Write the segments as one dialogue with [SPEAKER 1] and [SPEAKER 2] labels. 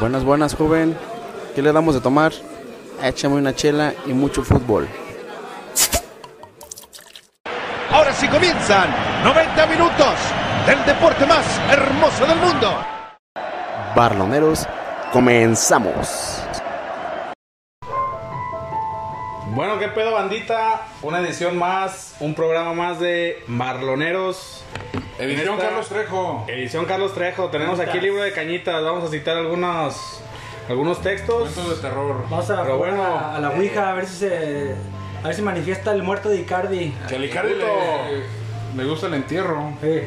[SPEAKER 1] Buenas, buenas, joven. ¿Qué le damos de tomar? Échame una chela y mucho fútbol.
[SPEAKER 2] Ahora sí comienzan 90 minutos del deporte más hermoso del mundo.
[SPEAKER 1] Barloneros, comenzamos.
[SPEAKER 3] Bueno, ¿qué pedo, bandita? Una edición más, un programa más de Marloneros.
[SPEAKER 4] Edición
[SPEAKER 3] Esta-
[SPEAKER 4] Carlos Trejo.
[SPEAKER 3] Edición Carlos Trejo. Tenemos aquí libro de cañitas. Vamos a citar algunos, algunos textos.
[SPEAKER 4] Cuentos de terror.
[SPEAKER 5] Vamos a
[SPEAKER 3] Pero
[SPEAKER 5] jugar
[SPEAKER 3] bueno.
[SPEAKER 5] a, a la Ouija a ver si se. A ver si manifiesta el muerto de Icardi.
[SPEAKER 4] Que al Icardi le, le gusta el entierro.
[SPEAKER 5] Eh,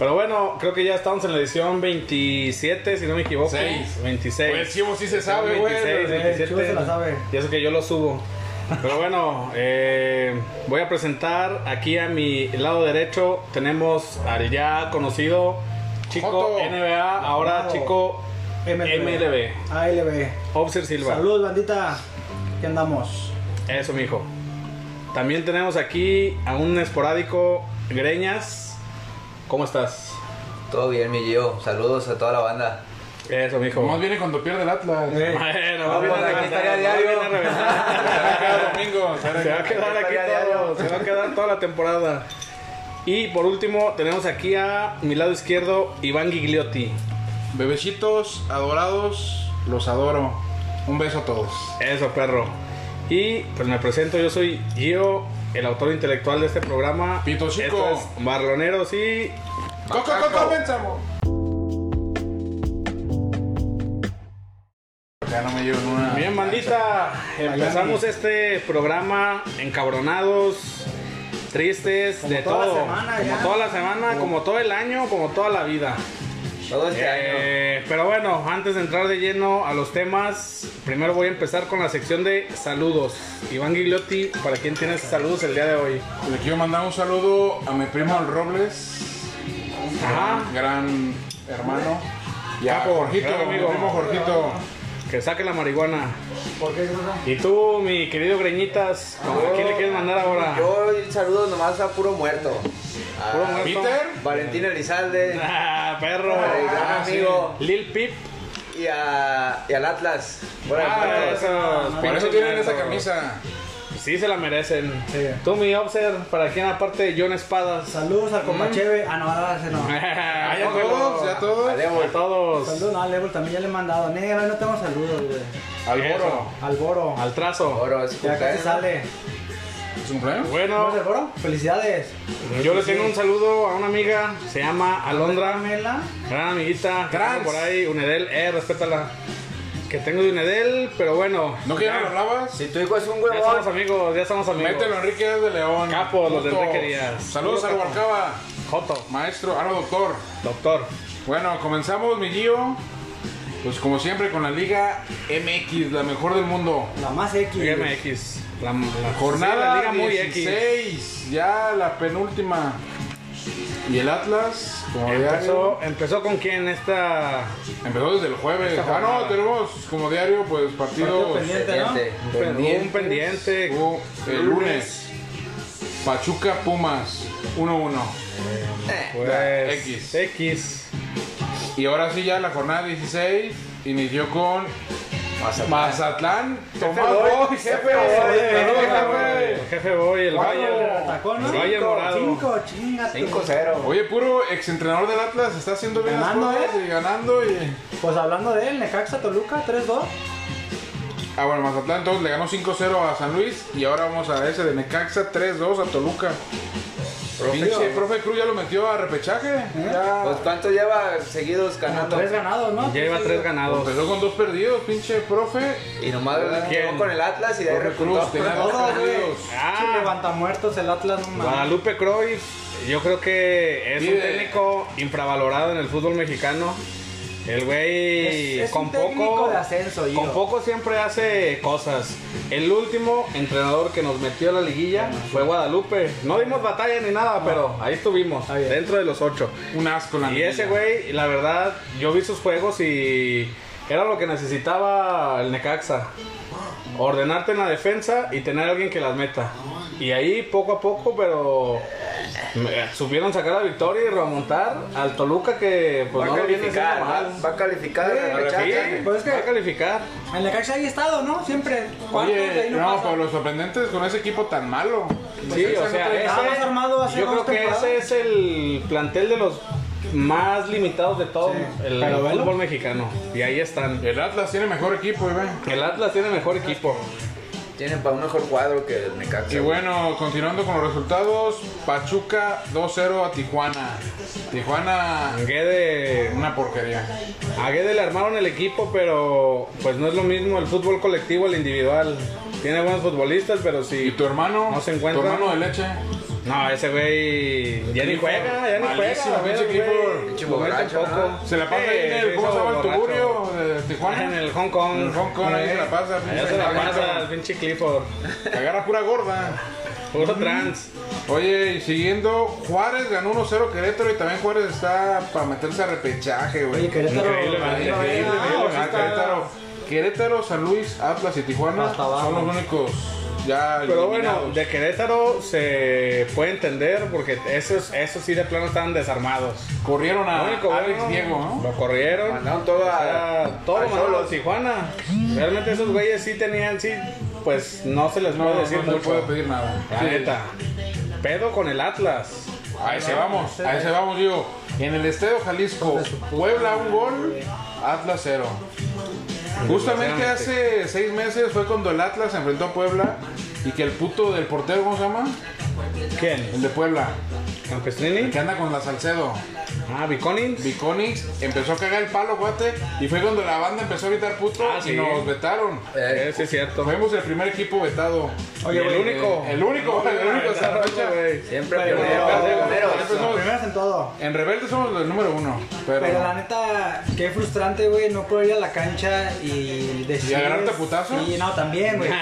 [SPEAKER 3] Pero bueno, creo que ya estamos en la edición 27, si no me equivoco.
[SPEAKER 4] Seis.
[SPEAKER 3] 26.
[SPEAKER 4] Pues sí, vos sí se sabe, güey.
[SPEAKER 3] 26,
[SPEAKER 5] Eh, el Chivo se la sabe.
[SPEAKER 3] Y eso que yo lo subo. Pero bueno, eh, voy a presentar aquí a mi lado derecho. Tenemos al ya conocido chico
[SPEAKER 4] Joto.
[SPEAKER 3] NBA, ahora
[SPEAKER 5] Joto.
[SPEAKER 3] chico
[SPEAKER 5] MLB.
[SPEAKER 3] MLB.
[SPEAKER 5] ALB.
[SPEAKER 3] Obser Silva.
[SPEAKER 5] Saludos, bandita. ¿Qué andamos?
[SPEAKER 3] Eso, mijo. También tenemos aquí a un esporádico Greñas. ¿Cómo estás?
[SPEAKER 6] Todo bien, mi Gio. Saludos a toda la banda.
[SPEAKER 3] Eso, mijo.
[SPEAKER 4] Nomás viene cuando pierde el Atlas.
[SPEAKER 5] Eh,
[SPEAKER 3] Bueno,
[SPEAKER 6] Vamos,
[SPEAKER 3] viene a
[SPEAKER 6] aquí
[SPEAKER 3] reventar,
[SPEAKER 6] estaría
[SPEAKER 3] no
[SPEAKER 6] diario.
[SPEAKER 3] viene a reventar.
[SPEAKER 4] Será cada domingo. será
[SPEAKER 3] Se va a
[SPEAKER 4] cada-
[SPEAKER 3] quedar aquí
[SPEAKER 6] estaría
[SPEAKER 3] todo,
[SPEAKER 6] diario.
[SPEAKER 3] se va a quedar toda la temporada. Y por último, tenemos aquí a mi lado izquierdo, Iván Gigliotti.
[SPEAKER 4] Bebecitos adorados, los adoro. Un beso a todos.
[SPEAKER 3] Eso, perro. Y pues me presento, yo soy Gio, el autor intelectual de este programa.
[SPEAKER 4] Pito Chico.
[SPEAKER 3] Esto es Marloneros y
[SPEAKER 4] ¡Coco, coco, pensamos! Ya no me llevan una.
[SPEAKER 3] Bien, bandita, empezamos este programa encabronados, tristes, de
[SPEAKER 5] toda la
[SPEAKER 3] todo.
[SPEAKER 5] semana
[SPEAKER 3] como
[SPEAKER 5] ya.
[SPEAKER 3] toda la semana, como todo el año, como toda la vida.
[SPEAKER 6] Todo este año.
[SPEAKER 3] Eh, pero bueno, antes de entrar de lleno a los temas, primero voy a empezar con la sección de saludos. Iván Gigliotti, ¿para quién tienes saludos el día de hoy?
[SPEAKER 4] Le quiero mandar un saludo a mi primo Al Robles, un
[SPEAKER 3] Ajá.
[SPEAKER 4] gran, gran hermano. Y a
[SPEAKER 3] Capo,
[SPEAKER 4] Jorgito,
[SPEAKER 3] gran amigo.
[SPEAKER 4] mi primo Jorgito.
[SPEAKER 3] Que saque la marihuana.
[SPEAKER 5] ¿Por qué, Rosa?
[SPEAKER 3] Y tú, mi querido Greñitas, ¿a quién le quieres mandar ahora?
[SPEAKER 6] Yo saludo nomás a puro muerto. A
[SPEAKER 3] Puro muerto.
[SPEAKER 4] Peter,
[SPEAKER 6] Valentín Elizalde,
[SPEAKER 3] Ah, perro. Ah,
[SPEAKER 6] al gran
[SPEAKER 4] sí.
[SPEAKER 6] amigo
[SPEAKER 3] Lil Pip.
[SPEAKER 6] y, a, y al Atlas. Bueno,
[SPEAKER 3] Ah,
[SPEAKER 6] muertos.
[SPEAKER 3] esos
[SPEAKER 4] por eso
[SPEAKER 3] pinches
[SPEAKER 4] tienen
[SPEAKER 3] muertos.
[SPEAKER 4] esa camisa.
[SPEAKER 3] Sí, se la merecen.
[SPEAKER 5] Sí.
[SPEAKER 3] Tú, mi Obser, ¿para quién aparte de John Espadas?
[SPEAKER 5] Saludos al
[SPEAKER 3] Mm.
[SPEAKER 5] compacheve. Ah, no, ah, ese no.
[SPEAKER 4] Ah, ya
[SPEAKER 3] a
[SPEAKER 4] todos, ya todos.
[SPEAKER 6] Al Evo.
[SPEAKER 3] A todos.
[SPEAKER 5] Saludos, no, al Ebol también ya le he mandado. Negro, no tengo saludos, güey.
[SPEAKER 4] Al
[SPEAKER 3] Eso.
[SPEAKER 4] Boro.
[SPEAKER 5] Al Boro.
[SPEAKER 3] Al trazo.
[SPEAKER 6] Oro, es
[SPEAKER 5] Ya casi
[SPEAKER 6] cumpleaños.
[SPEAKER 5] sale.
[SPEAKER 4] ¿Es un plan?
[SPEAKER 3] Bueno,
[SPEAKER 5] ¿Vamos al Boro? Felicidades.
[SPEAKER 3] yo le tengo un saludo a una amiga, se llama Alondra,
[SPEAKER 5] Mela.
[SPEAKER 3] gran amiguita, que
[SPEAKER 4] Trans.
[SPEAKER 3] tengo por ahí, Unedel, eh, respétala, que tengo de Unedel, pero bueno,
[SPEAKER 4] ¿No que ya lo hablabas?
[SPEAKER 6] Si tu hijo es un
[SPEAKER 3] ya somos
[SPEAKER 6] huevón,
[SPEAKER 3] amigos, ya somos amigos.
[SPEAKER 4] Mételo, Enrique de León.
[SPEAKER 3] Capo, los de
[SPEAKER 4] Justo.
[SPEAKER 3] Enrique Díaz.
[SPEAKER 4] Saludos al
[SPEAKER 3] Saludos, capo.
[SPEAKER 4] Huarcaba,
[SPEAKER 3] Joto,
[SPEAKER 4] maestro, ahora doctor.
[SPEAKER 3] doctor,
[SPEAKER 4] Bueno, comenzamos, mi Gio. Pues como siempre con la Liga MX, la mejor del mundo.
[SPEAKER 5] La más X. güey.
[SPEAKER 3] MX, la, la
[SPEAKER 4] Jornada
[SPEAKER 3] sí, la liga muy X.
[SPEAKER 4] 16, ya la penúltima. Y el Atlas, como diario,
[SPEAKER 3] Empezó, empezó con quién esta
[SPEAKER 4] empezó desde el jueves.
[SPEAKER 3] Esta
[SPEAKER 4] Ah, no,
[SPEAKER 3] jornada.
[SPEAKER 4] tenemos como diario, pues
[SPEAKER 5] Partido
[SPEAKER 4] partidos.
[SPEAKER 5] pendiente, ¿no?
[SPEAKER 3] un
[SPEAKER 6] pendiente.
[SPEAKER 3] pen- un pendiente.
[SPEAKER 4] Hubo el lunes, Pachuca Pumas, 1-1.
[SPEAKER 3] Pues,
[SPEAKER 4] X.
[SPEAKER 3] X.
[SPEAKER 4] Y ahora sí, ya la jornada 16 inició con Mazatlán. Tomás
[SPEAKER 6] Boy,
[SPEAKER 4] Boy,
[SPEAKER 6] jefe
[SPEAKER 4] jefe.
[SPEAKER 6] Boy,
[SPEAKER 4] Saludos,
[SPEAKER 6] jefe
[SPEAKER 4] jefe.
[SPEAKER 3] El jefe Boy, el
[SPEAKER 4] Cuatro.
[SPEAKER 3] Bayern.
[SPEAKER 5] Atacó, ¿no?
[SPEAKER 3] El Bayern morado.
[SPEAKER 5] 5, chinga. tu-
[SPEAKER 6] 5-0.
[SPEAKER 4] Oye, puro exentrenador del Atlas está haciendo bien las
[SPEAKER 5] Ganando,
[SPEAKER 4] cosas y ganando y...
[SPEAKER 5] Pues hablando de él, Necaxa Toluca 3-2.
[SPEAKER 4] Ah, bueno, Mazatlán entonces le ganó 5-0 a San Luis y ahora vamos a ese de Necaxa 3-2 a Toluca. Pinche, profe Cruz ya lo metió a repechaje.
[SPEAKER 6] Pues
[SPEAKER 4] Ya
[SPEAKER 6] cuánto lleva seguidos ganando.
[SPEAKER 5] Tres ganados, ¿no?
[SPEAKER 3] Ya lleva tres ganados.
[SPEAKER 4] empezó con dos perdidos, pinche profe.
[SPEAKER 6] Y nomás
[SPEAKER 3] ¿Quién?
[SPEAKER 6] ganó con el Atlas y de ahí
[SPEAKER 4] Profe Cruz
[SPEAKER 6] repuntó.
[SPEAKER 4] tenía dos
[SPEAKER 5] Todos, güey.
[SPEAKER 4] perdidos.
[SPEAKER 3] Ah.
[SPEAKER 5] Pinche levantamuertos el Atlas, no mames.
[SPEAKER 3] Guadalupe Croix, yo creo que es
[SPEAKER 4] Pide.
[SPEAKER 3] un técnico infravalorado en el fútbol mexicano. El güey
[SPEAKER 5] Es- es
[SPEAKER 3] con
[SPEAKER 5] un
[SPEAKER 3] poco
[SPEAKER 5] técnico de ascenso, yo.
[SPEAKER 3] con poco siempre hace cosas. El último entrenador que nos metió a la liguilla fue Guadalupe. No dimos batalla ni nada, pero ahí estuvimos
[SPEAKER 5] Está bien.
[SPEAKER 3] dentro de los ocho.
[SPEAKER 4] Un asco la
[SPEAKER 3] Y
[SPEAKER 4] neta.
[SPEAKER 3] ese güey, la verdad, yo vi sus juegos y era lo que necesitaba el Necaxa. Ordenarte en la defensa y tener a alguien que las meta. Y ahí poco a poco, pero Me- Supieron sacar la victoria y remontar al Toluca que pues,
[SPEAKER 6] Va
[SPEAKER 3] no
[SPEAKER 6] a
[SPEAKER 3] lo viene haciendo
[SPEAKER 6] calificar,
[SPEAKER 3] mal.
[SPEAKER 6] va- va a calificar a la
[SPEAKER 3] Pero sí,
[SPEAKER 6] repechaje.
[SPEAKER 5] Pues es que-
[SPEAKER 3] va a calificar.
[SPEAKER 5] En la cacha ahí he estado, ¿no? Siempre. Cuartos, de ahí
[SPEAKER 4] Oye, no,
[SPEAKER 5] pasa.
[SPEAKER 4] pero los sorprendentes con ese equipo tan malo.
[SPEAKER 3] Sí,
[SPEAKER 4] Ese
[SPEAKER 3] o
[SPEAKER 4] no
[SPEAKER 3] sea,
[SPEAKER 4] trae-
[SPEAKER 5] nada más
[SPEAKER 3] ese-
[SPEAKER 5] armado hace
[SPEAKER 3] yo creo
[SPEAKER 5] dos
[SPEAKER 3] que
[SPEAKER 5] temporadas.
[SPEAKER 3] ese es el plantel de los más limitados de todo el
[SPEAKER 5] Pero velo.
[SPEAKER 3] fútbol mexicano. Y ahí están.
[SPEAKER 4] El Atlas tiene mejor equipo, Iván.
[SPEAKER 3] El Atlas tiene mejor equipo.
[SPEAKER 6] Tienen para un mejor cuadro que el Necaxa.
[SPEAKER 4] Y bueno, continuando con los resultados, Pachuca 2-0 a Tijuana. Tijuana,
[SPEAKER 3] Guede,
[SPEAKER 4] una porquería.
[SPEAKER 3] a Guede le armaron el equipo, pero pues no es lo mismo el fútbol colectivo al individual. Tiene buenos futbolistas, pero si
[SPEAKER 4] ¿Y tu hermano?
[SPEAKER 3] No se encuentra.
[SPEAKER 4] ¿Tu hermano de leche?
[SPEAKER 3] No, ese güey ya ni juega, ya ni
[SPEAKER 4] Malísimo,
[SPEAKER 3] juega.
[SPEAKER 4] pinche
[SPEAKER 3] güey,
[SPEAKER 4] equipo.
[SPEAKER 3] güey.
[SPEAKER 6] Pinche
[SPEAKER 3] Lo meten
[SPEAKER 6] borracho,
[SPEAKER 3] poco.
[SPEAKER 6] ¿no?
[SPEAKER 4] Se la pasa ahí en
[SPEAKER 3] Eh,
[SPEAKER 4] el, ¿cómo se llama el
[SPEAKER 3] borracho.
[SPEAKER 4] tuburio eh, de Tijuana?
[SPEAKER 3] En el Hong Kong.
[SPEAKER 4] En el Hong Kong, ahí se la pasa.
[SPEAKER 3] Allá se la pasa el pinche Clifford.
[SPEAKER 4] Que agarra pura gorda.
[SPEAKER 3] Puro trans.
[SPEAKER 4] Oye, y siguiendo, Juárez ganó 1-0 Querétaro y también Juárez está para meterse a repechaje, güey.
[SPEAKER 5] Oye, Querétaro.
[SPEAKER 3] Increíble,
[SPEAKER 5] Ah,
[SPEAKER 3] increíble,
[SPEAKER 5] no,
[SPEAKER 4] Increíble,
[SPEAKER 5] no,
[SPEAKER 4] increíble,
[SPEAKER 5] sí está-
[SPEAKER 4] Querétaro. Querétaro, San Luis, Atlas y Tijuana
[SPEAKER 5] Hasta abajo.
[SPEAKER 4] son los únicos ya
[SPEAKER 3] Pero bueno,
[SPEAKER 4] eliminados.
[SPEAKER 3] de Querétaro se puede entender porque esos, esos sí de plano estaban desarmados.
[SPEAKER 4] corrieron
[SPEAKER 3] Lo
[SPEAKER 4] a
[SPEAKER 3] único
[SPEAKER 4] Alex
[SPEAKER 3] bueno,
[SPEAKER 4] Diego, ¿no?
[SPEAKER 3] Ah, Lo corrieron.
[SPEAKER 6] Mandaron todo a-
[SPEAKER 3] todo
[SPEAKER 6] a
[SPEAKER 3] lo mandaron a
[SPEAKER 6] Cholos.
[SPEAKER 3] Tijuana. Realmente esos güeyes sí tenían, sí, pues no se les
[SPEAKER 4] No,
[SPEAKER 3] puede
[SPEAKER 4] no,
[SPEAKER 3] decir
[SPEAKER 4] no te
[SPEAKER 3] mucho.
[SPEAKER 4] puedo pedir nada.
[SPEAKER 3] La
[SPEAKER 4] Sí.
[SPEAKER 3] neta. Pedo con el Atlas.
[SPEAKER 4] A ese vamos, a ese vamos, digo. En el Estadio Jalisco, Puebla un gol, Atlas cero. Justamente hace seis meses fue cuando el Atlas se enfrentó a Puebla y que el puto del portero, ¿cómo se llama?
[SPEAKER 3] ¿Quién?
[SPEAKER 4] El de Puebla, el
[SPEAKER 3] ¿Campestrini?
[SPEAKER 4] que anda con la Salcedo.
[SPEAKER 3] Ah, Biconins.
[SPEAKER 4] Viconix empezó a cagar el palo, guate, y fue cuando la banda empezó a gritar puto
[SPEAKER 3] Ah, sí.
[SPEAKER 4] y nos vetaron.
[SPEAKER 3] Eh, sí, es cierto.
[SPEAKER 4] Fuimos el primer equipo vetado.
[SPEAKER 5] Oye,
[SPEAKER 3] el
[SPEAKER 5] güey,
[SPEAKER 3] único.
[SPEAKER 4] El único, el único hasta la fecha.
[SPEAKER 6] Siempre
[SPEAKER 5] Pero-
[SPEAKER 6] primero,
[SPEAKER 5] pero-
[SPEAKER 6] primero.
[SPEAKER 4] Siempre
[SPEAKER 5] Los
[SPEAKER 4] somos-
[SPEAKER 5] primeros en todo.
[SPEAKER 4] En Rebelde somos el número uno, pero...
[SPEAKER 5] Pero la neta, qué frustrante, güey, no poder ir a la cancha y decidir.
[SPEAKER 4] ¿Y agarrarte a putazos?
[SPEAKER 5] Sí, no, también, güey.
[SPEAKER 6] el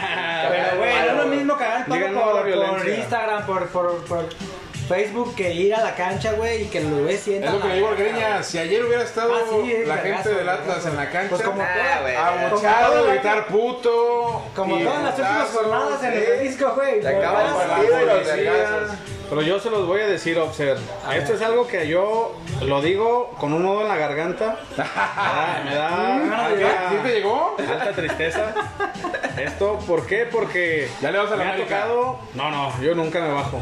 [SPEAKER 5] Pero, güey, no es lo
[SPEAKER 6] palo.
[SPEAKER 5] mismo cagar el palo
[SPEAKER 3] Digan no a la
[SPEAKER 5] por, por
[SPEAKER 3] violencia.
[SPEAKER 5] Instagram, por, por, por Facebook, que ir a la cancha, güey, y que los güeyes sientan.
[SPEAKER 4] Es lo que le digo al
[SPEAKER 5] la-
[SPEAKER 4] Greña, si ayer hubiera estado
[SPEAKER 5] Ah, sí, es
[SPEAKER 4] la
[SPEAKER 5] vergazo,
[SPEAKER 4] gente del Atlas
[SPEAKER 5] vergazo.
[SPEAKER 4] en la cancha, Ah,
[SPEAKER 5] Pues como
[SPEAKER 6] Nah,
[SPEAKER 5] toda-
[SPEAKER 6] güey.
[SPEAKER 5] como
[SPEAKER 4] abuchado,
[SPEAKER 5] toda la-
[SPEAKER 4] gritar puto,
[SPEAKER 5] Como
[SPEAKER 4] y
[SPEAKER 5] todas las últimas
[SPEAKER 4] putazos,
[SPEAKER 5] jornadas en el
[SPEAKER 4] sí. Ah,
[SPEAKER 5] disco, güey.
[SPEAKER 6] Se acaba el
[SPEAKER 5] vergazo.
[SPEAKER 4] Para la
[SPEAKER 6] partido y los
[SPEAKER 4] policía.
[SPEAKER 6] vergazos.
[SPEAKER 3] Pero yo se los voy a decir, Obser. Esto es algo que yo lo digo con un nudo en la garganta. Ah, me da
[SPEAKER 4] ¿Qué?
[SPEAKER 3] alta-
[SPEAKER 4] ¿Sí te llegó?
[SPEAKER 3] alta tristeza. Esto, ¿por qué? Porque
[SPEAKER 4] Ya le vas a la
[SPEAKER 3] me ha
[SPEAKER 4] América.
[SPEAKER 3] tocado. No, no, yo nunca me bajo.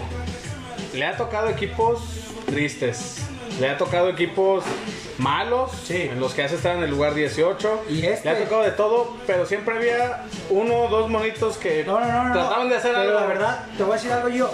[SPEAKER 3] Le ha tocado equipos tristes. Le ha tocado equipos malos,
[SPEAKER 5] Sí.
[SPEAKER 3] en los que hace estar en el lugar 18.
[SPEAKER 5] Y este.
[SPEAKER 3] Le ha tocado de todo, pero siempre había uno o dos monitos que
[SPEAKER 5] No, no, no, no.
[SPEAKER 3] trataban de hacer
[SPEAKER 5] pero
[SPEAKER 3] algo.
[SPEAKER 5] La verdad, te voy a decir algo yo.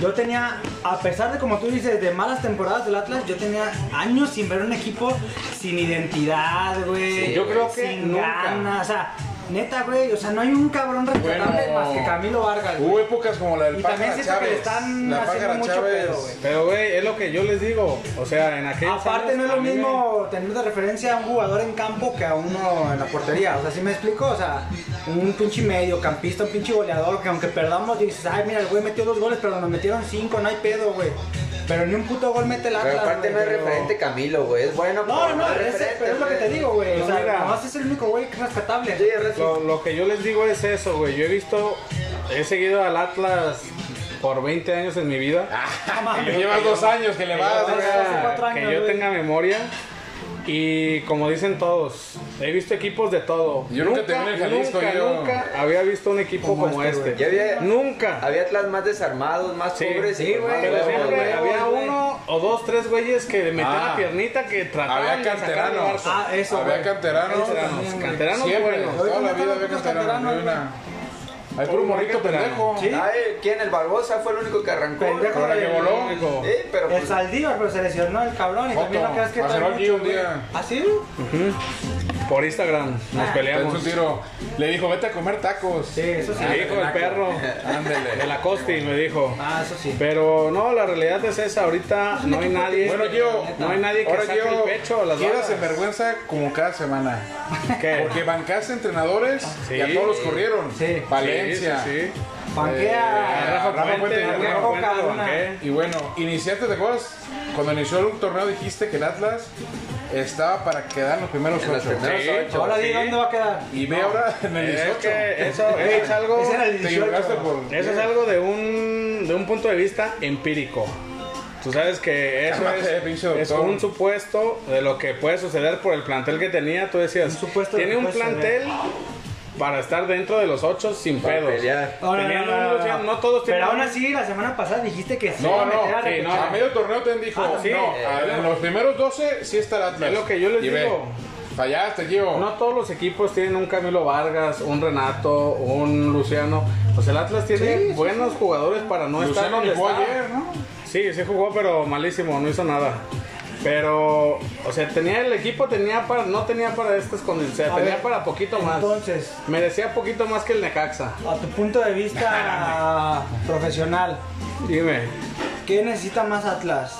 [SPEAKER 5] Yo tenía, a pesar de como tú dices, de malas temporadas del Atlas, yo tenía años sin ver un equipo sin identidad, güey.
[SPEAKER 3] Sí, yo creo que
[SPEAKER 5] sin
[SPEAKER 3] nunca.
[SPEAKER 5] ganas, o sea, neta, güey, o sea, no hay un cabrón respetable
[SPEAKER 4] Bueno.
[SPEAKER 5] más que Camilo Vargas. güey.
[SPEAKER 4] Hubo épocas como la del
[SPEAKER 5] Y también
[SPEAKER 4] Pájara
[SPEAKER 5] siento que
[SPEAKER 4] Chávez.
[SPEAKER 5] le están
[SPEAKER 4] la
[SPEAKER 5] haciendo
[SPEAKER 4] Pájara
[SPEAKER 5] mucho
[SPEAKER 4] Chávez.
[SPEAKER 5] pedo, güey.
[SPEAKER 3] Pero, güey, es lo que yo les digo. O sea, en aquel.
[SPEAKER 5] Aparte no es lo mismo tener de referencia a un jugador en campo que a uno en la portería. O sea, si me explico? O sea, un pinche mediocampista, un pinche goleador que aunque perdamos dices, ay mira, el güey metió dos goles, pero nos metieron cinco, no hay pedo, güey. Pero ni un puto gol mete el Atlas.
[SPEAKER 6] Pero aparte no
[SPEAKER 5] güey,
[SPEAKER 6] es
[SPEAKER 5] pero-
[SPEAKER 6] referente Camilo, güey. Es bueno,
[SPEAKER 5] No, no,
[SPEAKER 6] pero
[SPEAKER 5] no,
[SPEAKER 6] es
[SPEAKER 5] ese-
[SPEAKER 6] referente,
[SPEAKER 5] pero es lo que te
[SPEAKER 6] güey.
[SPEAKER 5] digo, güey. O sea,
[SPEAKER 3] Mira.
[SPEAKER 5] nomás es el único güey que es rescatable.
[SPEAKER 6] Sí, es referente.
[SPEAKER 3] Lo, lo que yo les digo es eso, güey. Yo he visto. He seguido al Atlas por 20 años en mi vida.
[SPEAKER 5] No
[SPEAKER 4] Que
[SPEAKER 5] mames.
[SPEAKER 4] llevas dos años que le vas,
[SPEAKER 5] llevas-
[SPEAKER 4] güey.
[SPEAKER 5] hace cuatro
[SPEAKER 3] que
[SPEAKER 5] años,
[SPEAKER 3] yo
[SPEAKER 5] güey.
[SPEAKER 3] tenga memoria. Y como dicen todos, he visto equipos de todo.
[SPEAKER 4] Yo nunca te vi en el Jalisco,
[SPEAKER 3] nunca,
[SPEAKER 4] yo.
[SPEAKER 3] nunca había visto un equipo como,
[SPEAKER 5] Como
[SPEAKER 3] este.
[SPEAKER 5] este,
[SPEAKER 6] güey. Ya había-
[SPEAKER 3] nunca.
[SPEAKER 6] Había Atlas más desarmados, más
[SPEAKER 3] Sí,
[SPEAKER 6] pobres.
[SPEAKER 5] sí,
[SPEAKER 6] y con
[SPEAKER 5] güey,
[SPEAKER 6] más
[SPEAKER 3] Pero
[SPEAKER 5] Pero,
[SPEAKER 3] siempre
[SPEAKER 5] güey,
[SPEAKER 3] había
[SPEAKER 5] güey.
[SPEAKER 3] uno o dos, tres güeyes que le metían
[SPEAKER 4] Ah.
[SPEAKER 3] la piernita que trataban
[SPEAKER 4] Había
[SPEAKER 3] de sacar
[SPEAKER 4] canteranos.
[SPEAKER 3] el Barça.
[SPEAKER 5] Ah, eso.
[SPEAKER 4] Había
[SPEAKER 5] güey.
[SPEAKER 4] canteranos.
[SPEAKER 5] Eso también, güey.
[SPEAKER 3] Canteranos
[SPEAKER 4] Siempre,
[SPEAKER 3] buenos.
[SPEAKER 4] toda la
[SPEAKER 5] Ahorita
[SPEAKER 4] vida
[SPEAKER 5] no
[SPEAKER 4] había
[SPEAKER 5] tenemos
[SPEAKER 4] canteranos.
[SPEAKER 5] canteranos,
[SPEAKER 4] no hay una- Hay puro
[SPEAKER 3] Puro
[SPEAKER 4] morrito
[SPEAKER 3] morrito
[SPEAKER 4] pendejo.
[SPEAKER 5] Sí.
[SPEAKER 6] Ay, ¿quién? El Barbosa fue el único que arrancó.
[SPEAKER 5] Pendejo
[SPEAKER 4] Ahora que
[SPEAKER 5] de-
[SPEAKER 4] voló.
[SPEAKER 3] Único.
[SPEAKER 6] Eh, pero
[SPEAKER 5] El
[SPEAKER 6] pues,
[SPEAKER 5] Saldívar, pero se lesionó el cabrón y
[SPEAKER 4] Foto.
[SPEAKER 5] también lo que hace que
[SPEAKER 4] Va a ser
[SPEAKER 5] trae
[SPEAKER 4] aquí
[SPEAKER 5] mucho,
[SPEAKER 4] un día.
[SPEAKER 5] güey. ¿Ah, sí?
[SPEAKER 3] Por Instagram nos
[SPEAKER 5] Ah.
[SPEAKER 4] Le hizo un
[SPEAKER 3] peleamos.
[SPEAKER 4] tiro. Le dijo, vete a comer tacos.
[SPEAKER 5] Sí, eso sí.
[SPEAKER 3] Me dijo el perro de la Costi, me dijo.
[SPEAKER 5] Ah, eso sí.
[SPEAKER 3] Pero no, la realidad es esa. Ahorita no hay nadie.
[SPEAKER 4] Bueno, Gio,
[SPEAKER 3] no hay nadie que
[SPEAKER 4] ahora
[SPEAKER 3] saque
[SPEAKER 4] Gio,
[SPEAKER 3] el pecho a las
[SPEAKER 4] quedas
[SPEAKER 3] balas.
[SPEAKER 4] en vergüenza como cada semana.
[SPEAKER 3] ¿Qué?
[SPEAKER 4] Porque bancaste entrenadores
[SPEAKER 3] Sí.
[SPEAKER 4] y a todos los corrieron.
[SPEAKER 5] Sí.
[SPEAKER 4] Valencia.
[SPEAKER 3] Sí, sí, sí.
[SPEAKER 4] Eh,
[SPEAKER 5] Panquea.
[SPEAKER 4] Rafa
[SPEAKER 3] Rafa
[SPEAKER 4] Puente,
[SPEAKER 3] Puente,
[SPEAKER 4] Rafa
[SPEAKER 3] Rafa Puente
[SPEAKER 5] Puente,
[SPEAKER 3] lo banqué.
[SPEAKER 4] Y bueno, iniciaste, ¿te acuerdas? Cuando inició el torneo dijiste que el Atlas estaba para quedar en los primeros
[SPEAKER 6] En los
[SPEAKER 4] ocho.
[SPEAKER 6] primeros
[SPEAKER 3] Sí.
[SPEAKER 6] ocho.
[SPEAKER 5] Ahora di
[SPEAKER 3] sí.
[SPEAKER 5] dónde va a quedar.
[SPEAKER 4] Y ve ahora en el
[SPEAKER 3] Es
[SPEAKER 4] 18.
[SPEAKER 3] que eso, eso es algo,
[SPEAKER 5] Ese era el
[SPEAKER 4] Te equivocaste
[SPEAKER 5] 18.
[SPEAKER 4] por...
[SPEAKER 3] eso es algo de un, de un punto de vista empírico. Tú sabes que eso
[SPEAKER 4] Cálmate,
[SPEAKER 3] es,
[SPEAKER 4] pinche
[SPEAKER 3] es
[SPEAKER 4] doctor.
[SPEAKER 3] un supuesto de lo que puede suceder por el plantel que tenía. Tú decías,
[SPEAKER 5] Un supuesto de
[SPEAKER 3] tiene
[SPEAKER 5] lo
[SPEAKER 3] un
[SPEAKER 5] que puede
[SPEAKER 3] plantel para estar dentro de los ocho sin
[SPEAKER 6] Para
[SPEAKER 3] pedos.
[SPEAKER 6] pelear.
[SPEAKER 5] No, no,
[SPEAKER 3] Tenían
[SPEAKER 5] no, no,
[SPEAKER 3] unos,
[SPEAKER 5] no.
[SPEAKER 3] decían, no todos
[SPEAKER 5] Pero
[SPEAKER 3] tienen
[SPEAKER 5] aún
[SPEAKER 3] un-
[SPEAKER 5] así, la semana pasada dijiste que sí.
[SPEAKER 4] No,
[SPEAKER 5] iba a
[SPEAKER 4] no,
[SPEAKER 5] meter a
[SPEAKER 3] sí,
[SPEAKER 5] repechaje.
[SPEAKER 3] no.
[SPEAKER 4] A medio torneo te dijo,
[SPEAKER 5] Ah,
[SPEAKER 3] sí.
[SPEAKER 4] no, a- en los primeros 12 sí está el Atlas.
[SPEAKER 3] Es lo que yo les
[SPEAKER 4] Y ve,
[SPEAKER 3] digo.
[SPEAKER 4] Fallaste, Gio.
[SPEAKER 3] No todos los equipos tienen un Camilo Vargas, un Renato, un Luciano. O sea, el Atlas tiene buenos jugadores para no estar
[SPEAKER 4] Luciano
[SPEAKER 3] donde
[SPEAKER 4] ni jugó
[SPEAKER 3] está.
[SPEAKER 4] ayer, ¿no?
[SPEAKER 3] Sí, sí jugó, pero malísimo, no hizo nada. Pero, o sea, tenía el equipo, tenía para, no tenía para estas condiciones,
[SPEAKER 5] A
[SPEAKER 3] tenía
[SPEAKER 5] ver,
[SPEAKER 3] para poquito más.
[SPEAKER 5] entonces.
[SPEAKER 3] Merecía poquito más que el Necaxa.
[SPEAKER 5] A tu punto de vista profesional,
[SPEAKER 3] Dime,
[SPEAKER 5] ¿qué necesita más Atlas?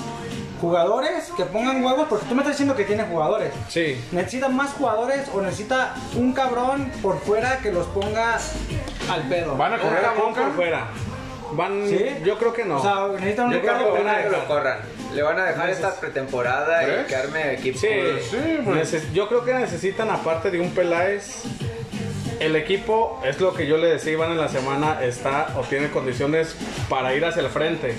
[SPEAKER 5] ¿Jugadores que pongan huevos? Porque tú me estás diciendo que tiene jugadores.
[SPEAKER 3] sí.
[SPEAKER 5] ¿Necesita más jugadores o necesita un cabrón por fuera que los ponga al pedo?
[SPEAKER 4] Van a
[SPEAKER 3] Un
[SPEAKER 4] correr a
[SPEAKER 3] cabrón
[SPEAKER 4] Conca.
[SPEAKER 3] por fuera. Van,
[SPEAKER 5] ¿Sí?
[SPEAKER 3] yo creo que no.
[SPEAKER 5] O sea, necesitan un
[SPEAKER 3] Yo creo que
[SPEAKER 5] Ricardo
[SPEAKER 3] lo van a
[SPEAKER 5] Peláez.
[SPEAKER 6] Que
[SPEAKER 3] dejar.
[SPEAKER 6] lo corran. Le van a dejar esta pretemporada
[SPEAKER 4] ¿Crees?
[SPEAKER 6] y quedarme equipo.
[SPEAKER 3] Sí,
[SPEAKER 4] Sí, pues.
[SPEAKER 3] Neces- yo creo que necesitan, aparte de un Peláez, el equipo, es lo que yo le decía, Iván, en la semana, está o tiene condiciones para ir hacia el frente.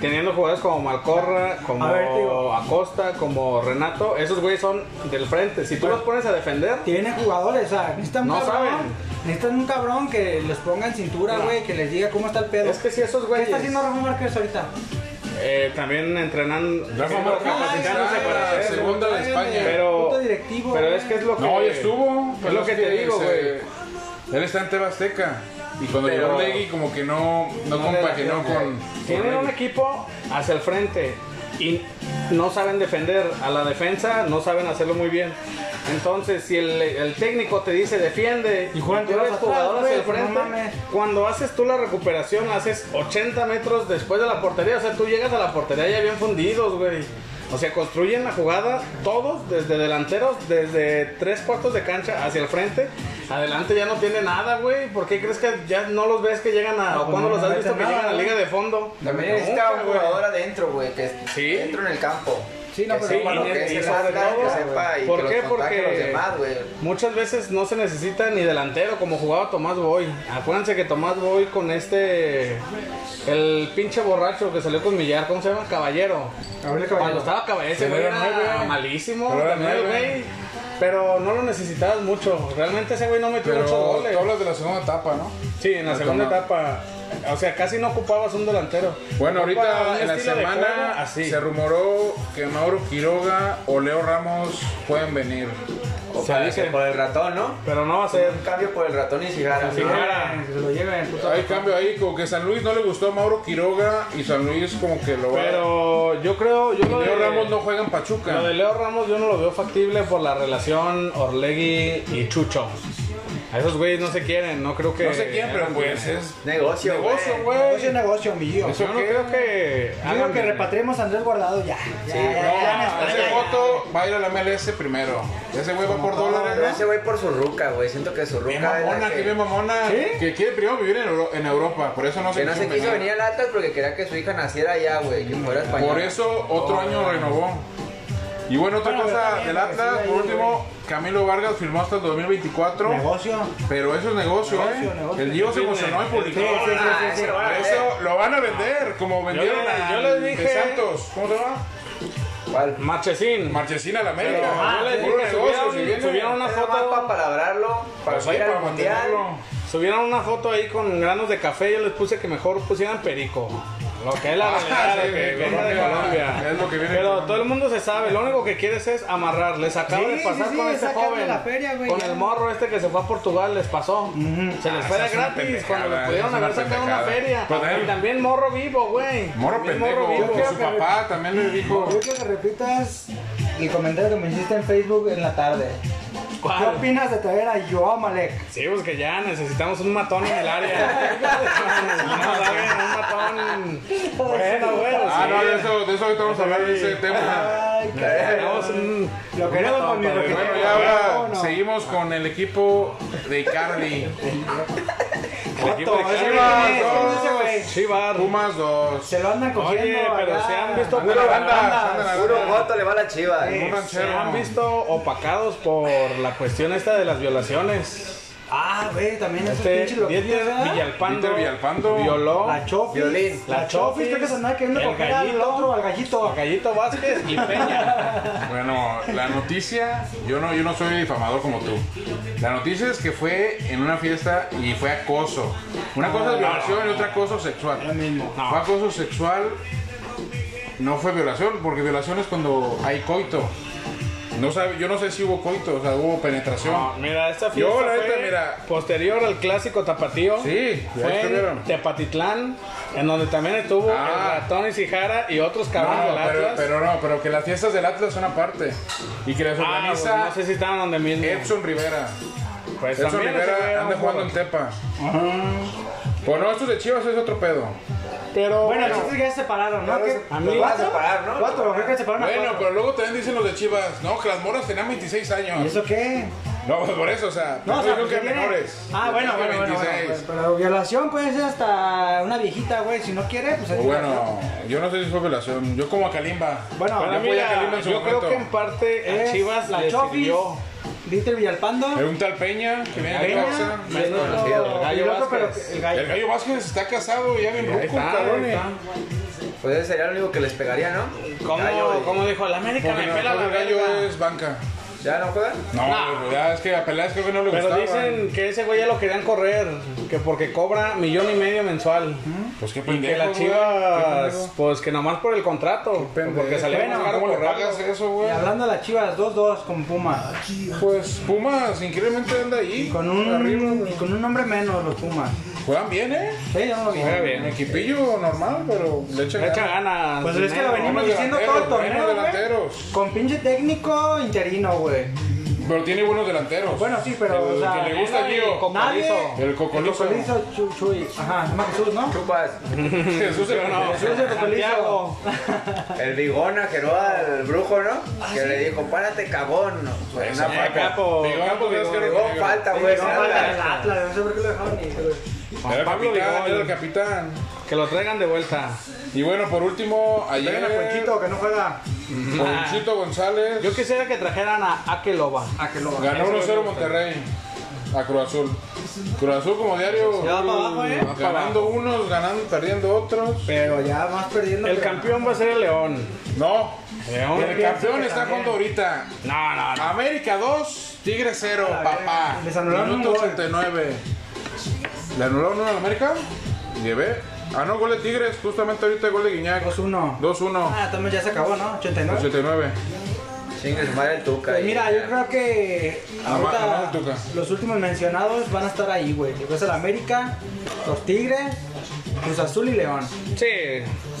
[SPEAKER 3] Teniendo jugadores como Malcorra, como
[SPEAKER 5] A ver, te digo.
[SPEAKER 3] Acosta, como Renato, esos güeyes son del frente. Si tú los pones a defender,
[SPEAKER 5] Tiene jugadores, o sea, necesitan un
[SPEAKER 3] No
[SPEAKER 5] cabrón.
[SPEAKER 3] saben.
[SPEAKER 5] Necesitan un cabrón que les ponga en cintura,
[SPEAKER 3] No.
[SPEAKER 5] güey, que les diga cómo está el pedo.
[SPEAKER 3] es que si esos
[SPEAKER 5] ¿Qué
[SPEAKER 3] güeyes
[SPEAKER 5] está haciendo Rafa Márquez ahorita?
[SPEAKER 3] eh, también entrenan,
[SPEAKER 4] Rafa
[SPEAKER 3] haciendo-
[SPEAKER 4] Márquez
[SPEAKER 3] capacitándose
[SPEAKER 5] Ah,
[SPEAKER 4] está
[SPEAKER 3] para
[SPEAKER 4] en
[SPEAKER 3] hacer-
[SPEAKER 4] segunda de España.
[SPEAKER 3] Pero,
[SPEAKER 5] Puto directivo,
[SPEAKER 3] pero
[SPEAKER 5] güey.
[SPEAKER 3] es que es lo que.
[SPEAKER 4] No, hoy estuvo.
[SPEAKER 3] Es lo que te digo,
[SPEAKER 4] se-
[SPEAKER 3] güey.
[SPEAKER 4] Él está en Tebasteca. Y cuando
[SPEAKER 6] Pero-
[SPEAKER 4] llegó Legui, como que no, no,
[SPEAKER 3] le
[SPEAKER 4] compaginó
[SPEAKER 3] da-
[SPEAKER 4] con.
[SPEAKER 3] Tienen
[SPEAKER 4] con
[SPEAKER 3] un
[SPEAKER 4] Legui.
[SPEAKER 3] equipo hacia el frente y no saben defender. A la defensa no saben hacerlo muy bien. Entonces, si el, el técnico te dice defiende
[SPEAKER 5] Y juegan
[SPEAKER 3] tú eres
[SPEAKER 5] todos
[SPEAKER 3] jugador
[SPEAKER 5] atrás,
[SPEAKER 3] hacia el
[SPEAKER 5] güey,
[SPEAKER 3] frente,
[SPEAKER 5] no mames.
[SPEAKER 3] cuando haces tú la recuperación, haces 80 metros después de la portería. O sea, tú llegas a la portería ya bien fundidos, güey. O sea, construyen la jugada todos, desde delanteros, desde tres cuartos de cancha hacia el frente. Adelante ya no tiene nada, güey. ¿Por qué crees que ya no los ves que llegan a...
[SPEAKER 5] No, pues
[SPEAKER 3] o cuando
[SPEAKER 5] no,
[SPEAKER 3] los
[SPEAKER 5] no
[SPEAKER 3] has
[SPEAKER 5] meten
[SPEAKER 3] visto que
[SPEAKER 5] nada,
[SPEAKER 3] llegan a la
[SPEAKER 5] güey.
[SPEAKER 3] liga de fondo?
[SPEAKER 6] También
[SPEAKER 3] Nunca,
[SPEAKER 6] necesita un
[SPEAKER 3] güey.
[SPEAKER 6] jugador adentro, güey, que
[SPEAKER 3] Sí.
[SPEAKER 6] esté dentro en el campo.
[SPEAKER 5] Sí, no,
[SPEAKER 6] que
[SPEAKER 5] pero-
[SPEAKER 6] sepa lo
[SPEAKER 5] Sí,
[SPEAKER 6] que
[SPEAKER 5] y-
[SPEAKER 6] es
[SPEAKER 5] y
[SPEAKER 6] el
[SPEAKER 5] sobre
[SPEAKER 6] Atlas,
[SPEAKER 5] todo,
[SPEAKER 6] que sepa y
[SPEAKER 3] ¿Por
[SPEAKER 6] que
[SPEAKER 3] qué?
[SPEAKER 6] los contagie a
[SPEAKER 3] Porque-
[SPEAKER 6] los demás, güey.
[SPEAKER 3] Muchas veces no se necesita ni delantero como jugaba Tomás Boy. Acuérdense que Tomás Boy con este. El pinche borracho que salió con Millar, ¿cómo se llama? Caballero.
[SPEAKER 5] Gabriel
[SPEAKER 3] Cuando
[SPEAKER 5] Caballero.
[SPEAKER 3] estaba caballero, ese
[SPEAKER 4] Pero
[SPEAKER 3] güey
[SPEAKER 4] era
[SPEAKER 3] era
[SPEAKER 4] nueve.
[SPEAKER 3] malísimo.
[SPEAKER 4] Pero era
[SPEAKER 3] también el
[SPEAKER 4] nueve.
[SPEAKER 3] güey, Pero no lo necesitabas mucho. Realmente ese güey no metió
[SPEAKER 4] Pero
[SPEAKER 3] muchos goles.
[SPEAKER 4] tú hablas de la segunda etapa, ¿no?
[SPEAKER 3] Sí, en la
[SPEAKER 4] Pero
[SPEAKER 3] segunda
[SPEAKER 4] no.
[SPEAKER 3] etapa. O sea, casi no ocupabas un delantero. Ocupaba
[SPEAKER 4] Bueno,
[SPEAKER 3] un
[SPEAKER 4] ahorita en la
[SPEAKER 3] estilo de juego
[SPEAKER 4] semana
[SPEAKER 3] así.
[SPEAKER 4] se rumoró que Mauro Quiroga o Leo Ramos pueden venir.
[SPEAKER 6] O
[SPEAKER 3] Se
[SPEAKER 6] sea,
[SPEAKER 3] dice.
[SPEAKER 6] que por el ratón, ¿no?
[SPEAKER 3] Pero no va a ser.
[SPEAKER 6] Un cambio por el ratón y cigarro.
[SPEAKER 3] Así
[SPEAKER 6] ¿no?
[SPEAKER 3] que-
[SPEAKER 5] Que se lo lleven, puto.
[SPEAKER 4] Hay cambio ahí, como que San Luis no le gustó a Mauro Quiroga y San Luis como que lo va-
[SPEAKER 3] Pero yo creo. Yo lo
[SPEAKER 4] Leo
[SPEAKER 3] de-
[SPEAKER 4] Ramos no juega en Pachuca.
[SPEAKER 3] Lo de Leo Ramos yo no lo veo factible por la relación Orlegui y Chucho. A esos güeyes no se quieren, no creo que.
[SPEAKER 4] No sé quién, pero pues es
[SPEAKER 6] Negocio, güey.
[SPEAKER 4] negocio,
[SPEAKER 5] Negocio es
[SPEAKER 4] güey.
[SPEAKER 5] negocio, mi Gio.
[SPEAKER 4] Eso
[SPEAKER 3] Yo no
[SPEAKER 4] qué?
[SPEAKER 3] creo que.
[SPEAKER 5] Yo
[SPEAKER 3] hagan
[SPEAKER 5] Digo que
[SPEAKER 3] bien.
[SPEAKER 5] repatriemos a Andrés Guardado ya. Ya,
[SPEAKER 6] Sí,
[SPEAKER 5] ya, ya,
[SPEAKER 4] No,
[SPEAKER 5] ya, en España,
[SPEAKER 4] Ah, ese
[SPEAKER 5] ya.
[SPEAKER 4] voto va a ir a la MLS primero. Ese güey va por dólares,
[SPEAKER 6] Pero ese
[SPEAKER 4] ¿no?
[SPEAKER 6] güey por su ruca, güey. Siento que su
[SPEAKER 4] Bien
[SPEAKER 6] ruca. es la
[SPEAKER 4] mamona, que
[SPEAKER 6] que-
[SPEAKER 4] bien mamona.
[SPEAKER 5] ¿Sí?
[SPEAKER 4] Que quiere primero vivir en, Euro- en Europa, por eso no se
[SPEAKER 6] Que no se quiso venir al Atlas porque quería que su hija naciera allá, güey, que fuera española.
[SPEAKER 4] Por eso otro año renovó. Y bueno, otra
[SPEAKER 5] Bueno,
[SPEAKER 4] cosa
[SPEAKER 5] pero también,
[SPEAKER 4] del
[SPEAKER 5] pues, sí,
[SPEAKER 4] Atlas,
[SPEAKER 5] ahí,
[SPEAKER 4] por último, Camilo Vargas firmó hasta el 2024.
[SPEAKER 5] Negocio.
[SPEAKER 4] Pero eso es negocio,
[SPEAKER 5] Negocio,
[SPEAKER 4] ¿eh?
[SPEAKER 5] negocio.
[SPEAKER 4] El Diego se emocionó y publicó.
[SPEAKER 5] Sí, sí, sí, sí, sí.
[SPEAKER 4] "Ah, Eso lo van a vender, como vendieron
[SPEAKER 3] le-
[SPEAKER 4] a
[SPEAKER 3] yo les dije-
[SPEAKER 4] Santos. ¿Cómo se llama?
[SPEAKER 6] ¿Cuál?
[SPEAKER 3] Marchesín.
[SPEAKER 4] Marchesina a la América.
[SPEAKER 3] Pero-
[SPEAKER 4] Ah,
[SPEAKER 3] yo les
[SPEAKER 4] puro
[SPEAKER 3] dije,
[SPEAKER 4] negocio,
[SPEAKER 3] subieron-
[SPEAKER 4] si viene-
[SPEAKER 3] subieron una
[SPEAKER 6] Nada más para
[SPEAKER 3] foto.
[SPEAKER 6] palabrarlo, para
[SPEAKER 4] Pues ahí
[SPEAKER 6] ir
[SPEAKER 4] para
[SPEAKER 6] al mundial.
[SPEAKER 4] mantenerlo.
[SPEAKER 3] Subieron una foto ahí con granos de café. Yo les puse que mejor pusieran perico. Lo que es la
[SPEAKER 4] Ah,
[SPEAKER 3] realidad,
[SPEAKER 4] sí,
[SPEAKER 3] lo que
[SPEAKER 4] de
[SPEAKER 3] viene de
[SPEAKER 4] Colombia.
[SPEAKER 3] Colombia.
[SPEAKER 4] Es lo que viene de
[SPEAKER 3] Pero
[SPEAKER 4] Colombia.
[SPEAKER 3] todo el mundo se sabe. Lo único que quieres es amarrar. Les acaba
[SPEAKER 5] Sí,
[SPEAKER 3] de pasar
[SPEAKER 5] sí, sí,
[SPEAKER 3] con este
[SPEAKER 5] sacarle
[SPEAKER 3] joven.
[SPEAKER 5] la feria, güey,
[SPEAKER 3] con
[SPEAKER 5] ya.
[SPEAKER 3] el morro este que se fue a Portugal. Les pasó. Se les
[SPEAKER 4] Ah,
[SPEAKER 3] fue de
[SPEAKER 4] esa es una
[SPEAKER 3] gratis.
[SPEAKER 4] pendejada,
[SPEAKER 3] Cuando les
[SPEAKER 4] esa es
[SPEAKER 3] pudieron
[SPEAKER 4] una
[SPEAKER 3] haber sacado una
[SPEAKER 4] pendejada.
[SPEAKER 3] feria.
[SPEAKER 4] Pues, eh.
[SPEAKER 3] Y también morro vivo, güey.
[SPEAKER 4] Morro
[SPEAKER 3] También
[SPEAKER 4] pendejo.
[SPEAKER 3] vivo.
[SPEAKER 4] que Su papá también le dijo.
[SPEAKER 5] Yo quiero que repitas el comentario que me hiciste en Facebook en la tarde.
[SPEAKER 3] ¿Cuál?
[SPEAKER 5] ¿Qué opinas de traer a Joao Malek?
[SPEAKER 3] Sí, pues que ya necesitamos un matón en el área. Vamos a ver, un matón. Bueno, güey.
[SPEAKER 4] Ah,
[SPEAKER 3] sí.
[SPEAKER 4] no, de eso, de eso ahorita vamos a hablar de ese tema.
[SPEAKER 5] Ay,
[SPEAKER 3] Tenemos un-
[SPEAKER 5] Lo queremos,
[SPEAKER 3] un matón,
[SPEAKER 5] mi
[SPEAKER 3] padre.
[SPEAKER 5] Rogelio.
[SPEAKER 4] Bueno, ya ahora
[SPEAKER 5] No, no.
[SPEAKER 4] seguimos con el equipo de Icardi.
[SPEAKER 3] El equipo de
[SPEAKER 5] Ese güey,
[SPEAKER 3] Chivas,
[SPEAKER 5] ¿quién es? ¿Quién es ese güey?
[SPEAKER 3] dos. Chivas.
[SPEAKER 4] Pumas 2.
[SPEAKER 5] Se lo andan cogiendo.
[SPEAKER 3] Oye, pero
[SPEAKER 5] allá.
[SPEAKER 3] se han visto
[SPEAKER 4] Andan a bandas,
[SPEAKER 5] bandas.
[SPEAKER 4] andan a
[SPEAKER 6] Puro
[SPEAKER 4] bandas.
[SPEAKER 6] voto le va a la chiva.
[SPEAKER 4] Un
[SPEAKER 3] Se
[SPEAKER 4] ranchero.
[SPEAKER 3] han visto opacados por la cuestión esta de las violaciones.
[SPEAKER 5] Ah, güey, también esos
[SPEAKER 3] Este,
[SPEAKER 5] pinches loquitos,
[SPEAKER 3] Dieter
[SPEAKER 5] ¿verdad?
[SPEAKER 3] Villalpando.
[SPEAKER 4] Dieter Villalpando.
[SPEAKER 3] Violó.
[SPEAKER 5] La Chofis.
[SPEAKER 6] Violín.
[SPEAKER 5] La, Chofis, creo que se andaba queriendo
[SPEAKER 3] el
[SPEAKER 5] coger al
[SPEAKER 3] Gallito,
[SPEAKER 5] otro, al gallito.
[SPEAKER 3] el Gallito Vázquez y Peña.
[SPEAKER 4] Bueno, la noticia, yo no, yo no soy difamador como tú. La noticia es que fue en una fiesta y fue acoso. Una cosa es violación y otra acoso sexual.
[SPEAKER 3] No.
[SPEAKER 4] Fue acoso sexual, no fue violación, porque violación es cuando hay coito. No sabe, yo no sé si hubo coito, o sea, hubo penetración.
[SPEAKER 3] No, mira, esta fiesta
[SPEAKER 4] Yo, la neta,
[SPEAKER 3] fue
[SPEAKER 4] mira.
[SPEAKER 3] posterior al clásico tapatío.
[SPEAKER 4] Sí, ya
[SPEAKER 3] fue en
[SPEAKER 4] estuvieron.
[SPEAKER 3] Tepatitlán, en donde también estuvo
[SPEAKER 4] Ah.
[SPEAKER 3] el ratón Isijara y otros cabrones
[SPEAKER 4] No,
[SPEAKER 3] del
[SPEAKER 4] pero,
[SPEAKER 3] Atlas. Ah,
[SPEAKER 4] pero no, pero que las fiestas del Atlas son aparte y que las
[SPEAKER 3] Ah,
[SPEAKER 4] organiza
[SPEAKER 3] güey, no sé si estaban donde mismo.
[SPEAKER 4] Edson Rivera.
[SPEAKER 3] pues
[SPEAKER 4] Edson
[SPEAKER 3] también ese güey
[SPEAKER 4] Rivera
[SPEAKER 3] era
[SPEAKER 4] anda
[SPEAKER 3] un
[SPEAKER 4] jugando en
[SPEAKER 3] jugador.
[SPEAKER 4] Tepa.
[SPEAKER 3] Ah.
[SPEAKER 4] Bueno, estos de Chivas es otro pedo.
[SPEAKER 3] Pero
[SPEAKER 5] Bueno,
[SPEAKER 3] bueno,
[SPEAKER 5] el chiste es que ya se separaron, ¿no?
[SPEAKER 6] Ya
[SPEAKER 5] ¿Qué?
[SPEAKER 6] se- los van a separar, ¿no?
[SPEAKER 5] Cuatro, creo que se separaron a
[SPEAKER 4] Bueno,
[SPEAKER 5] cuatro.
[SPEAKER 4] pero luego también dicen los de Chivas, no, que las moras tenían 26
[SPEAKER 5] ¿Y
[SPEAKER 4] años.
[SPEAKER 5] eso qué?
[SPEAKER 4] No, pues por eso, o sea, no,
[SPEAKER 5] o sea,
[SPEAKER 4] creo
[SPEAKER 5] pues,
[SPEAKER 4] que
[SPEAKER 5] tiene-
[SPEAKER 4] menores.
[SPEAKER 5] Ah, bueno,
[SPEAKER 4] Yo creo
[SPEAKER 5] bueno,
[SPEAKER 4] que
[SPEAKER 5] bueno, bueno,
[SPEAKER 4] 26.
[SPEAKER 5] pues, Pero violación puede ser hasta una viejita, güey. Si no quiere, pues... es
[SPEAKER 4] O
[SPEAKER 5] violación.
[SPEAKER 4] bueno, yo no sé si fue violación. Yo como a Kalimba.
[SPEAKER 5] Bueno,
[SPEAKER 4] yo
[SPEAKER 3] para mí
[SPEAKER 4] apoyé
[SPEAKER 3] la-
[SPEAKER 4] a Kalimba en su
[SPEAKER 3] yo creo
[SPEAKER 4] momento.
[SPEAKER 3] que en parte a
[SPEAKER 5] Es
[SPEAKER 3] Chivas
[SPEAKER 5] la
[SPEAKER 3] le
[SPEAKER 5] Chofis,
[SPEAKER 3] sirvió.
[SPEAKER 5] Dieter Villalpando.
[SPEAKER 4] Hay Eh, un tal Peña que viene de
[SPEAKER 5] Peña,
[SPEAKER 4] Necaxa.
[SPEAKER 5] y el otro-
[SPEAKER 6] Desconocido.
[SPEAKER 5] el
[SPEAKER 3] Gallo
[SPEAKER 5] otro, pero
[SPEAKER 3] Vázquez.
[SPEAKER 5] el
[SPEAKER 4] El
[SPEAKER 5] gallo.
[SPEAKER 4] Gallo Vázquez está casado, ya bien
[SPEAKER 3] Ahí
[SPEAKER 4] ruco,
[SPEAKER 3] está,
[SPEAKER 4] cabrón.
[SPEAKER 3] ahí está.
[SPEAKER 6] Pues ese sería lo único que les pegaría, ¿no?
[SPEAKER 3] ¿Cómo,
[SPEAKER 6] Ya, yo-
[SPEAKER 3] cómo dijo? La América
[SPEAKER 4] Porque
[SPEAKER 3] me
[SPEAKER 4] no,
[SPEAKER 3] pela la
[SPEAKER 4] el Gallo
[SPEAKER 3] verga.
[SPEAKER 4] es banca.
[SPEAKER 6] ¿Ya no juegan?
[SPEAKER 4] No,
[SPEAKER 3] No.
[SPEAKER 4] la verdad es que a Peláez creo que no le
[SPEAKER 3] Pero
[SPEAKER 4] gustaba.
[SPEAKER 3] dicen que ese güey ya lo querían correr, que porque cobra millón y medio mensual.
[SPEAKER 4] Pues qué
[SPEAKER 3] Y
[SPEAKER 4] pendejo,
[SPEAKER 3] que las
[SPEAKER 4] güey. Qué
[SPEAKER 3] chivas,
[SPEAKER 4] pendejo.
[SPEAKER 3] pues que nomás por el contrato,
[SPEAKER 5] pues,
[SPEAKER 4] Pendejo.
[SPEAKER 3] porque salía
[SPEAKER 4] Bueno,
[SPEAKER 3] más caro
[SPEAKER 4] ¿Cómo le
[SPEAKER 3] correrlo.
[SPEAKER 4] pagas eso,
[SPEAKER 5] Y
[SPEAKER 4] güey?
[SPEAKER 5] hablando de las chivas, 2-2 con Puma.
[SPEAKER 4] Pues Pumas increíblemente anda ahí.
[SPEAKER 5] Y con
[SPEAKER 4] arriba.
[SPEAKER 5] un, y con un hombre menos los Pumas.
[SPEAKER 4] Juegan bien, ¿eh?
[SPEAKER 5] Sí, yo no lo vi.
[SPEAKER 3] Juega bien.
[SPEAKER 4] Un equipillo normal, pero le echan
[SPEAKER 3] Le echa
[SPEAKER 4] ganas.
[SPEAKER 3] ganas.
[SPEAKER 5] Pues es que
[SPEAKER 3] dinero.
[SPEAKER 5] lo venimos
[SPEAKER 4] Buenos
[SPEAKER 5] diciendo todo el
[SPEAKER 4] delanteros,
[SPEAKER 5] torneo,
[SPEAKER 4] buenos
[SPEAKER 5] güey.
[SPEAKER 4] delanteros.
[SPEAKER 5] Con pinche técnico interino, güey.
[SPEAKER 4] Pero tiene buenos delanteros.
[SPEAKER 5] Bueno, sí, pero,
[SPEAKER 4] El
[SPEAKER 5] o sea,
[SPEAKER 4] que le gusta a Gio.
[SPEAKER 5] Nadie.
[SPEAKER 4] El cocolizo.
[SPEAKER 5] El cocolizo, Chu- Chuy. Ajá, se llama Jesús, ¿no?
[SPEAKER 6] Chupas.
[SPEAKER 4] Jesús el
[SPEAKER 5] Jesús el
[SPEAKER 3] Santiago.
[SPEAKER 5] cocolizo.
[SPEAKER 6] El bigón ajeró al brujo, ¿no?
[SPEAKER 5] Ah,
[SPEAKER 6] Que le dijo, párate, cagón. No, Fue una
[SPEAKER 3] Eh,
[SPEAKER 6] falta.
[SPEAKER 3] capo.
[SPEAKER 4] Bigón,
[SPEAKER 3] Capo,
[SPEAKER 4] pues, es que
[SPEAKER 3] Bigón.
[SPEAKER 4] no-
[SPEAKER 6] Bigón falta,
[SPEAKER 5] Sí,
[SPEAKER 6] güey.
[SPEAKER 5] no,
[SPEAKER 6] nada.
[SPEAKER 5] para el Atlas, no sé por qué lo dejaron ir, güey.
[SPEAKER 4] Era el
[SPEAKER 3] Pablo
[SPEAKER 4] capitán,
[SPEAKER 3] Bigón.
[SPEAKER 4] era el capitán.
[SPEAKER 3] Que lo traigan de vuelta.
[SPEAKER 4] Y bueno, por último, ayer.
[SPEAKER 5] Traigan a Juanquito, que no juega.
[SPEAKER 4] Ponchito González.
[SPEAKER 3] Yo quisiera que trajeran a Akeloba.
[SPEAKER 5] A que lo
[SPEAKER 4] Ganó 1-0 Monterrey a Cruz Azul. Cruz Azul como diario.
[SPEAKER 5] Ya va para abajo, ¿eh?
[SPEAKER 4] Va para Ganando abajo. unos, ganando, perdiendo otros.
[SPEAKER 5] Pero ya vas perdiendo.
[SPEAKER 3] El
[SPEAKER 5] pero-
[SPEAKER 3] campeón va a ser el León.
[SPEAKER 4] No.
[SPEAKER 3] León.
[SPEAKER 4] El campeón está jugando ahorita.
[SPEAKER 3] No, no, no.
[SPEAKER 4] América 2, Tigre 0,
[SPEAKER 5] A la
[SPEAKER 4] papá.
[SPEAKER 5] verga. eh, Les anularon
[SPEAKER 4] Minuto
[SPEAKER 5] un gol.
[SPEAKER 4] 89. ¿Le anularon uno a la América? Llevé. Ah, no, gol de Tigres. Justamente ahorita gol de Guiñac.
[SPEAKER 5] 2-1.
[SPEAKER 4] 2-1.
[SPEAKER 5] Ah, entonces ya se acabó, ¿no? 89.
[SPEAKER 4] 89.
[SPEAKER 6] Chingue su madre el tuca.
[SPEAKER 5] Pues
[SPEAKER 6] ahí.
[SPEAKER 5] mira, yo creo que
[SPEAKER 4] Nada más- nada más el
[SPEAKER 5] ahorita
[SPEAKER 4] Tuca.
[SPEAKER 5] los últimos mencionados van a estar ahí, güey. Yo creo que es el América, los Tigres, Cruz Azul y León.
[SPEAKER 3] Sí,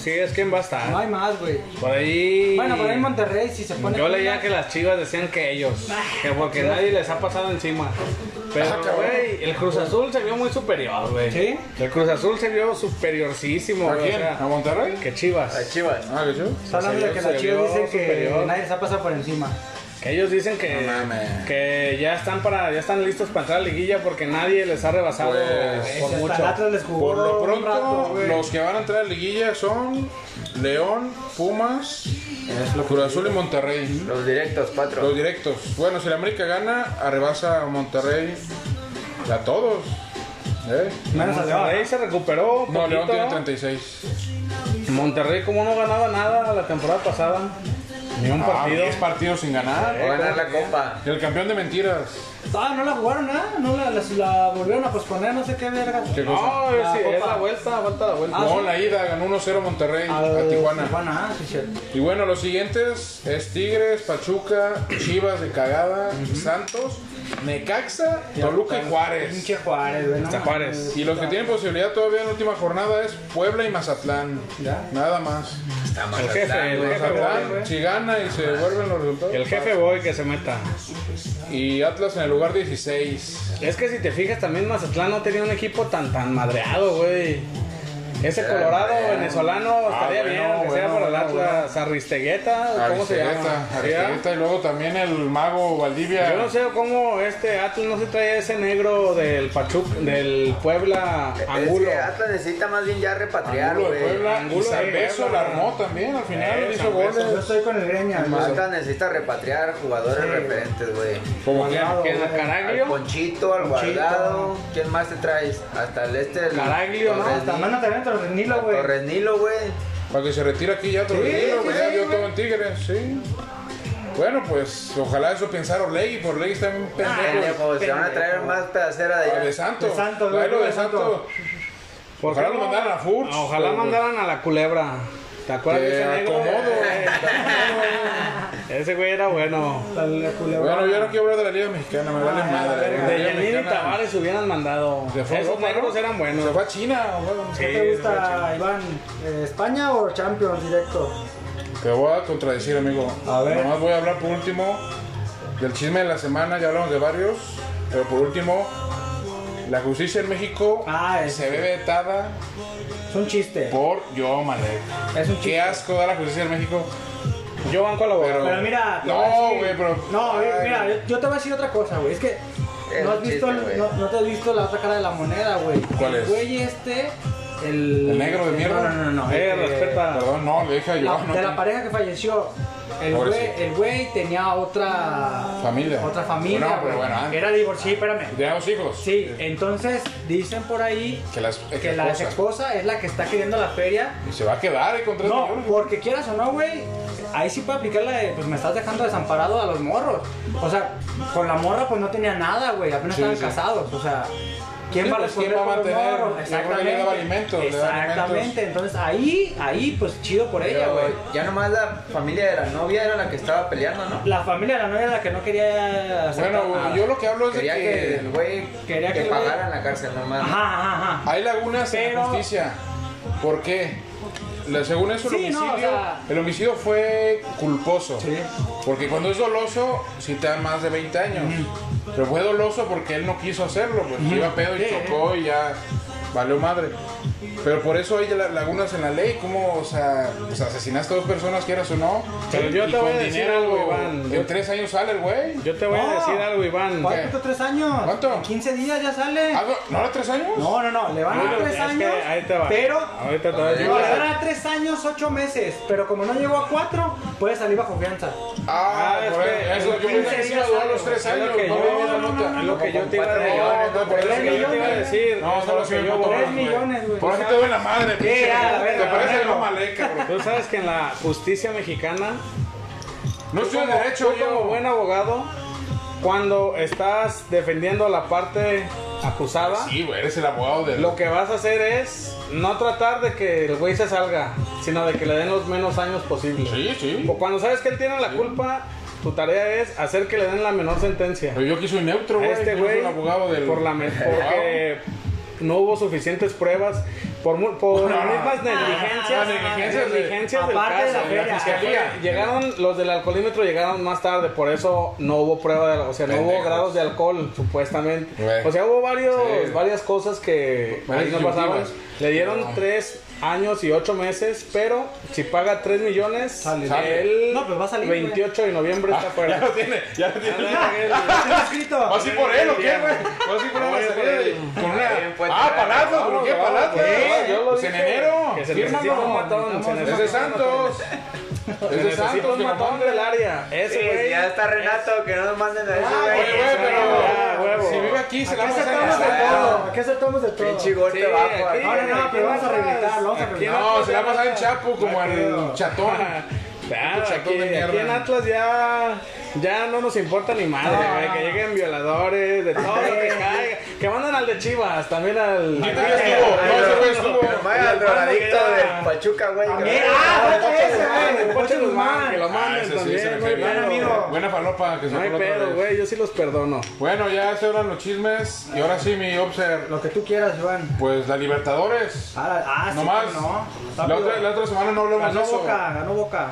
[SPEAKER 3] sí, es quien va a
[SPEAKER 5] No
[SPEAKER 3] estar.
[SPEAKER 5] hay más, güey.
[SPEAKER 3] Por ahí.
[SPEAKER 5] Bueno, por ahí Monterrey si se pone.
[SPEAKER 3] Yo leía que las chivas decían que ellos, que porque nadie les ha pasado encima.
[SPEAKER 4] Ah,
[SPEAKER 3] Pero,
[SPEAKER 4] cabrón.
[SPEAKER 3] güey, el Cruz Azul se vio muy superior, güey.
[SPEAKER 5] ¿Sí?
[SPEAKER 3] El Cruz Azul se vio superiorcísimo,
[SPEAKER 4] ¿A
[SPEAKER 3] güey.
[SPEAKER 4] quién? ¿A Monterrey?
[SPEAKER 3] que chivas.
[SPEAKER 6] Las chivas.
[SPEAKER 4] Ah, que yo.
[SPEAKER 5] Está hablando de que
[SPEAKER 3] Se
[SPEAKER 5] las chivas
[SPEAKER 3] vio
[SPEAKER 5] dicen que
[SPEAKER 3] superior.
[SPEAKER 5] nadie se ha pasado por encima.
[SPEAKER 3] Que ellos dicen que,
[SPEAKER 4] No mames.
[SPEAKER 3] que ya están para, ya están listos para entrar a la liguilla porque nadie les ha rebasado
[SPEAKER 4] Pues,
[SPEAKER 3] por
[SPEAKER 5] Hasta
[SPEAKER 3] mucho.
[SPEAKER 5] el Atlas les jugó
[SPEAKER 4] Por lo
[SPEAKER 5] un
[SPEAKER 4] pronto,
[SPEAKER 5] rato, güey.
[SPEAKER 4] los que van a entrar a liguilla son León, Pumas, Cruz Azul y Monterrey.
[SPEAKER 6] Los directos, cuatro.
[SPEAKER 4] Los directos. Bueno, si la América gana, arrebasa a Monterrey a todos. ¿Eh?
[SPEAKER 5] Menos a León.
[SPEAKER 3] Monterrey se recuperó. un
[SPEAKER 4] No, León
[SPEAKER 3] poquito,
[SPEAKER 4] tiene
[SPEAKER 3] ¿no?
[SPEAKER 4] 36.
[SPEAKER 3] Monterrey como no ganaba nada la temporada pasada, ni un
[SPEAKER 4] Ah,
[SPEAKER 3] partido.
[SPEAKER 4] 10 partidos sin ganar.
[SPEAKER 6] Va a ganar la copa.
[SPEAKER 4] El campeón de mentiras.
[SPEAKER 5] Ah, no la jugaron, ¿ah? No la, las- la volvieron a posponer, no sé qué verga.
[SPEAKER 4] ¿Qué cosa?
[SPEAKER 3] No, es,
[SPEAKER 5] La
[SPEAKER 3] es
[SPEAKER 5] Copa.
[SPEAKER 3] la vuelta, falta la vuelta.
[SPEAKER 5] Ah,
[SPEAKER 4] no,
[SPEAKER 5] sí.
[SPEAKER 4] la ida ganó 1-0 Monterrey a
[SPEAKER 5] Al-
[SPEAKER 4] Tijuana.
[SPEAKER 5] Tijuana, ah, sí, cierto.
[SPEAKER 4] Y bueno, los siguientes es Tigres, Pachuca, Chivas de cagada, Santos, Necaxa, Toluca y Juárez.
[SPEAKER 5] Pinche Juárez, güey. no
[SPEAKER 3] Hasta Juárez.
[SPEAKER 5] mames.
[SPEAKER 4] Y los que tienen posibilidad todavía en la última jornada es Puebla y Mazatlán.
[SPEAKER 5] Ya.
[SPEAKER 4] Nada más.
[SPEAKER 6] Está mal.
[SPEAKER 3] El jefe, el jefe Boy,
[SPEAKER 4] Mazatlán, si gana y se vuelven los resultados.
[SPEAKER 3] el jefe Boy que se meta.
[SPEAKER 4] Y Atlas en el lugar 16.
[SPEAKER 3] Es que si te fijas también Mazatlán no tenía un equipo tan tan madreado, güey. Ese colorado venezolano estaría
[SPEAKER 4] Eh, Ah, bueno,
[SPEAKER 3] bien, aunque sea
[SPEAKER 4] bueno,
[SPEAKER 3] para el
[SPEAKER 4] bueno,
[SPEAKER 3] Atlas. Arristegueta, ¿cómo se llama?
[SPEAKER 4] Aristegueta,
[SPEAKER 3] Sí, ¿ah?
[SPEAKER 4] Aristegueta, y luego también el mago Valdivia.
[SPEAKER 3] Yo no sé cómo este Atlas no se trae ese negro del Pachuc, del Puebla Angulo.
[SPEAKER 6] Es que Atlas necesita más bien ya repatriar,
[SPEAKER 4] Angulo de
[SPEAKER 6] güey.
[SPEAKER 4] Puebla.
[SPEAKER 3] Angulo
[SPEAKER 4] y San
[SPEAKER 3] de
[SPEAKER 4] Beso la
[SPEAKER 3] Puebla.
[SPEAKER 4] armó también al final.
[SPEAKER 3] Eh, hizo
[SPEAKER 4] San Beso.
[SPEAKER 5] Yo estoy con el Greña. güey.
[SPEAKER 6] Atlas necesita repatriar jugadores
[SPEAKER 5] Sí.
[SPEAKER 6] referentes, güey.
[SPEAKER 3] Como que
[SPEAKER 5] Guardado,
[SPEAKER 3] que a
[SPEAKER 5] güey.
[SPEAKER 6] Al
[SPEAKER 3] Caraglio.
[SPEAKER 6] Ponchito, al
[SPEAKER 5] Ponchito.
[SPEAKER 6] Guardado. ¿Quién más te traes? Hasta el este. El
[SPEAKER 3] Caraglio, ¿no?
[SPEAKER 6] Torres
[SPEAKER 5] Hasta
[SPEAKER 6] Ni-
[SPEAKER 5] mano también Torres Nilo, güey. Pues,
[SPEAKER 6] Torres Nilo, güey.
[SPEAKER 4] Para que se retire aquí ya todo
[SPEAKER 5] Sí, sí,
[SPEAKER 4] güey. Ya
[SPEAKER 5] sí,
[SPEAKER 4] dio
[SPEAKER 5] güey.
[SPEAKER 4] todo en Tigres, sí. Bueno, pues ojalá eso pensara Orlegui, por Orlegui está bien
[SPEAKER 3] Ah,
[SPEAKER 4] pendejo.
[SPEAKER 6] Pendejo, se van a traer más pedacera de
[SPEAKER 4] Ah, de
[SPEAKER 6] allá.
[SPEAKER 4] Santo.
[SPEAKER 5] De Santo,
[SPEAKER 4] Bueno,
[SPEAKER 5] güey,
[SPEAKER 4] de
[SPEAKER 5] de Santo.
[SPEAKER 4] Santo.
[SPEAKER 3] ¿Por qué
[SPEAKER 4] Ojalá lo mandaran a Furch.
[SPEAKER 3] Ah, Ojalá
[SPEAKER 4] Pero,
[SPEAKER 3] mandaran a la culebra. ¿Te acuerdas de
[SPEAKER 4] Te
[SPEAKER 3] ese negro?
[SPEAKER 4] acomodo.
[SPEAKER 3] Eh, Ese güey era bueno.
[SPEAKER 5] Al Culebra.
[SPEAKER 4] Bueno, yo no quiero hablar de la Liga Mexicana, me
[SPEAKER 3] Ah,
[SPEAKER 4] vale madre. La
[SPEAKER 3] De
[SPEAKER 4] Liga
[SPEAKER 3] Yanini
[SPEAKER 4] Mexicana.
[SPEAKER 3] Tavares hubieran mandado.
[SPEAKER 4] Se fue a
[SPEAKER 3] Esos
[SPEAKER 4] Europa,
[SPEAKER 3] negros
[SPEAKER 4] ¿no?
[SPEAKER 3] eran
[SPEAKER 4] Se
[SPEAKER 3] buenos.
[SPEAKER 4] fue a China, güey.
[SPEAKER 5] ¿Qué
[SPEAKER 3] Sí,
[SPEAKER 5] te gusta, Iván? Eh, ¿España o Champions directo?
[SPEAKER 4] Te voy a contradecir, amigo.
[SPEAKER 5] A ver.
[SPEAKER 4] Nomás voy a hablar por último del chisme de la semana, ya hablamos de varios, pero por último, la justicia en México
[SPEAKER 5] Ah, es-
[SPEAKER 4] se ve vetada
[SPEAKER 5] Es un chiste.
[SPEAKER 4] por Joe Malek.
[SPEAKER 5] Es un
[SPEAKER 4] Qué
[SPEAKER 5] chiste.
[SPEAKER 4] asco da la justicia en México.
[SPEAKER 3] Yo banco a la
[SPEAKER 4] Pero,
[SPEAKER 5] Pero mira, te
[SPEAKER 4] no,
[SPEAKER 5] voy a decir-
[SPEAKER 4] güey, pero.
[SPEAKER 5] No, eh,
[SPEAKER 4] Ay,
[SPEAKER 5] mira, yo, yo te voy a decir otra cosa, güey. Es que
[SPEAKER 6] Es
[SPEAKER 5] no, has
[SPEAKER 6] un
[SPEAKER 5] visto,
[SPEAKER 6] chiste, güey.
[SPEAKER 5] no, no te has visto la otra cara de la moneda, güey.
[SPEAKER 4] ¿Cuál
[SPEAKER 5] El
[SPEAKER 4] es?
[SPEAKER 5] güey este, el...
[SPEAKER 4] El negro de mierda.
[SPEAKER 5] No, no, no, no.
[SPEAKER 3] Eh,
[SPEAKER 5] el que-
[SPEAKER 3] respeta.
[SPEAKER 4] Perdón, no, le dije a Joe.
[SPEAKER 5] la-
[SPEAKER 4] no
[SPEAKER 5] de la
[SPEAKER 4] te-
[SPEAKER 5] pareja que falleció. El güey,
[SPEAKER 4] Pobrecito.
[SPEAKER 5] el güey tenía otra...
[SPEAKER 4] Familia.
[SPEAKER 5] Otra familia,
[SPEAKER 4] No, pero
[SPEAKER 5] güey.
[SPEAKER 4] bueno, ah. antes.
[SPEAKER 5] Era divorcio, sí, espérame.
[SPEAKER 4] Tenía dos hijos.
[SPEAKER 5] Sí, entonces dicen por ahí
[SPEAKER 4] Que las
[SPEAKER 5] que la ex esposa es la que está queriendo la feria
[SPEAKER 4] Y se va a quedar eh, con tres
[SPEAKER 5] No,
[SPEAKER 4] millones.
[SPEAKER 5] porque quieras o no, güey, ahí sí puede aplicar la de, pues me estás dejando desamparado a los morros. O sea, con la morra pues no tenía nada, güey, apenas
[SPEAKER 4] Sí,
[SPEAKER 5] estaban
[SPEAKER 4] sí.
[SPEAKER 5] casados, o sea... ¿Quién
[SPEAKER 4] Sí,
[SPEAKER 5] va a
[SPEAKER 4] pues, ¿quién
[SPEAKER 5] responder
[SPEAKER 4] va a
[SPEAKER 5] por los
[SPEAKER 4] mantener?
[SPEAKER 5] morros?
[SPEAKER 4] Yo creo que le daba alimentos, le daba alimentos.
[SPEAKER 5] Exactamente, entonces ahí, ahí, pues chido por ella,
[SPEAKER 6] Pero
[SPEAKER 5] güey.
[SPEAKER 6] Ya nomás la familia de la novia era la que estaba peleando, ¿no?
[SPEAKER 5] La familia de la novia era la que no quería aceptar
[SPEAKER 4] Bueno,
[SPEAKER 5] nada.
[SPEAKER 4] yo lo que hablo es de
[SPEAKER 6] Quería que el güey
[SPEAKER 5] Quería que
[SPEAKER 6] que
[SPEAKER 5] el güey-
[SPEAKER 6] pagaran la cárcel nomás. ¿no?
[SPEAKER 5] Ajá, ajá, ajá.
[SPEAKER 4] Hay lagunas en la
[SPEAKER 5] Pero-
[SPEAKER 4] justicia. ¿Por qué? La- según eso, el,
[SPEAKER 5] Sí,
[SPEAKER 4] homicidio,
[SPEAKER 5] no, o sea-
[SPEAKER 4] el homicidio fue culposo.
[SPEAKER 5] Sí.
[SPEAKER 4] Porque cuando es doloso, sí te dan más de 20 años. Pero fue doloso porque él no quiso hacerlo. Pues iba pedo y
[SPEAKER 3] ¿eh?
[SPEAKER 5] Sí.
[SPEAKER 4] chocó y ya valió madre. Pero por eso hay la- lagunas en la ley. Como, o sea, pues, asesinaste a dos personas, quieras o no.
[SPEAKER 3] Pero yo
[SPEAKER 4] Y
[SPEAKER 3] te voy
[SPEAKER 4] con
[SPEAKER 3] a decir
[SPEAKER 4] dinero,
[SPEAKER 3] algo, Iván. Yo-
[SPEAKER 4] En tres años sale el güey.
[SPEAKER 3] Yo te voy a
[SPEAKER 5] No.
[SPEAKER 3] decir algo, Iván.
[SPEAKER 5] ¿Cuánto? ¿Tres años?
[SPEAKER 4] ¿Cuánto?
[SPEAKER 5] En 15 días ya sale.
[SPEAKER 4] Ah, ¿No era tres años?
[SPEAKER 5] No, no, no, le van
[SPEAKER 3] Yo
[SPEAKER 5] a
[SPEAKER 3] te-
[SPEAKER 5] tres
[SPEAKER 3] Ah, es que
[SPEAKER 5] años,
[SPEAKER 3] ahí te va.
[SPEAKER 5] pero
[SPEAKER 3] Ahorita te voy a decir.
[SPEAKER 5] No, le dan a tres años, ocho meses, pero como no llegó a cuatro, puede salir bajo fianza.
[SPEAKER 3] Ah,
[SPEAKER 4] Ah,
[SPEAKER 3] es
[SPEAKER 4] por
[SPEAKER 3] que-
[SPEAKER 4] eso. Yo pensé
[SPEAKER 5] 15
[SPEAKER 4] que sí
[SPEAKER 5] días
[SPEAKER 4] duró
[SPEAKER 5] sale,
[SPEAKER 4] los tres
[SPEAKER 3] Es
[SPEAKER 4] años.
[SPEAKER 3] lo que
[SPEAKER 4] No,
[SPEAKER 3] yo-
[SPEAKER 4] no, no, no,
[SPEAKER 3] es lo que yo te iba a
[SPEAKER 6] Cuatro millones,
[SPEAKER 3] decir.
[SPEAKER 6] no, por
[SPEAKER 3] Es lo
[SPEAKER 6] eso
[SPEAKER 3] que yo
[SPEAKER 6] yo
[SPEAKER 3] te iba a
[SPEAKER 6] te-
[SPEAKER 3] decir.
[SPEAKER 4] No,
[SPEAKER 3] Es
[SPEAKER 4] no,
[SPEAKER 3] lo
[SPEAKER 4] sí
[SPEAKER 3] que
[SPEAKER 4] me
[SPEAKER 3] yo voy.
[SPEAKER 4] pongo
[SPEAKER 5] Tres
[SPEAKER 4] güey.
[SPEAKER 5] millones, güey.
[SPEAKER 4] Por eso te doy la madre, pinche.
[SPEAKER 5] ya, la
[SPEAKER 4] Te
[SPEAKER 5] verga,
[SPEAKER 4] parece
[SPEAKER 5] bueno.
[SPEAKER 4] lo maleca, bro.
[SPEAKER 3] Tú sabes que en la justicia mexicana
[SPEAKER 4] No
[SPEAKER 3] Tú
[SPEAKER 4] estoy en
[SPEAKER 3] como-
[SPEAKER 4] derecho,
[SPEAKER 3] tú como
[SPEAKER 4] yo.
[SPEAKER 3] buen abogado, cuando estás defendiendo a la parte acusada,
[SPEAKER 4] Sí, güey, eres el abogado de
[SPEAKER 3] lo que vas a hacer es no tratar de que el güey se salga, sino de que le den los menos años posibles.
[SPEAKER 4] Sí, sí.
[SPEAKER 3] O cuando sabes que él tiene la culpa, tu tarea es hacer que le den la menor sentencia.
[SPEAKER 4] Pero yo que soy neutro,
[SPEAKER 3] A
[SPEAKER 4] güey.
[SPEAKER 3] este
[SPEAKER 4] yo soy
[SPEAKER 3] güey,
[SPEAKER 4] el abogado del.
[SPEAKER 3] por la me- porque no hubo suficientes pruebas, por, mu- por
[SPEAKER 4] No, no,
[SPEAKER 3] las mismas
[SPEAKER 4] no.
[SPEAKER 3] negligencias,
[SPEAKER 4] No, negligencias de-
[SPEAKER 3] negligencias del
[SPEAKER 5] aparte Ah, de
[SPEAKER 3] caso,
[SPEAKER 5] la
[SPEAKER 3] de la
[SPEAKER 5] feria.
[SPEAKER 3] fiscalía.
[SPEAKER 4] Ajá.
[SPEAKER 3] Llegaron los del alcoholímetro, llegaron más tarde, por eso no hubo prueba de, o sea, no hubo
[SPEAKER 4] Pendejos.
[SPEAKER 3] grados de alcohol, supuestamente.
[SPEAKER 4] Güey.
[SPEAKER 3] O sea, hubo varios,
[SPEAKER 4] Sí.
[SPEAKER 3] varias cosas que
[SPEAKER 4] Varias
[SPEAKER 3] ahí no pasaban.
[SPEAKER 4] disyuntivas.
[SPEAKER 3] Le dieron
[SPEAKER 4] No.
[SPEAKER 3] tres años y ocho meses, pero si paga tres millones,
[SPEAKER 4] Sale.
[SPEAKER 3] el
[SPEAKER 5] No, pues va a salir, güey.
[SPEAKER 3] 28 de noviembre está
[SPEAKER 4] Ah,
[SPEAKER 3] fuera.
[SPEAKER 4] Ya lo tiene, ya lo tiene.
[SPEAKER 5] Está escrito.
[SPEAKER 4] ¿Vas a ir por él o qué, güey? ¿Vas a ir por él?
[SPEAKER 3] Voy a
[SPEAKER 4] ¿Vas a
[SPEAKER 3] por
[SPEAKER 4] ir
[SPEAKER 3] él.
[SPEAKER 4] Con una.
[SPEAKER 6] Bien, pues,
[SPEAKER 4] Ah,
[SPEAKER 6] te-
[SPEAKER 4] palazos, ¿por qué
[SPEAKER 3] Vamos,
[SPEAKER 4] palazos?
[SPEAKER 3] vamos, yo lo
[SPEAKER 4] Pues en
[SPEAKER 3] dije,
[SPEAKER 4] enero.
[SPEAKER 3] que se necesita un matón, se
[SPEAKER 4] Fírmalo. Es de
[SPEAKER 3] necesita un
[SPEAKER 4] Santos. Es de
[SPEAKER 3] Necesito
[SPEAKER 4] Santos,
[SPEAKER 3] un
[SPEAKER 4] que
[SPEAKER 3] matón
[SPEAKER 4] mamón.
[SPEAKER 3] del área. Ese
[SPEAKER 6] Sí,
[SPEAKER 3] güey.
[SPEAKER 6] ya está Renato, que no nos manden a ese
[SPEAKER 5] Ah,
[SPEAKER 4] Oye,
[SPEAKER 6] güey.
[SPEAKER 4] güey,
[SPEAKER 3] Ya,
[SPEAKER 4] pero
[SPEAKER 3] huevo.
[SPEAKER 4] si vive aquí, se la
[SPEAKER 5] Aquí
[SPEAKER 4] vamos a
[SPEAKER 5] aceptamos de
[SPEAKER 4] engasar.
[SPEAKER 5] todo, aquí aceptamos de todo.
[SPEAKER 6] Pinche
[SPEAKER 3] Sí,
[SPEAKER 6] golpe bajo.
[SPEAKER 3] aquí,
[SPEAKER 6] al-
[SPEAKER 5] No, no, no,
[SPEAKER 3] aquí
[SPEAKER 5] pero vamos a rehabilitar, lo vamos a
[SPEAKER 3] aquí
[SPEAKER 5] rehabilitar.
[SPEAKER 3] en
[SPEAKER 4] No,
[SPEAKER 3] Atlas
[SPEAKER 4] se la
[SPEAKER 3] ya
[SPEAKER 4] va a pasar el
[SPEAKER 3] no-
[SPEAKER 4] Chapo como al chatón.
[SPEAKER 3] Claro,
[SPEAKER 4] Pinche
[SPEAKER 3] aquí,
[SPEAKER 4] chatón de
[SPEAKER 3] aquí en
[SPEAKER 4] mierda.
[SPEAKER 3] Atlas ya, ya no nos importa ni madre, güey. Que lleguen violadores, de todo lo que caiga. Que mandan al de Chivas, también al.
[SPEAKER 4] Aquí
[SPEAKER 3] al-
[SPEAKER 4] también estuvo,
[SPEAKER 3] al-
[SPEAKER 4] no, ese güey estuvo.
[SPEAKER 6] Pero vaya al drogadicto de Pachuca, güey.
[SPEAKER 3] Eh,
[SPEAKER 5] También,
[SPEAKER 6] que-
[SPEAKER 5] ah,
[SPEAKER 3] al-
[SPEAKER 5] ese,
[SPEAKER 3] al-
[SPEAKER 5] güey,
[SPEAKER 3] al- Pocho
[SPEAKER 5] Pocho
[SPEAKER 3] Guzmán,
[SPEAKER 5] Guzmán.
[SPEAKER 3] Que lo
[SPEAKER 4] Ah,
[SPEAKER 3] manden
[SPEAKER 4] ese sí, se
[SPEAKER 3] también,
[SPEAKER 4] me
[SPEAKER 3] güey.
[SPEAKER 4] fue bien.
[SPEAKER 3] no,
[SPEAKER 5] amigo.
[SPEAKER 4] Buena falopa que se
[SPEAKER 3] No hay
[SPEAKER 4] fue la otra
[SPEAKER 3] pedo,
[SPEAKER 4] vez.
[SPEAKER 3] güey. Yo sí los perdono.
[SPEAKER 4] Bueno, ya se eran los chismes. Y ahora sí, mi obser.
[SPEAKER 5] Lo que tú quieras, Iván.
[SPEAKER 4] Pues la Libertadores.
[SPEAKER 5] Ah, ah, sí,
[SPEAKER 4] no más.
[SPEAKER 5] cómo no.
[SPEAKER 4] La otra, la otra semana no hablamos de
[SPEAKER 5] Ganó
[SPEAKER 4] eso.
[SPEAKER 5] Boca, ganó Boca.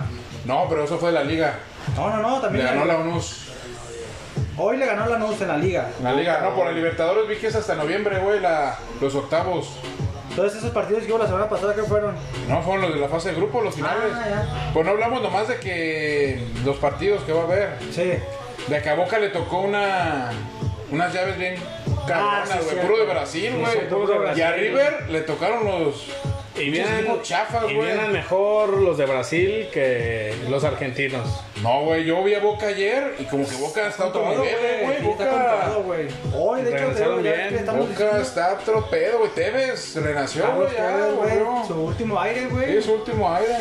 [SPEAKER 4] No, pero eso fue de la Liga.
[SPEAKER 5] No, no, no,
[SPEAKER 4] Le
[SPEAKER 5] también.
[SPEAKER 4] ganó la UNUS.
[SPEAKER 5] Hoy le ganó la Nuz en la liga.
[SPEAKER 4] La Liga, no, por la Libertadores vi que es hasta noviembre, güey, la, los octavos.
[SPEAKER 5] Entonces esos partidos que hubo la semana pasada, ¿qué fueron?
[SPEAKER 4] No fueron los de la fase de grupo, los finales.
[SPEAKER 5] Ah, ya.
[SPEAKER 4] Pues no hablamos nomás de que los partidos que va a haber.
[SPEAKER 5] Sí.
[SPEAKER 4] De que a Boca le tocó una, unas llaves bien cabronas,
[SPEAKER 5] Ah, sí,
[SPEAKER 4] güey.
[SPEAKER 5] cierto.
[SPEAKER 4] puro de Brasil,
[SPEAKER 5] Sí,
[SPEAKER 4] güey.
[SPEAKER 5] sí, puro de
[SPEAKER 4] y
[SPEAKER 5] Brasil.
[SPEAKER 4] a River le tocaron los
[SPEAKER 3] Y
[SPEAKER 4] pinches
[SPEAKER 3] vienen,
[SPEAKER 4] equipos chafas,
[SPEAKER 3] y
[SPEAKER 4] güey.
[SPEAKER 3] vienen mejor los de Brasil que los argentinos.
[SPEAKER 4] No, güey, yo vi a Boca ayer y como que Boca está a otro
[SPEAKER 5] Todo,
[SPEAKER 4] nivel, güey.
[SPEAKER 5] Sí, está
[SPEAKER 4] Boca,
[SPEAKER 5] contado, güey. Hoy, de hecho,
[SPEAKER 3] Regresaron
[SPEAKER 5] creo ya es
[SPEAKER 3] bien.
[SPEAKER 5] que estamos
[SPEAKER 4] Boca está a otro pedo, güey. Tevez renació,
[SPEAKER 5] Carlos
[SPEAKER 4] güey. Ya,
[SPEAKER 5] Pérez, güey,
[SPEAKER 4] güey.
[SPEAKER 5] Su último aire, güey.
[SPEAKER 4] Sí, su último aire.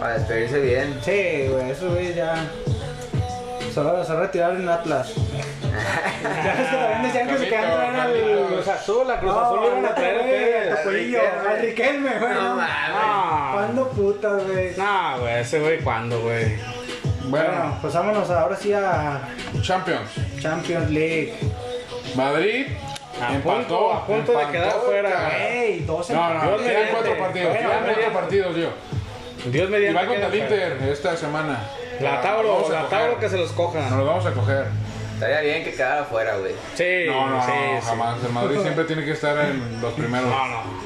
[SPEAKER 6] Para despedirse bien.
[SPEAKER 5] Sí, güey, eso güey ya. Se va, se va a retirar en Atlas. ya es que también decían que se querían traer
[SPEAKER 4] Carlitos.
[SPEAKER 5] al
[SPEAKER 3] Cruz Azul, la Cruz
[SPEAKER 5] No,
[SPEAKER 3] Azul iban a traer
[SPEAKER 5] güey, al
[SPEAKER 3] ustedes.
[SPEAKER 5] Topolillo,
[SPEAKER 6] Riquelme.
[SPEAKER 5] al Riquelme, güey.
[SPEAKER 6] No mames.
[SPEAKER 4] Ah,
[SPEAKER 3] No,
[SPEAKER 5] ¿Cuándo puta, güey?
[SPEAKER 3] no, güey, ese güey, ¿cuándo, güey?
[SPEAKER 5] Bueno,
[SPEAKER 4] Bueno,
[SPEAKER 5] pues vámonos ahora sí a
[SPEAKER 4] Champions.
[SPEAKER 5] Champions League.
[SPEAKER 4] Madrid
[SPEAKER 3] A
[SPEAKER 4] empató.
[SPEAKER 3] punto, a punto de
[SPEAKER 4] empató,
[SPEAKER 3] quedar fuera.
[SPEAKER 4] cabrón.
[SPEAKER 5] Ey, 12
[SPEAKER 4] No, no,
[SPEAKER 3] Dios
[SPEAKER 4] quedan
[SPEAKER 3] mediante.
[SPEAKER 4] cuatro partidos.
[SPEAKER 3] Bueno,
[SPEAKER 4] Quedan cuatro
[SPEAKER 3] mediante.
[SPEAKER 4] partidos, yo.
[SPEAKER 3] Dios
[SPEAKER 4] Y
[SPEAKER 3] mediante.
[SPEAKER 4] va contra el
[SPEAKER 3] queda fuera.
[SPEAKER 4] Inter esta semana.
[SPEAKER 3] La
[SPEAKER 4] Vamos
[SPEAKER 3] Tauro,
[SPEAKER 4] a
[SPEAKER 3] la
[SPEAKER 4] coger.
[SPEAKER 3] Tauro que se los
[SPEAKER 4] Nos
[SPEAKER 3] coja.
[SPEAKER 4] lo vamos a coger.
[SPEAKER 6] Estaría bien que quedara afuera, güey.
[SPEAKER 3] Sí,
[SPEAKER 4] No, no,
[SPEAKER 3] sí,
[SPEAKER 4] no,
[SPEAKER 3] sí.
[SPEAKER 4] jamás. El Madrid siempre tiene que estar en los primeros.
[SPEAKER 3] No, no.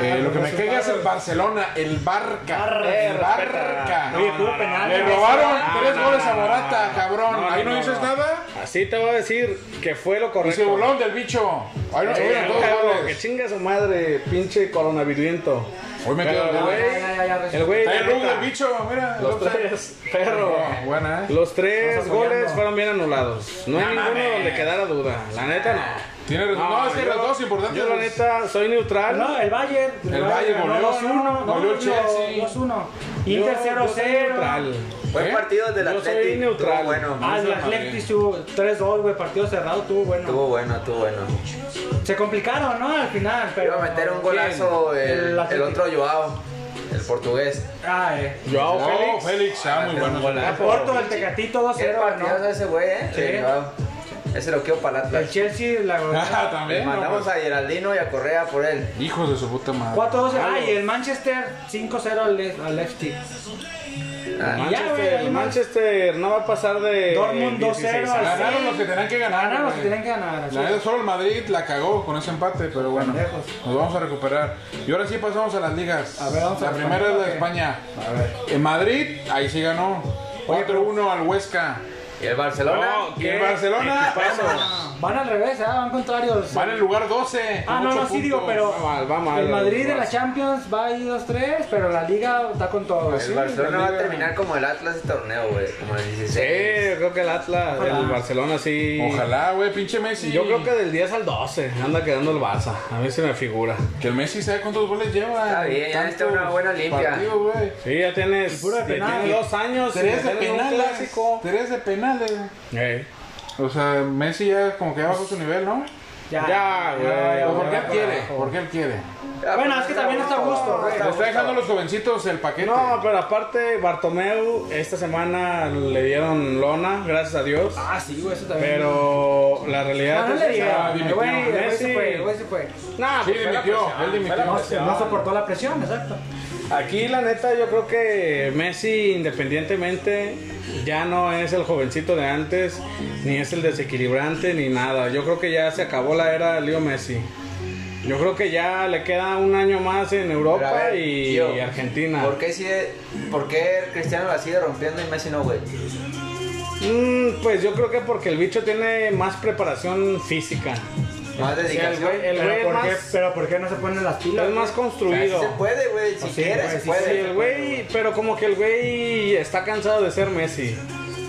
[SPEAKER 4] Eh, lo que me caga es el Barcelona, el Barca.
[SPEAKER 3] Eh,
[SPEAKER 4] El
[SPEAKER 3] respeta.
[SPEAKER 4] Barca.
[SPEAKER 3] No, no, no, no. Ah,
[SPEAKER 4] Le robaron
[SPEAKER 3] No,
[SPEAKER 4] tres
[SPEAKER 3] no,
[SPEAKER 4] goles a
[SPEAKER 3] no,
[SPEAKER 4] Morata,
[SPEAKER 3] no,
[SPEAKER 4] cabrón. Ahí no, dices nada.
[SPEAKER 3] Así te voy a decir que fue lo
[SPEAKER 4] Y se
[SPEAKER 3] correcto.
[SPEAKER 4] volaron del bicho. Ahí no
[SPEAKER 3] Sí,
[SPEAKER 4] tuvieron dos
[SPEAKER 3] claro, que
[SPEAKER 4] goles.
[SPEAKER 3] chinga su madre, pinche coronaviruento.
[SPEAKER 4] Hoy metió
[SPEAKER 3] Pero,
[SPEAKER 4] dos
[SPEAKER 3] güey,
[SPEAKER 4] goles.
[SPEAKER 3] El güey,
[SPEAKER 4] Está
[SPEAKER 3] la
[SPEAKER 4] el robo
[SPEAKER 3] neta,
[SPEAKER 4] del bicho, mira.
[SPEAKER 3] los
[SPEAKER 4] el offside.
[SPEAKER 3] tres, perro.
[SPEAKER 4] Oh, Buena, eh.
[SPEAKER 3] Los tres
[SPEAKER 5] Estás apoyando.
[SPEAKER 3] goles fueron bien anulados. No hay ninguno donde quedara duda. La neta no.
[SPEAKER 4] Tiene razón. No, es que
[SPEAKER 3] yo-
[SPEAKER 4] los dos importantes.
[SPEAKER 3] Yo la neta soy neutral.
[SPEAKER 5] No, el Bayern.
[SPEAKER 4] El Bayern
[SPEAKER 5] ganó
[SPEAKER 4] goleó,
[SPEAKER 5] 2-1.
[SPEAKER 4] ¿no? Goleó Chelsea.
[SPEAKER 5] 2-1.
[SPEAKER 3] Yo-
[SPEAKER 5] Inter
[SPEAKER 3] yo soy
[SPEAKER 5] 0-0.
[SPEAKER 3] neutral.
[SPEAKER 6] Buen
[SPEAKER 4] ¿Eh?
[SPEAKER 6] partido del
[SPEAKER 3] Yo soy
[SPEAKER 6] Atlético.
[SPEAKER 3] neutral.
[SPEAKER 6] Estuvo bueno.
[SPEAKER 5] Ah, el Atleti estuvo 3-2, güey. Partido cerrado, estuvo bueno.
[SPEAKER 6] Estuvo bueno, estuvo bueno.
[SPEAKER 5] Se complicaron, ¿no? Al final, pero.
[SPEAKER 6] Iba a meter un golazo
[SPEAKER 5] ¿Quién?
[SPEAKER 6] el, el
[SPEAKER 5] Atlético.
[SPEAKER 6] otro Joao, el portugués.
[SPEAKER 5] Ah, eh.
[SPEAKER 3] Joao
[SPEAKER 4] Oh,
[SPEAKER 3] Félix.
[SPEAKER 4] Félix, ah, muy bueno.
[SPEAKER 5] El Porto, el Tecatito
[SPEAKER 6] Qué
[SPEAKER 5] 2-0,
[SPEAKER 6] partidazo
[SPEAKER 5] ¿no?
[SPEAKER 6] ese güey, ¿eh?
[SPEAKER 5] Sí.
[SPEAKER 6] El Joao. Ese lo quiero para el
[SPEAKER 5] El
[SPEAKER 6] Atlas.
[SPEAKER 5] Chelsea, la
[SPEAKER 4] Ah,
[SPEAKER 6] Le
[SPEAKER 4] también. no,
[SPEAKER 6] mandamos
[SPEAKER 4] pues.
[SPEAKER 6] a Geraldino y a Correa por él.
[SPEAKER 4] Hijos de su puta madre.
[SPEAKER 5] 4-12. Ah, y el Manchester 5-0 al, Le- al Leipzig.
[SPEAKER 6] Ah,
[SPEAKER 5] Y ya, güey,
[SPEAKER 3] Manchester,
[SPEAKER 5] ahí más.
[SPEAKER 3] Manchester no va a pasar de
[SPEAKER 5] Dortmund
[SPEAKER 3] 16.
[SPEAKER 5] 2-0 al
[SPEAKER 4] Ganaron los que tenían que ganar.
[SPEAKER 5] Ganaron los que
[SPEAKER 4] güey.
[SPEAKER 5] tenían que ganar, así
[SPEAKER 4] La neta, solo el Madrid la cagó con ese empate, pero bueno,
[SPEAKER 5] Pendejos.
[SPEAKER 4] nos vamos a recuperar. Y ahora sí pasamos a las ligas.
[SPEAKER 5] A ver, vamos
[SPEAKER 4] la
[SPEAKER 5] a
[SPEAKER 4] primera es la de España. En Madrid, ahí sí ganó. 4-1 al Huesca.
[SPEAKER 6] Y el Barcelona.
[SPEAKER 3] No,
[SPEAKER 4] Y
[SPEAKER 3] ¿qué?
[SPEAKER 4] el Barcelona
[SPEAKER 3] Equipazo.
[SPEAKER 5] Van al revés, ¿ah? Van contrarios.
[SPEAKER 4] va en el lugar 12.
[SPEAKER 5] Ah,
[SPEAKER 4] con
[SPEAKER 5] no,
[SPEAKER 4] ocho
[SPEAKER 5] no, sí digo,
[SPEAKER 4] puntos.
[SPEAKER 5] pero
[SPEAKER 3] Va mal, Ah, va mal.
[SPEAKER 5] el Madrid de la Champions va ahí 2-3, pero la Liga está con todo.
[SPEAKER 6] El Barcelona va a terminar como el Atlas este torneo, güey. Como el
[SPEAKER 3] Sí,
[SPEAKER 6] 16.
[SPEAKER 3] yo creo que el Atlas, el Barcelona sí.
[SPEAKER 4] Ojalá, güey, pinche Messi.
[SPEAKER 3] Yo creo que del 10 al 12 anda quedando el Barça. A mí se me figura.
[SPEAKER 4] Que el Messi sabe cuántos goles lleva.
[SPEAKER 6] Está bien, ya necesita
[SPEAKER 4] Tantos
[SPEAKER 6] una buena limpia.
[SPEAKER 4] partidos, güey.
[SPEAKER 3] Sí, ya tienes,
[SPEAKER 5] puro de
[SPEAKER 3] ya
[SPEAKER 5] penal.
[SPEAKER 3] tienes dos años. sin
[SPEAKER 4] Tres de
[SPEAKER 3] meterle un
[SPEAKER 4] penales.
[SPEAKER 3] clásico.
[SPEAKER 4] Tres de penales.
[SPEAKER 3] Ey.
[SPEAKER 4] O sea, Messi ya como que ya bajó su nivel, ¿no?
[SPEAKER 5] Ya,
[SPEAKER 3] Ya, güey.
[SPEAKER 4] Pero
[SPEAKER 3] ya,
[SPEAKER 4] porque él
[SPEAKER 3] ya,
[SPEAKER 4] quiere,
[SPEAKER 3] carajo.
[SPEAKER 4] porque él quiere.
[SPEAKER 6] pues,
[SPEAKER 5] Bueno, es que también está a gusto, güey.
[SPEAKER 4] Le está dejando a los jovencitos el paquete.
[SPEAKER 3] No, pero aparte, Bartomeu, esta semana le dieron lona, gracias a Dios.
[SPEAKER 5] Ah, sí, güey, eso también.
[SPEAKER 3] Pero la realidad
[SPEAKER 5] No, no
[SPEAKER 3] es
[SPEAKER 5] le
[SPEAKER 3] que-
[SPEAKER 4] Ah,
[SPEAKER 5] dijeron. El güey, el güey
[SPEAKER 3] Messi.
[SPEAKER 5] se fue, el güey se fue.
[SPEAKER 3] Nah,
[SPEAKER 4] Sí,
[SPEAKER 3] pues, fue la
[SPEAKER 4] dimitió,
[SPEAKER 3] presión,
[SPEAKER 4] él dimitió.
[SPEAKER 3] fue la
[SPEAKER 5] No,
[SPEAKER 3] presión.
[SPEAKER 5] no soportó la presión, exacto.
[SPEAKER 3] Aquí la neta yo creo que Messi independientemente ya no es el jovencito de antes, ni es el desequilibrante, ni nada. Yo creo que ya se acabó la era de Leo Messi. Yo creo que ya le queda un año más en
[SPEAKER 6] Pero a
[SPEAKER 3] Europa
[SPEAKER 6] ver,
[SPEAKER 3] y,
[SPEAKER 6] tío,
[SPEAKER 3] y Argentina.
[SPEAKER 6] ¿Por qué, sigue, ¿Por qué Cristiano la sigue rompiendo y Messi no, güey?
[SPEAKER 3] Mm, pues yo creo que porque el bicho tiene más preparación física.
[SPEAKER 6] Más
[SPEAKER 3] O sea, el
[SPEAKER 6] dedicación.
[SPEAKER 3] güey, el güey
[SPEAKER 5] Pero
[SPEAKER 3] es
[SPEAKER 5] ¿por, qué,
[SPEAKER 3] más,
[SPEAKER 5] pero ¿por qué no se ponen las pilas?
[SPEAKER 3] es más
[SPEAKER 6] O sea, sí
[SPEAKER 3] construido.
[SPEAKER 6] se puede, güey. Si
[SPEAKER 5] Así,
[SPEAKER 6] quieres,
[SPEAKER 5] güey,
[SPEAKER 6] se
[SPEAKER 5] sí,
[SPEAKER 6] puede.
[SPEAKER 3] Pues Sí, el güey, pero como que el güey está cansado de ser Messi.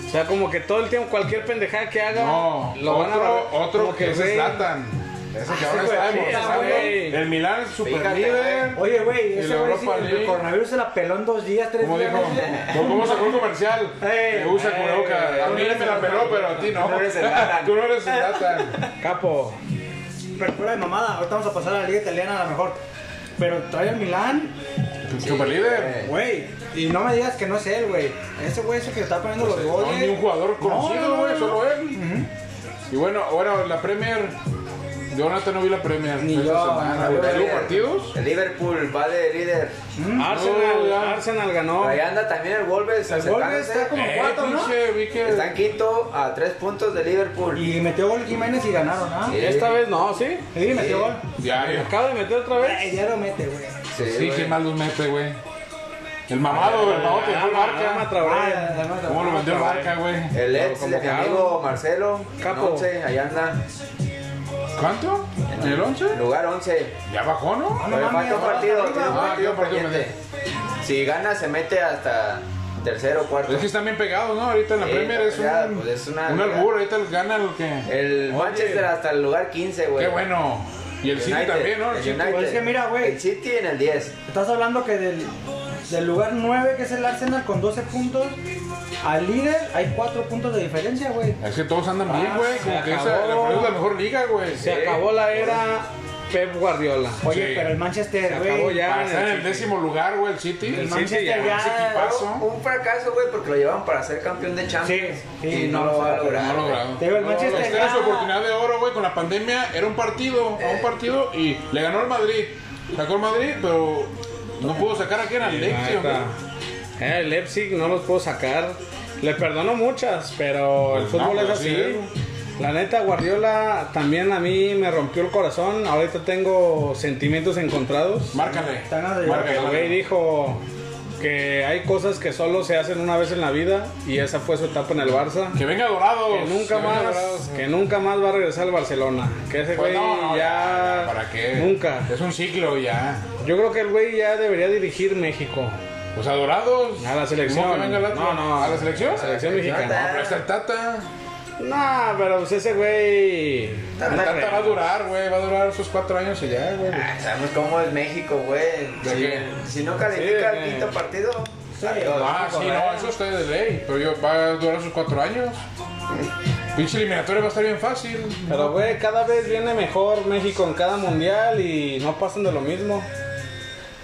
[SPEAKER 3] O sea, como que todo el tiempo, cualquier pendejada que haga,
[SPEAKER 4] No,
[SPEAKER 3] lo van a
[SPEAKER 4] otro,
[SPEAKER 3] barrer.
[SPEAKER 4] otro
[SPEAKER 3] Como
[SPEAKER 4] que es
[SPEAKER 3] güey,
[SPEAKER 4] Zlatan. Ese que ahora
[SPEAKER 5] güey,
[SPEAKER 4] está
[SPEAKER 5] Ah, sí,
[SPEAKER 4] demostrando.
[SPEAKER 3] güey.
[SPEAKER 4] El Milan es super
[SPEAKER 6] Fíjate,
[SPEAKER 4] líder.
[SPEAKER 5] Oye, güey,
[SPEAKER 4] Y
[SPEAKER 5] ese
[SPEAKER 4] la
[SPEAKER 5] güey
[SPEAKER 4] Europa
[SPEAKER 5] sí, el
[SPEAKER 4] League.
[SPEAKER 5] coronavirus se la peló en dos días, tres
[SPEAKER 4] Como
[SPEAKER 5] días.
[SPEAKER 4] dijo, como como sacó un comercial,
[SPEAKER 5] Ey,
[SPEAKER 4] me usa
[SPEAKER 5] ey,
[SPEAKER 4] culoca. A
[SPEAKER 5] tú
[SPEAKER 4] mí
[SPEAKER 5] no eres
[SPEAKER 4] me la
[SPEAKER 5] el
[SPEAKER 4] peló,
[SPEAKER 5] Zlatan.
[SPEAKER 4] pero a ti no.
[SPEAKER 6] Tú no eres el Zlatan.
[SPEAKER 4] Tú no eres el Zlatan.
[SPEAKER 3] Capo.
[SPEAKER 5] Pero fuera de mamada, ahorita vamos a pasar a la Liga Italiana a lo mejor. Pero trae al Milán,
[SPEAKER 4] Super líder.
[SPEAKER 5] güey. Y no me digas que no es él, güey. Ese güey es el que está poniendo los
[SPEAKER 4] No
[SPEAKER 5] goles.
[SPEAKER 4] hay ni un jugador
[SPEAKER 5] No, no,
[SPEAKER 4] conocido,
[SPEAKER 5] no,
[SPEAKER 4] güey,
[SPEAKER 5] no.
[SPEAKER 4] solo él. Y bueno, ahora la Premier. Yo ahorita no vi la Premier.
[SPEAKER 5] Ni
[SPEAKER 4] esta
[SPEAKER 5] yo,
[SPEAKER 4] semana,
[SPEAKER 5] no,
[SPEAKER 4] güey.
[SPEAKER 5] no,
[SPEAKER 4] ¿Hubo
[SPEAKER 5] no.
[SPEAKER 4] partidos?
[SPEAKER 6] Ah, El Liverpool va de líder.
[SPEAKER 3] Arsenal,
[SPEAKER 4] No, ya.
[SPEAKER 3] Arsenal ganó.
[SPEAKER 6] Ahí anda también el Wolves.
[SPEAKER 5] El Wolves está como
[SPEAKER 4] Eh,
[SPEAKER 5] cuarto, ¿no?
[SPEAKER 4] pinche, vi que-
[SPEAKER 6] Están quinto a tres puntos de Liverpool.
[SPEAKER 5] Y metió gol Jiménez y ganaron, ¿ah?
[SPEAKER 6] Sí.
[SPEAKER 3] Esta vez no, sí.
[SPEAKER 5] Sí, metió
[SPEAKER 6] Sí.
[SPEAKER 5] gol.
[SPEAKER 4] Diario.
[SPEAKER 3] Acaba de meter otra
[SPEAKER 5] Ay,
[SPEAKER 3] vez.
[SPEAKER 5] Ya lo mete, güey.
[SPEAKER 6] Sí,
[SPEAKER 4] Sí,
[SPEAKER 6] güey.
[SPEAKER 4] qué mal los mete, eh, güey. El mamado, el mamado que fue el
[SPEAKER 3] Adama
[SPEAKER 4] Barca.
[SPEAKER 3] Traoré.
[SPEAKER 5] Ah, la nota.
[SPEAKER 4] ¿Cómo lo vendió el Barca, güey?
[SPEAKER 6] El ex,
[SPEAKER 3] Lo
[SPEAKER 6] de mi
[SPEAKER 3] convocaron.
[SPEAKER 6] amigo Marcelo.
[SPEAKER 3] Capo.
[SPEAKER 6] Capo. 11, ahí anda.
[SPEAKER 4] ¿Cuánto? ¿En el 11?
[SPEAKER 6] Lugar 11.
[SPEAKER 4] Ya bajó, ¿no?
[SPEAKER 5] Ah, no
[SPEAKER 6] Le
[SPEAKER 5] mames,
[SPEAKER 6] falta un
[SPEAKER 5] ahora
[SPEAKER 6] partido,
[SPEAKER 5] está
[SPEAKER 6] tiene un
[SPEAKER 5] arriba.
[SPEAKER 4] Ah,
[SPEAKER 6] partido
[SPEAKER 4] qué partido
[SPEAKER 6] pendiente. Si gana, se mete hasta tercero o cuarto.
[SPEAKER 4] Es que están bien pegados, ¿no? Ahorita en la
[SPEAKER 6] Sí,
[SPEAKER 4] Premier es
[SPEAKER 6] ya,
[SPEAKER 4] un,
[SPEAKER 6] pues, es una
[SPEAKER 4] un
[SPEAKER 6] liga.
[SPEAKER 4] albur. Ahorita el- gana el que...
[SPEAKER 6] El Manchester hasta el lugar 15, güey.
[SPEAKER 4] Qué bueno. Y el City
[SPEAKER 6] United,
[SPEAKER 4] también, ¿no? El
[SPEAKER 6] el
[SPEAKER 4] City.
[SPEAKER 6] United.
[SPEAKER 5] Es que mira, güey.
[SPEAKER 6] El City en el 10.
[SPEAKER 5] Estás hablando que del, del lugar 9, que es el Arsenal, con 12 puntos, al líder hay 4 puntos de diferencia, güey.
[SPEAKER 4] Es que todos andan bien, güey.
[SPEAKER 3] Ah, se
[SPEAKER 4] Como que esa la
[SPEAKER 3] acabó.
[SPEAKER 4] Premier es la mejor liga, güey.
[SPEAKER 3] Se acabó la era Pep Guardiola.
[SPEAKER 5] Oye,
[SPEAKER 4] Sí.
[SPEAKER 5] pero el
[SPEAKER 3] Se
[SPEAKER 5] Manchester,
[SPEAKER 3] acabó
[SPEAKER 5] güey.
[SPEAKER 3] ya.
[SPEAKER 4] Para
[SPEAKER 3] en
[SPEAKER 4] estar
[SPEAKER 3] el
[SPEAKER 4] en el
[SPEAKER 3] City.
[SPEAKER 4] décimo lugar, güey, el City.
[SPEAKER 5] El
[SPEAKER 4] Ese
[SPEAKER 5] Manchester
[SPEAKER 3] ya,
[SPEAKER 5] ya.
[SPEAKER 4] equipazo.
[SPEAKER 6] Un fracaso, güey, porque lo llevan para ser campeón de Champions.
[SPEAKER 5] Sí, sí,
[SPEAKER 6] y no,
[SPEAKER 5] no
[SPEAKER 6] lo
[SPEAKER 5] lo
[SPEAKER 6] va a
[SPEAKER 5] saca,
[SPEAKER 6] lograr.
[SPEAKER 4] No ha
[SPEAKER 6] güey.
[SPEAKER 4] logrado.
[SPEAKER 5] Te digo, el
[SPEAKER 4] Esta
[SPEAKER 5] Manchester
[SPEAKER 4] era su
[SPEAKER 5] ya-
[SPEAKER 4] oportunidad de oro, güey, con la pandemia. Era un partido,
[SPEAKER 3] Eh.
[SPEAKER 4] a un partido y le ganó el Madrid. Sacó el Madrid, pero no pudo sacar aquí en al Lazio,
[SPEAKER 3] Neta.
[SPEAKER 4] güey.
[SPEAKER 3] Eh, el Leipzig no los puedo sacar. Le perdono muchas, pero el
[SPEAKER 4] Pues
[SPEAKER 3] fútbol
[SPEAKER 4] no,
[SPEAKER 3] es
[SPEAKER 4] pues
[SPEAKER 3] así.
[SPEAKER 4] sí, eh.
[SPEAKER 3] La neta, Guardiola también a mí me rompió el corazón. Ahorita tengo sentimientos encontrados.
[SPEAKER 4] Márcale.
[SPEAKER 5] Están arriba.
[SPEAKER 4] Márcale.
[SPEAKER 3] El güey dijo que hay cosas que solo se hacen una vez en la vida y esa fue su etapa en el Barça.
[SPEAKER 4] Que venga Dorados.
[SPEAKER 3] Que nunca
[SPEAKER 4] que venga
[SPEAKER 3] más,
[SPEAKER 4] Dorados.
[SPEAKER 3] que nunca más va a regresar al Barcelona. Que ese
[SPEAKER 4] Pues
[SPEAKER 3] güey
[SPEAKER 4] no, no,
[SPEAKER 3] ya,
[SPEAKER 4] ¿Para qué?
[SPEAKER 3] nunca.
[SPEAKER 4] Es un ciclo ya.
[SPEAKER 3] Yo creo que el güey ya debería dirigir México.
[SPEAKER 4] Pues a Dorados.
[SPEAKER 3] A la selección.
[SPEAKER 4] ¿Cómo que venga el Atlas?
[SPEAKER 3] No, no.
[SPEAKER 4] ¿A la selección?
[SPEAKER 3] La selección
[SPEAKER 4] No,
[SPEAKER 3] mexicana.
[SPEAKER 4] pero está el Tata.
[SPEAKER 3] No, pero pues ese güey.
[SPEAKER 4] El Tata va a durar, güey. Va a durar sus cuatro años y ya, güey.
[SPEAKER 6] Ah, Sabemos cómo es México, güey.
[SPEAKER 4] ¿De qué?
[SPEAKER 6] Si, si no califica
[SPEAKER 3] Sí,
[SPEAKER 6] el
[SPEAKER 3] de-
[SPEAKER 6] quinto partido, adiós.
[SPEAKER 4] Ah, sí, no, eso está de ley. Pero yo, va a durar sus cuatro años. Pinche eliminatoria va a estar bien fácil.
[SPEAKER 3] Pero güey, cada vez viene mejor México en cada mundial y no pasan de lo mismo.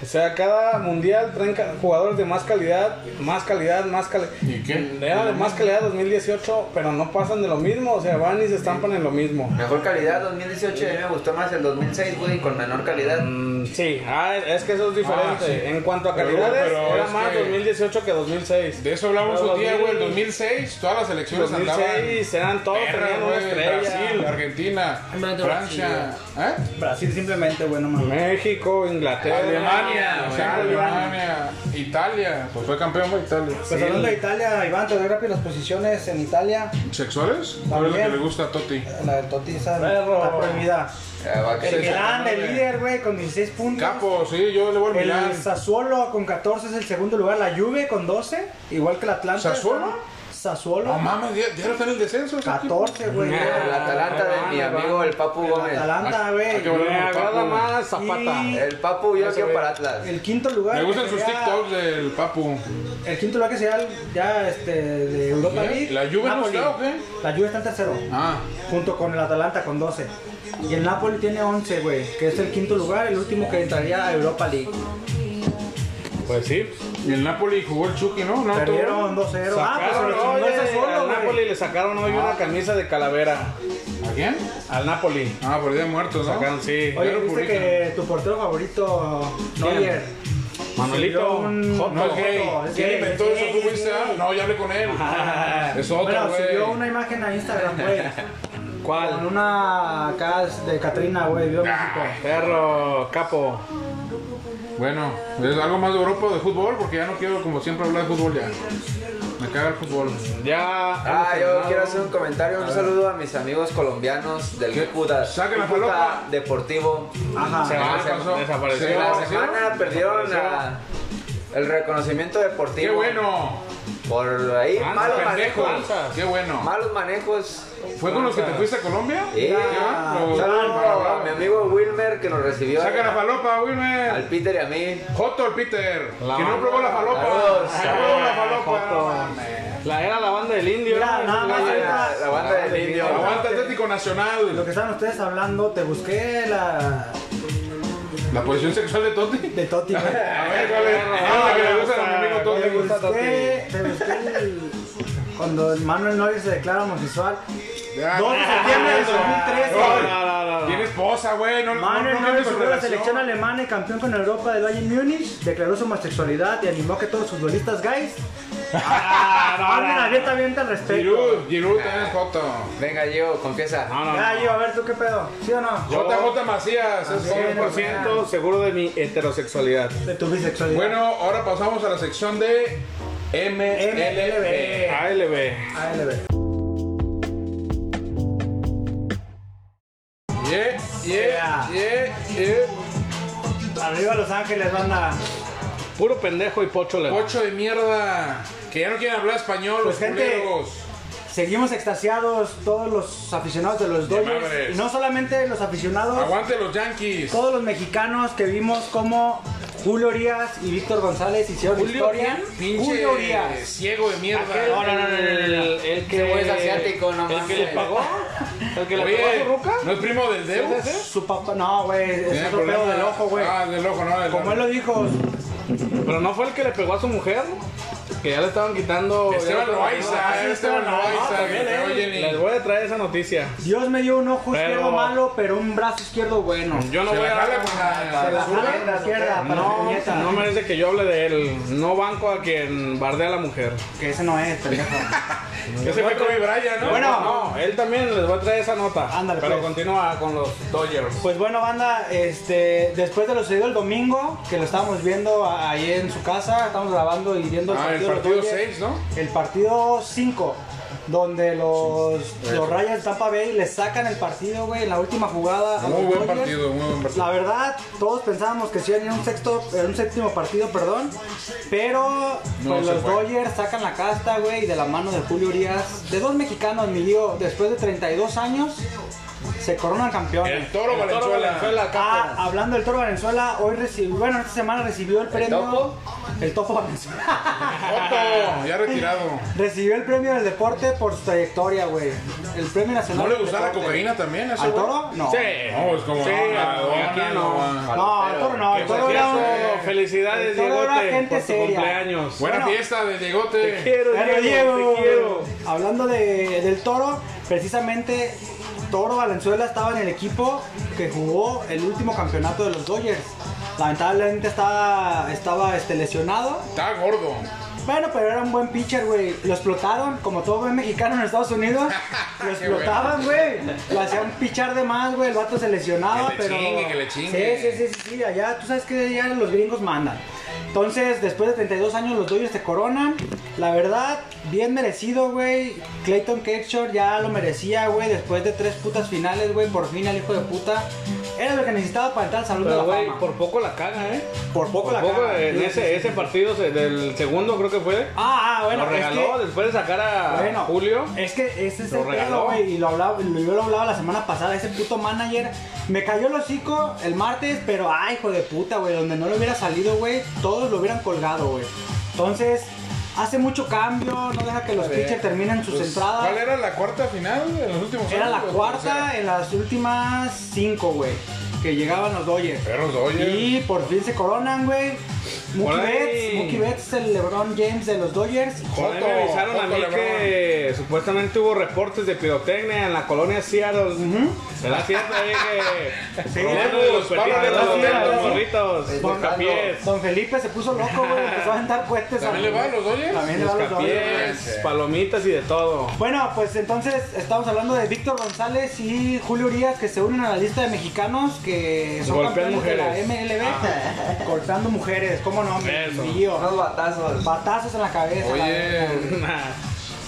[SPEAKER 3] O sea, cada mundial traen ca- jugadores de más calidad, más calidad, más calidad.
[SPEAKER 4] ¿Y qué?
[SPEAKER 3] Era de más calidad 2018, pero no pasan de lo mismo. O sea, van y se estampan en lo mismo.
[SPEAKER 6] Mejor calidad 2018, a mí me gustó más el 2006, güey, con menor calidad.
[SPEAKER 3] Mm, Sí, ah, es que eso es diferente.
[SPEAKER 4] Ah, sí.
[SPEAKER 3] En cuanto a
[SPEAKER 4] Pero-
[SPEAKER 3] calidades,
[SPEAKER 4] pero
[SPEAKER 3] era
[SPEAKER 4] es
[SPEAKER 3] más
[SPEAKER 4] que-
[SPEAKER 3] 2018 que 2006.
[SPEAKER 4] De eso hablamos
[SPEAKER 3] Pero
[SPEAKER 4] un día,
[SPEAKER 3] 2000,
[SPEAKER 4] güey. El 2006, todas las elecciones andaban.
[SPEAKER 3] 2006 eran todos,
[SPEAKER 4] perras,
[SPEAKER 3] tenían una
[SPEAKER 4] güey, Brasil,
[SPEAKER 3] estrella.
[SPEAKER 4] Argentina,
[SPEAKER 5] Brasil,
[SPEAKER 4] Francia, ¿eh?
[SPEAKER 5] Brasil simplemente, güey, no mames.
[SPEAKER 3] México, Inglaterra, Ah,
[SPEAKER 4] Alemania, güey,
[SPEAKER 3] Alemania.
[SPEAKER 4] Alemania, Italia, pues fue campeón por Italia.
[SPEAKER 5] Pues hablando de Italia, Iván, te doy rápido las posiciones en Italia.
[SPEAKER 4] ¿Sexuales? A ver lo que
[SPEAKER 5] También.
[SPEAKER 4] le gusta a Totti.
[SPEAKER 5] La del Totti esa
[SPEAKER 3] Perro.
[SPEAKER 5] está prohibida.
[SPEAKER 6] Ya Eh, va que-
[SPEAKER 5] El Milán,
[SPEAKER 4] güey.
[SPEAKER 5] el líder, güey, con 16 puntos.
[SPEAKER 4] Capo, sí, yo le voy al Milán.
[SPEAKER 5] El Sassuolo con 14 es el segundo lugar. La Juve con 12, igual que el Atlanta.
[SPEAKER 4] ¿Sassuolo?
[SPEAKER 5] Sassuolo.
[SPEAKER 4] No mames, ya, ya no está en el descenso. ese equipo.
[SPEAKER 5] 14, güey.
[SPEAKER 6] El Atalanta de mi amigo el Papu Gómez.
[SPEAKER 5] Atalanta, güey.
[SPEAKER 4] hay que
[SPEAKER 3] Me agrada más Zapata.
[SPEAKER 5] Y-
[SPEAKER 6] El Papu yo quiero para Atlas.
[SPEAKER 5] El quinto lugar.
[SPEAKER 4] Me gustan
[SPEAKER 5] que
[SPEAKER 4] sus
[SPEAKER 5] sería-
[SPEAKER 4] TikToks del Papu.
[SPEAKER 5] El quinto lugar que sería el- ya este, de Europa
[SPEAKER 4] ¿Eh?
[SPEAKER 5] League.
[SPEAKER 4] ¿La Juve no
[SPEAKER 5] Napoli.
[SPEAKER 4] está o qué?
[SPEAKER 5] La Juve está en tercero.
[SPEAKER 4] Ah,
[SPEAKER 5] Junto con el Atalanta con 12. Y el Napoli tiene 11, güey. Que es el quinto lugar, el último que entraría a Europa League.
[SPEAKER 3] Pues sí.
[SPEAKER 4] y el Napoli jugó el Chucky, ¿no? no
[SPEAKER 5] Perdieron
[SPEAKER 4] tuvo.
[SPEAKER 5] 2-0. Ah, pues se
[SPEAKER 3] Sacaron,
[SPEAKER 5] lo chingó
[SPEAKER 3] oye,
[SPEAKER 5] el Sassuolo,
[SPEAKER 3] al Napoli
[SPEAKER 5] güey.
[SPEAKER 3] le sacaron hoy una camisa de calavera.
[SPEAKER 4] ¿A quién?
[SPEAKER 3] Al Napoli.
[SPEAKER 4] Ah, por el día de muertos, ¿no?
[SPEAKER 3] Sacaron, sí.
[SPEAKER 5] Oye,
[SPEAKER 4] Pero
[SPEAKER 5] viste
[SPEAKER 4] publican.
[SPEAKER 5] que tu portero favorito,
[SPEAKER 3] ¿Quién?
[SPEAKER 5] Neuer.
[SPEAKER 3] Manuelito.
[SPEAKER 5] un-
[SPEAKER 3] Joto.
[SPEAKER 4] No es gay.
[SPEAKER 5] Joto, es
[SPEAKER 4] ¿Quién
[SPEAKER 5] gay,
[SPEAKER 4] inventó
[SPEAKER 5] es
[SPEAKER 4] eso?
[SPEAKER 5] gay,
[SPEAKER 4] ¿Tú
[SPEAKER 5] es
[SPEAKER 4] fuiste?
[SPEAKER 5] gay.
[SPEAKER 4] Ah, No, ya hablé con él. Es otro,
[SPEAKER 5] Bueno, subió
[SPEAKER 4] güey.
[SPEAKER 5] una imagen a Instagram, güey. Con
[SPEAKER 3] ¿Cuál?
[SPEAKER 5] una acá de Catrina, güey, vio México.
[SPEAKER 4] Ah.
[SPEAKER 3] Perro, capo.
[SPEAKER 4] Bueno, ¿es algo más de Europa de fútbol? Porque ya no quiero, como siempre, hablar de fútbol ya. Me caga el fútbol.
[SPEAKER 3] Ya. hemos
[SPEAKER 6] Ah, yo
[SPEAKER 3] terminado.
[SPEAKER 6] quiero hacer un comentario, un saludo a mis amigos colombianos del
[SPEAKER 4] ¿Qué?
[SPEAKER 6] Cúcuta,
[SPEAKER 4] Saquen la
[SPEAKER 6] Cúcuta
[SPEAKER 4] falopa.
[SPEAKER 6] Deportivo.
[SPEAKER 5] Ajá.
[SPEAKER 3] Se va,
[SPEAKER 4] ¿Qué Ah, pasó?
[SPEAKER 3] desapareció.
[SPEAKER 4] ¿Se
[SPEAKER 6] En la
[SPEAKER 4] va?
[SPEAKER 6] semana perdieron la- el reconocimiento
[SPEAKER 4] ¡Qué
[SPEAKER 6] deportivo.
[SPEAKER 4] bueno!
[SPEAKER 6] Por ahí,
[SPEAKER 3] Ah,
[SPEAKER 6] malos
[SPEAKER 3] pendejo.
[SPEAKER 6] manejos.
[SPEAKER 4] ¡Qué bueno!
[SPEAKER 6] Malos manejos.
[SPEAKER 4] ¿Fue con los que te fuiste a Colombia?
[SPEAKER 6] Eh,
[SPEAKER 4] Ya,
[SPEAKER 6] un
[SPEAKER 4] lo-
[SPEAKER 6] saludo a mi amigo Wilmer que nos recibió.
[SPEAKER 4] Saca la falopa,
[SPEAKER 6] Al
[SPEAKER 4] Wilmer.
[SPEAKER 6] Peter y a mí.
[SPEAKER 4] Joto, el Peter.
[SPEAKER 3] La
[SPEAKER 4] que no
[SPEAKER 3] mano.
[SPEAKER 4] probó la falopa.
[SPEAKER 6] Saludos.
[SPEAKER 4] Que no probó la falopa.
[SPEAKER 3] Joto.
[SPEAKER 4] no mames.
[SPEAKER 3] La era la banda del indio.
[SPEAKER 5] Mira, nada más
[SPEAKER 3] Oye,
[SPEAKER 5] ahorita-
[SPEAKER 6] La, la banda del indio.
[SPEAKER 4] Aguanta Atlético
[SPEAKER 5] Lo
[SPEAKER 4] Nacional.
[SPEAKER 5] que estaban ustedes hablando, te busqué la
[SPEAKER 4] La posición sexual de Totti.
[SPEAKER 5] de Totti, güey.
[SPEAKER 4] A ver, ¿cuál es? Ah, la que le gusta a mi amigo
[SPEAKER 5] Te
[SPEAKER 4] Totti.
[SPEAKER 5] busqué, te busqué el- cuando Manuel Noyer se declara homosexual.
[SPEAKER 4] Ya,
[SPEAKER 5] 2 de septiembre del
[SPEAKER 4] eso.
[SPEAKER 5] 2013.
[SPEAKER 4] Gol.
[SPEAKER 3] No, no, no, no.
[SPEAKER 4] Tienes cosa, güey. No, no,
[SPEAKER 5] Manuel
[SPEAKER 4] no,
[SPEAKER 5] Neuer
[SPEAKER 4] no,
[SPEAKER 5] jugó en la selección alemana y campeón con Europa del Bayern Múnich, declaró su homosexualidad y animó a que todos los futbolistas gays
[SPEAKER 4] Ah,
[SPEAKER 5] hablen abiertamente al respecto.
[SPEAKER 4] Giroud, Giroud también es Joto.
[SPEAKER 6] Venga, Gio, confiesa.
[SPEAKER 4] Ah.
[SPEAKER 3] No, no,
[SPEAKER 5] Gallo, a ver tú qué pedo, ¿sí o no?
[SPEAKER 4] JJ Macías es Joto.
[SPEAKER 5] es,
[SPEAKER 3] 100% seguro de mi heterosexualidad.
[SPEAKER 5] De tu bisexualidad.
[SPEAKER 4] Bueno, ahora pasamos a la sección de
[SPEAKER 5] Eh.
[SPEAKER 4] MLB.
[SPEAKER 3] ALB.
[SPEAKER 5] ALB.
[SPEAKER 4] Yeah, yeah, yeah, yeah.
[SPEAKER 5] Arriba Los Ángeles, banda.
[SPEAKER 3] Puro pendejo y pocho le.
[SPEAKER 4] Pocho de mierda. Que ya no quieren hablar español, los
[SPEAKER 5] Pues, gente,
[SPEAKER 4] culeros.
[SPEAKER 5] Seguimos extasiados todos los aficionados de los
[SPEAKER 4] De
[SPEAKER 5] Dodgers.
[SPEAKER 4] madres.
[SPEAKER 5] Y no solamente los aficionados,
[SPEAKER 4] Aguante los Yankees.
[SPEAKER 5] todos los mexicanos que vimos como Julio Urias y Víctor González hicieron historia.
[SPEAKER 4] pinche
[SPEAKER 5] Julio Urias.
[SPEAKER 4] ciego de mierda.
[SPEAKER 5] Aquel-
[SPEAKER 3] No, no, no, no, no, no, no. El que
[SPEAKER 6] Ese güey es asiático, no
[SPEAKER 3] El que le
[SPEAKER 6] mames.
[SPEAKER 3] pagó. El que le pagó a
[SPEAKER 4] Oye,
[SPEAKER 3] su ruca.
[SPEAKER 4] ¿no es primo del Deus?
[SPEAKER 5] Su papá, no, güey, es
[SPEAKER 4] Tiene
[SPEAKER 5] otro pedo
[SPEAKER 4] problema.
[SPEAKER 5] del ojo, güey.
[SPEAKER 4] Ah, del ojo, no. del
[SPEAKER 5] Como
[SPEAKER 4] ojo.
[SPEAKER 5] él lo dijo,
[SPEAKER 3] Pero no fue el que le pegó a su mujer. Que ya le estaban quitando. ya
[SPEAKER 4] Esteban
[SPEAKER 3] le-
[SPEAKER 4] Loaiza, eh,
[SPEAKER 5] sí,
[SPEAKER 4] Esteban
[SPEAKER 5] Esteban Loaiza,
[SPEAKER 4] Loaiza, que
[SPEAKER 5] también eh.
[SPEAKER 4] te
[SPEAKER 5] él.
[SPEAKER 4] oyen
[SPEAKER 3] Les
[SPEAKER 4] y...
[SPEAKER 3] voy a traer esa noticia.
[SPEAKER 5] Dios me dio un ojo
[SPEAKER 3] Pero-
[SPEAKER 5] izquierdo malo, pero un brazo izquierdo bueno.
[SPEAKER 3] Yo no
[SPEAKER 4] Se
[SPEAKER 3] voy
[SPEAKER 4] la
[SPEAKER 3] a
[SPEAKER 4] jala pues. con
[SPEAKER 5] Se la
[SPEAKER 4] la...
[SPEAKER 5] jala con la izquierda para
[SPEAKER 3] No,
[SPEAKER 5] Peñeta.
[SPEAKER 3] no merece que yo hable de él. No banco a quien bardea a la mujer.
[SPEAKER 5] Que ese no es, pendejo.
[SPEAKER 4] Ese fue Kobe Bryant, ¿no?
[SPEAKER 5] Bueno.
[SPEAKER 3] no, él también les va a traer esa nota.
[SPEAKER 5] Ándale,
[SPEAKER 3] pero
[SPEAKER 5] pues.
[SPEAKER 3] continúa con los Dodgers.
[SPEAKER 5] Pues bueno, banda, este, después de lo sucedido el domingo, que lo estábamos viendo a- ahí en su casa, estamos grabando y viendo
[SPEAKER 4] Ah, el
[SPEAKER 5] de los
[SPEAKER 4] partido
[SPEAKER 5] Dodgers.
[SPEAKER 4] 6, ¿no?
[SPEAKER 5] El partido 5, donde los, los Rayas de Tampa Bay le sacan el partido, güey, en la última jugada. a
[SPEAKER 4] Muy
[SPEAKER 5] los
[SPEAKER 4] buen
[SPEAKER 5] Dodgers.
[SPEAKER 4] partido, muy buen partido.
[SPEAKER 5] La verdad, todos pensábamos que sí iban a ir a un sexto, en un séptimo partido, perdón. Pero
[SPEAKER 4] No
[SPEAKER 5] pues,
[SPEAKER 4] se
[SPEAKER 5] los
[SPEAKER 4] fue.
[SPEAKER 5] Dodgers sacan la casta, güey, de la mano de Julio Urias. De dos mexicanos, mi lío, después de 32 años, se coronan campeones.
[SPEAKER 4] El Toro
[SPEAKER 3] El Toro
[SPEAKER 4] Valenzuela.
[SPEAKER 3] Valenzuela,
[SPEAKER 5] Ah,
[SPEAKER 3] Cáceres.
[SPEAKER 5] hablando del Toro Valenzuela, hoy recibió, bueno, esta semana recibió el premio.
[SPEAKER 6] Topo?
[SPEAKER 5] El Topo Valenzuela.
[SPEAKER 4] Otto, ya retirado.
[SPEAKER 5] recibió el premio del deporte por su trayectoria, güey. El premio nacional.
[SPEAKER 4] ¿No le
[SPEAKER 5] del
[SPEAKER 4] gustaba la
[SPEAKER 5] deporte.
[SPEAKER 4] cocaína también? a ese
[SPEAKER 5] ¿Al
[SPEAKER 4] güey?
[SPEAKER 5] Toro? No.
[SPEAKER 3] Sí.
[SPEAKER 4] No, pues como
[SPEAKER 3] Sí,
[SPEAKER 4] ah,
[SPEAKER 3] no,
[SPEAKER 4] bueno,
[SPEAKER 3] aquí no.
[SPEAKER 5] Eh, No, el Toro no, el
[SPEAKER 3] Pues
[SPEAKER 5] Toro
[SPEAKER 3] aquí
[SPEAKER 5] era
[SPEAKER 3] hace-
[SPEAKER 5] un-
[SPEAKER 3] Felicidades,
[SPEAKER 5] el Toro era
[SPEAKER 3] Diegote,
[SPEAKER 5] gente
[SPEAKER 3] por tu
[SPEAKER 5] seria.
[SPEAKER 3] cumpleaños.
[SPEAKER 4] Buena
[SPEAKER 5] Bueno.
[SPEAKER 4] fiesta de Diegote.
[SPEAKER 3] quiero,
[SPEAKER 5] Pero
[SPEAKER 3] Diego,
[SPEAKER 5] Diego,
[SPEAKER 3] te quiero.
[SPEAKER 5] hablando de- del toro, precisamente Toro Valenzuela estaba en el equipo que jugó el último campeonato de los Dodgers. Lamentablemente estaba, estaba este, lesionado.
[SPEAKER 4] Está gordo.
[SPEAKER 5] Bueno, pero era un buen pitcher, güey. Lo explotaron, como todo buen mexicano en Estados Unidos. Lo
[SPEAKER 4] Qué bueno.
[SPEAKER 5] explotaban, güey. Lo hacían pichar de más, güey. El vato se lesionaba,
[SPEAKER 4] Que le
[SPEAKER 5] pero.
[SPEAKER 4] chingue, que le chingue.
[SPEAKER 5] Sí, sí, sí, sí, sí. Allá, tú sabes que allá los gringos mandan. Entonces, después de 32 años, los Dodgers te coronan. La verdad, bien merecido, güey. Clayton Kershaw ya lo merecía, güey. Después de tres putas finales, güey. Por fin, el hijo de puta. Era lo que necesitaba para entrar al salón de
[SPEAKER 3] Pero,
[SPEAKER 5] la
[SPEAKER 3] güey,
[SPEAKER 5] fama.
[SPEAKER 3] por poco la caga, ¿eh?
[SPEAKER 5] Por poco
[SPEAKER 3] Por
[SPEAKER 5] la
[SPEAKER 3] poco
[SPEAKER 5] caga.
[SPEAKER 3] en
[SPEAKER 5] Sí, sí, sí.
[SPEAKER 3] ese, ese partido se- del segundo, creo que fue.
[SPEAKER 5] Ah, ah, bueno,
[SPEAKER 3] lo
[SPEAKER 5] es que-
[SPEAKER 3] regaló después de sacar a
[SPEAKER 5] Bueno,
[SPEAKER 3] Julio.
[SPEAKER 5] Es que ese es
[SPEAKER 3] Lo
[SPEAKER 5] el
[SPEAKER 3] regaló.
[SPEAKER 5] pedo, güey. Y lo hablaba, lo- yo lo hablaba la semana pasada. Ese puto manager me cayó el hocico el martes, pero ay, hijo de puta, güey. Donde no lo hubiera salido, güey, todos lo hubieran colgado, güey. Entonces, hace mucho cambio. No deja que los pitchers terminen sus
[SPEAKER 4] Pues,
[SPEAKER 5] entradas.
[SPEAKER 4] ¿Cuál era la cuarta final en los últimos
[SPEAKER 5] Era la
[SPEAKER 3] Pues,
[SPEAKER 4] años?
[SPEAKER 3] eh.
[SPEAKER 5] cuarta en las últimas cinco, güey. Que llegaban los Dodgers.
[SPEAKER 4] Perros Dodgers.
[SPEAKER 5] Y por fin se coronan, güey. Mookie
[SPEAKER 3] pues, Por ahí.
[SPEAKER 5] Betts, Mookie Betts, el LeBron James de los Dodgers.
[SPEAKER 3] Por ahí
[SPEAKER 4] Joto,
[SPEAKER 3] me avisaron a
[SPEAKER 4] Joto
[SPEAKER 3] mí
[SPEAKER 4] Lebrón.
[SPEAKER 3] que supuestamente hubo reportes de pirotecnia en la colonia Seattle. ¿Será cierto ahí que
[SPEAKER 5] Sí,
[SPEAKER 3] robaron de los
[SPEAKER 4] Pablo
[SPEAKER 3] petitos, de
[SPEAKER 4] Lebrón,
[SPEAKER 3] los
[SPEAKER 4] sí,
[SPEAKER 3] morritos,
[SPEAKER 5] sí.
[SPEAKER 3] morritos,
[SPEAKER 5] Don,
[SPEAKER 3] buscapiés,
[SPEAKER 5] Don Felipe se puso loco, güey. Empezó a aventar cohetes.
[SPEAKER 4] ¿También le va a los Dodgers?
[SPEAKER 5] También le va a los Dodgers.
[SPEAKER 3] buscapiés, palomitas y de todo.
[SPEAKER 5] Bueno, pues entonces estamos hablando de Víctor González y Julio Urias que se unen a la lista de mexicanos que son
[SPEAKER 3] Golpean
[SPEAKER 5] campeones
[SPEAKER 3] mujeres.
[SPEAKER 5] de la MLB. Cortando mujeres, cómo no, mi
[SPEAKER 3] Eso.
[SPEAKER 5] mío.
[SPEAKER 6] Unos batazos.
[SPEAKER 5] Batazos en la cabeza. la
[SPEAKER 4] Oye,
[SPEAKER 5] verga.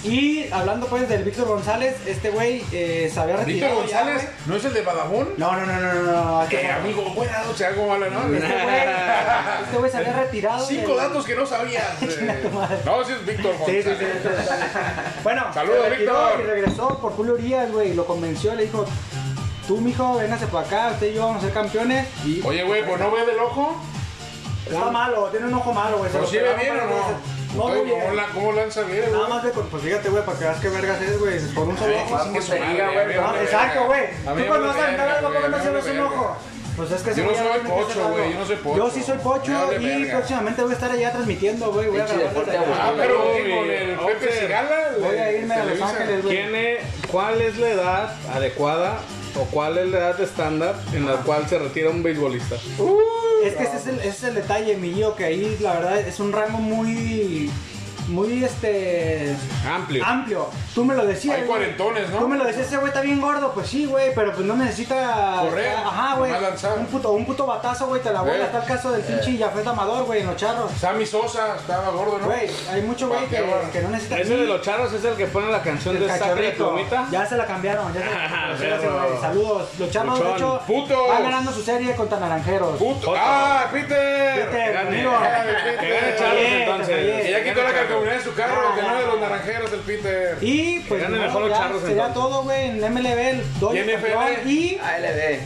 [SPEAKER 5] Y hablando pues del Víctor González, este güey eh, se había
[SPEAKER 4] Víctor
[SPEAKER 5] retirado. ya,
[SPEAKER 4] González,
[SPEAKER 5] güey.
[SPEAKER 4] ¿no es el de Badajón?
[SPEAKER 5] No, no, no, no, no, no. no,
[SPEAKER 4] Que
[SPEAKER 5] este güey-
[SPEAKER 4] amigo, buena noche, algo malo,
[SPEAKER 5] Este
[SPEAKER 4] ¿no?
[SPEAKER 5] güey- este güey se había retirado.
[SPEAKER 4] Cinco
[SPEAKER 5] del-
[SPEAKER 4] datos que no sabías. eh.
[SPEAKER 5] tu madre.
[SPEAKER 4] No, sí es Víctor
[SPEAKER 5] Sí, sí, sí,
[SPEAKER 4] González.
[SPEAKER 5] sí, sí. Bueno,
[SPEAKER 4] Saludos,
[SPEAKER 5] se retiró
[SPEAKER 4] Víctor.
[SPEAKER 5] Y regresó por Julio Urias, güey. Lo convenció, le dijo: Tú, mijo, véngase para acá. Usted y yo vamos a ser campeones. Y
[SPEAKER 4] Oye, güey, pues no ve del ojo.
[SPEAKER 5] está malo, tiene un ojo malo, güey. se
[SPEAKER 4] ¿Pero
[SPEAKER 5] lo
[SPEAKER 4] sí ve
[SPEAKER 5] operaron
[SPEAKER 4] bien o
[SPEAKER 5] varias
[SPEAKER 4] no?
[SPEAKER 5] veces. No,
[SPEAKER 4] Entonces,
[SPEAKER 5] muy
[SPEAKER 4] ¿Cómo
[SPEAKER 5] bien.
[SPEAKER 4] la- ¿Cómo lanza bien,
[SPEAKER 5] Nada
[SPEAKER 4] güey?
[SPEAKER 5] más, de por- pues fíjate, güey, para que veas qué vergas es, güey. Por un solo ojo.
[SPEAKER 6] vamos,
[SPEAKER 5] chingue su
[SPEAKER 6] te
[SPEAKER 5] madre.
[SPEAKER 6] diga, güey,
[SPEAKER 5] Ah,
[SPEAKER 6] vale,
[SPEAKER 5] Exacto, güey.
[SPEAKER 4] A mí
[SPEAKER 5] Tú cuando
[SPEAKER 4] me
[SPEAKER 5] vas a aventar
[SPEAKER 4] verga,
[SPEAKER 5] algo,
[SPEAKER 4] güey,
[SPEAKER 5] ¿cómo no
[SPEAKER 4] me
[SPEAKER 5] cierras un
[SPEAKER 4] verga.
[SPEAKER 5] ojo? Pues es que ese
[SPEAKER 4] Yo no
[SPEAKER 5] güey ya
[SPEAKER 4] soy
[SPEAKER 5] tiene que
[SPEAKER 4] pocho,
[SPEAKER 5] hacer algo.
[SPEAKER 4] güey, yo no soy pocho.
[SPEAKER 5] Yo sí soy
[SPEAKER 4] Me
[SPEAKER 5] pocho
[SPEAKER 4] vale
[SPEAKER 5] y
[SPEAKER 4] verga.
[SPEAKER 5] próximamente voy a estar allá transmitiendo, güey. Voy a
[SPEAKER 6] Pinche
[SPEAKER 5] grabar
[SPEAKER 6] deporte
[SPEAKER 5] desde allá.
[SPEAKER 4] Ah, pero
[SPEAKER 3] Uy,
[SPEAKER 4] ¿qué, con el
[SPEAKER 3] Oxer.
[SPEAKER 4] Pepe Cigala. el
[SPEAKER 5] Voy a
[SPEAKER 4] de
[SPEAKER 5] irme a Los
[SPEAKER 4] Televisa?
[SPEAKER 5] Ángeles, güey.
[SPEAKER 3] ¿Quién es- ¿Cuál es la edad adecuada o cuál es la edad estándar en la cual se retira un beisbolista?
[SPEAKER 5] Es que ese es, el, ese es el detalle, mi hijo, que ahí la verdad es un rango muy. Muy este.
[SPEAKER 3] Amplio.
[SPEAKER 5] Amplio. Tú me lo decías.
[SPEAKER 4] Hay
[SPEAKER 5] güey.
[SPEAKER 4] cuarentones, ¿no?
[SPEAKER 5] Tú me lo decías, ese güey está bien gordo. Pues sí, güey, pero pues no necesita.
[SPEAKER 4] Correr,
[SPEAKER 5] Ajá, güey.
[SPEAKER 4] nomás lanzar.
[SPEAKER 5] Un puto, un puto batazo, güey, te la vuela.
[SPEAKER 4] Eh.
[SPEAKER 5] Está el caso del pinche Jafet Amador, güey, en los charros.
[SPEAKER 4] Sammy Sosa estaba gordo, ¿no?
[SPEAKER 5] Güey, hay mucho güey que,
[SPEAKER 4] Pateaba.
[SPEAKER 5] que no necesita.
[SPEAKER 3] Ese de los charros es el que pone la canción de Sacre de
[SPEAKER 5] cachorrito.
[SPEAKER 3] Plumita.
[SPEAKER 5] Ya se la cambiaron, ya se la
[SPEAKER 3] perro.
[SPEAKER 5] sí, güey. Saludos. Los charros, de
[SPEAKER 3] Luchón.
[SPEAKER 5] hecho,
[SPEAKER 4] Putos.
[SPEAKER 5] van ganando su serie contra naranjeros.
[SPEAKER 4] Puto. ¡Ah, Peter!
[SPEAKER 5] Peter,
[SPEAKER 3] gane.
[SPEAKER 5] amigo.
[SPEAKER 3] Que gane Charros
[SPEAKER 5] Oye,
[SPEAKER 3] entonces.
[SPEAKER 5] oye.
[SPEAKER 4] Que ya quitó la calcomunidad de su carro,
[SPEAKER 5] Ah,
[SPEAKER 4] que
[SPEAKER 5] ya.
[SPEAKER 4] no de los naranjeros del Peter.
[SPEAKER 5] Y pues
[SPEAKER 3] ganen
[SPEAKER 5] no,
[SPEAKER 3] mejor los
[SPEAKER 5] ya
[SPEAKER 3] charros,
[SPEAKER 5] sería
[SPEAKER 3] entonces.
[SPEAKER 5] todo, güey, en MLB, el Dodgers
[SPEAKER 4] Y NFL.
[SPEAKER 5] campeón. Y
[SPEAKER 6] ALB.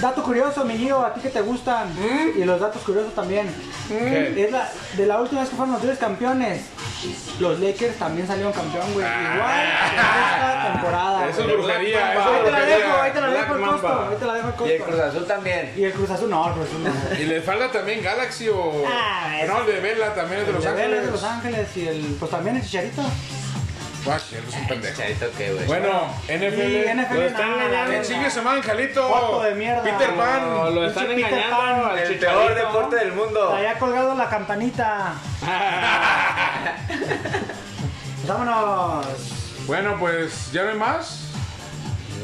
[SPEAKER 5] dato curioso, mi Gio, a ti que te gustan. Y los datos curiosos también. Es la, de la última vez que fueron los tres campeones, los Lakers también salieron campeón, güey.
[SPEAKER 3] Ah.
[SPEAKER 5] Igual que esta temporada.
[SPEAKER 4] Eso es
[SPEAKER 5] güey.
[SPEAKER 4] brujería,
[SPEAKER 3] Black
[SPEAKER 4] eso
[SPEAKER 5] Ahí
[SPEAKER 4] es
[SPEAKER 5] te la
[SPEAKER 4] brujería.
[SPEAKER 5] dejo, ahí te la
[SPEAKER 3] Black
[SPEAKER 5] dejo el
[SPEAKER 3] Mamba.
[SPEAKER 5] costo. Ahí te la dejo el
[SPEAKER 6] Y el
[SPEAKER 5] costo.
[SPEAKER 6] Cruz Azul también.
[SPEAKER 5] Y el Cruz Azul no, el Cruz Azul no.
[SPEAKER 4] Y le falta también Galaxy o.
[SPEAKER 5] Ah,
[SPEAKER 4] no, el de Vela también es de
[SPEAKER 5] El
[SPEAKER 4] Los
[SPEAKER 5] de Vélez
[SPEAKER 4] Ángeles.
[SPEAKER 5] de Los Ángeles y el, pues también el Chicharito.
[SPEAKER 4] Ah, sí, es un pendejo.
[SPEAKER 6] Charito, ¿qué, güey? Este
[SPEAKER 4] Bueno,
[SPEAKER 5] Y
[SPEAKER 4] NFL.
[SPEAKER 5] NFL.
[SPEAKER 3] Lo están
[SPEAKER 5] nada,
[SPEAKER 3] engañando.
[SPEAKER 5] nada.
[SPEAKER 4] En chingue se llama Angelito.
[SPEAKER 5] Foto de mierda.
[SPEAKER 4] Peter
[SPEAKER 3] No,
[SPEAKER 4] Pan.
[SPEAKER 3] lo están
[SPEAKER 5] Pinche Peter
[SPEAKER 3] engañando
[SPEAKER 5] Pan,
[SPEAKER 3] al
[SPEAKER 6] El
[SPEAKER 3] chicharito.
[SPEAKER 6] peor deporte del mundo.
[SPEAKER 5] Traía colgado la campanita. Pues vámonos.
[SPEAKER 4] Bueno, pues ya no hay más.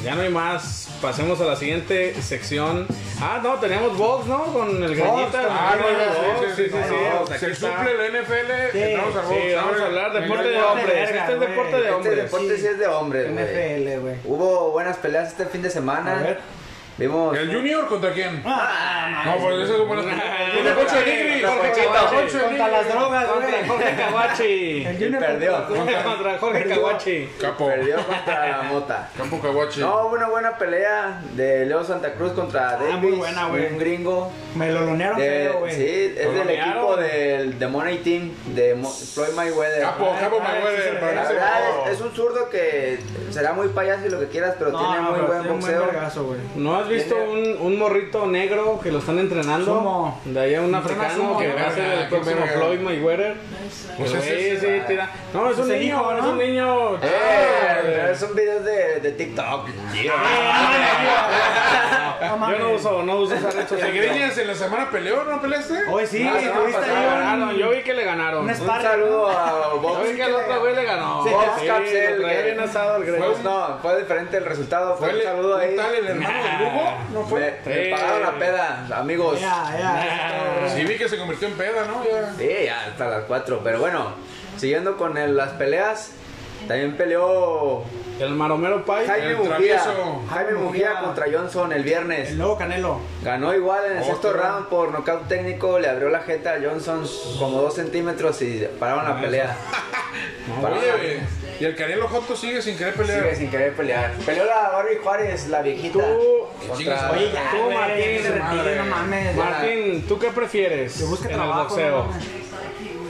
[SPEAKER 3] Ya no hay más. Pasemos a la siguiente sección. Ah, no, teníamos box, ¿no? Con el gallita.
[SPEAKER 4] Ah, no,
[SPEAKER 3] Box,
[SPEAKER 4] ya, sí, sí, sí.
[SPEAKER 3] sí,
[SPEAKER 4] no,
[SPEAKER 3] o sea,
[SPEAKER 4] Se
[SPEAKER 3] aquí está.
[SPEAKER 4] suple la NFL.
[SPEAKER 5] Sí,
[SPEAKER 4] entramos al box.
[SPEAKER 3] Sí, vamos a hablar de deporte de
[SPEAKER 4] Venga,
[SPEAKER 3] hombres.
[SPEAKER 5] verga,
[SPEAKER 3] Este es
[SPEAKER 5] güey.
[SPEAKER 3] deporte de
[SPEAKER 5] Este
[SPEAKER 6] Este
[SPEAKER 3] hombres.
[SPEAKER 6] deporte sí es de hombres, güey.
[SPEAKER 5] NFL, güey.
[SPEAKER 6] Hubo buenas peleas este fin de semana.
[SPEAKER 5] A ver.
[SPEAKER 6] Vimos.
[SPEAKER 4] ¿El Junior contra quién?
[SPEAKER 5] Ah,
[SPEAKER 4] No, pues eso es como la. Contra Poncho de Nigri.
[SPEAKER 6] Los
[SPEAKER 4] Jorge
[SPEAKER 6] Ponchitos.
[SPEAKER 4] Cabacho, el
[SPEAKER 5] Contra
[SPEAKER 4] Nigri.
[SPEAKER 5] las drogas,
[SPEAKER 3] Contra
[SPEAKER 5] güey.
[SPEAKER 3] Jorge Cabachi.
[SPEAKER 5] El
[SPEAKER 6] Y
[SPEAKER 5] Junior
[SPEAKER 6] perdió.
[SPEAKER 3] Contra Jorge Cabachi.
[SPEAKER 4] Capo.
[SPEAKER 6] Perdió contra la mota.
[SPEAKER 4] Campo Caguachi.
[SPEAKER 6] No, hubo una buena pelea de Leo Santa Cruz contra Davis,
[SPEAKER 5] Ah, muy buena, güey.
[SPEAKER 6] un gringo.
[SPEAKER 5] Me lo lonearon
[SPEAKER 6] De-
[SPEAKER 5] feo, güey.
[SPEAKER 6] sí, es del
[SPEAKER 3] Colonearon.
[SPEAKER 6] equipo del The Money Team de Mo- Floyd Mayweather.
[SPEAKER 4] Capo, Capo
[SPEAKER 5] Ah, sí, sí,
[SPEAKER 4] Mayweather. pero
[SPEAKER 6] La
[SPEAKER 4] no se
[SPEAKER 6] verdad
[SPEAKER 4] jugó.
[SPEAKER 6] es, es un zurdo que será muy payaso y lo que quieras, pero
[SPEAKER 5] No,
[SPEAKER 6] tiene
[SPEAKER 5] no,
[SPEAKER 6] muy
[SPEAKER 5] pero
[SPEAKER 6] buen
[SPEAKER 5] tiene un
[SPEAKER 6] boxeo.
[SPEAKER 5] vergazo, güey.
[SPEAKER 3] ¿No has visto un, un morrito negro que lo están entrenando?
[SPEAKER 5] Sumo.
[SPEAKER 3] De allá un africano
[SPEAKER 5] sumo,
[SPEAKER 3] que
[SPEAKER 5] ¿no?
[SPEAKER 3] va a ser
[SPEAKER 4] Verga,
[SPEAKER 3] el
[SPEAKER 4] qué
[SPEAKER 3] próximo
[SPEAKER 4] verga.
[SPEAKER 3] Floyd Mayweather.
[SPEAKER 4] Pues
[SPEAKER 3] Que
[SPEAKER 4] ese
[SPEAKER 3] güey,
[SPEAKER 4] es-
[SPEAKER 3] sí, tira- No, es
[SPEAKER 5] Ese
[SPEAKER 3] un niño,
[SPEAKER 5] hijo,
[SPEAKER 3] es
[SPEAKER 5] ¿no?
[SPEAKER 3] un niño.
[SPEAKER 6] Eh, pero son videos de, de TikTok.
[SPEAKER 5] No
[SPEAKER 3] Yo
[SPEAKER 5] mames.
[SPEAKER 3] no uso, no uso esas redes
[SPEAKER 4] ¿El
[SPEAKER 3] sociales.
[SPEAKER 4] Greñas en la semana peleó no peleaste?
[SPEAKER 5] Hoy sí,
[SPEAKER 3] Ah, no,
[SPEAKER 5] tuviste
[SPEAKER 3] pues,
[SPEAKER 5] ahí un-
[SPEAKER 3] ganaron, Yo vi que le ganaron.
[SPEAKER 5] un
[SPEAKER 3] Yo
[SPEAKER 6] Un
[SPEAKER 5] sparring,
[SPEAKER 6] saludo
[SPEAKER 5] ¿no?
[SPEAKER 6] a Box.
[SPEAKER 3] vi que el otro güey le ganó.
[SPEAKER 6] Sí,
[SPEAKER 3] Sí,
[SPEAKER 6] Capsel,
[SPEAKER 3] lo traía
[SPEAKER 6] que-
[SPEAKER 3] bien asado el Greñas.
[SPEAKER 6] Pues no, fue diferente el resultado. Fue,
[SPEAKER 4] ¿Fue
[SPEAKER 6] un
[SPEAKER 4] el,
[SPEAKER 6] saludo ahí.
[SPEAKER 4] un tal el hermano del grupo? ¿No
[SPEAKER 6] Me,
[SPEAKER 4] fue?
[SPEAKER 6] me
[SPEAKER 3] Sí.
[SPEAKER 6] pagaron la peda, amigos.
[SPEAKER 5] Ya, ya.
[SPEAKER 4] Sí, vi que se convirtió en peda, ¿no? Ya.
[SPEAKER 6] Sí, ya hasta las 4. Pero bueno, siguiendo con el- las peleas, también peleó
[SPEAKER 3] El maromero Pai.
[SPEAKER 6] Jaime
[SPEAKER 4] El
[SPEAKER 6] Mujía.
[SPEAKER 4] travieso.
[SPEAKER 6] Jaime Mujía contra Johnson el
[SPEAKER 5] El
[SPEAKER 6] viernes.
[SPEAKER 5] nuevo Canelo.
[SPEAKER 6] Ganó igual en el sexto
[SPEAKER 4] Otro.
[SPEAKER 6] round por nocaut técnico, le abrió la jeta a Johnson como 2 centímetros y pararon la pelea. Pararon
[SPEAKER 4] Oye,
[SPEAKER 6] la-
[SPEAKER 4] güey, y el Canelo Joto sigue sin querer pelear.
[SPEAKER 6] Sigue sin querer pelear. Peleó la Barbie Juárez, la viejita.
[SPEAKER 3] Tú,
[SPEAKER 6] Contra-
[SPEAKER 4] Oye,
[SPEAKER 5] Ya,
[SPEAKER 3] Tú,
[SPEAKER 5] güey,
[SPEAKER 3] Ah, Martín,
[SPEAKER 5] ya que se retire,
[SPEAKER 4] madre.
[SPEAKER 5] no mames.
[SPEAKER 3] Martín, ¿tú qué prefieres
[SPEAKER 5] Que busque
[SPEAKER 3] en
[SPEAKER 5] trabajo,
[SPEAKER 3] el boxeo?
[SPEAKER 5] no mames.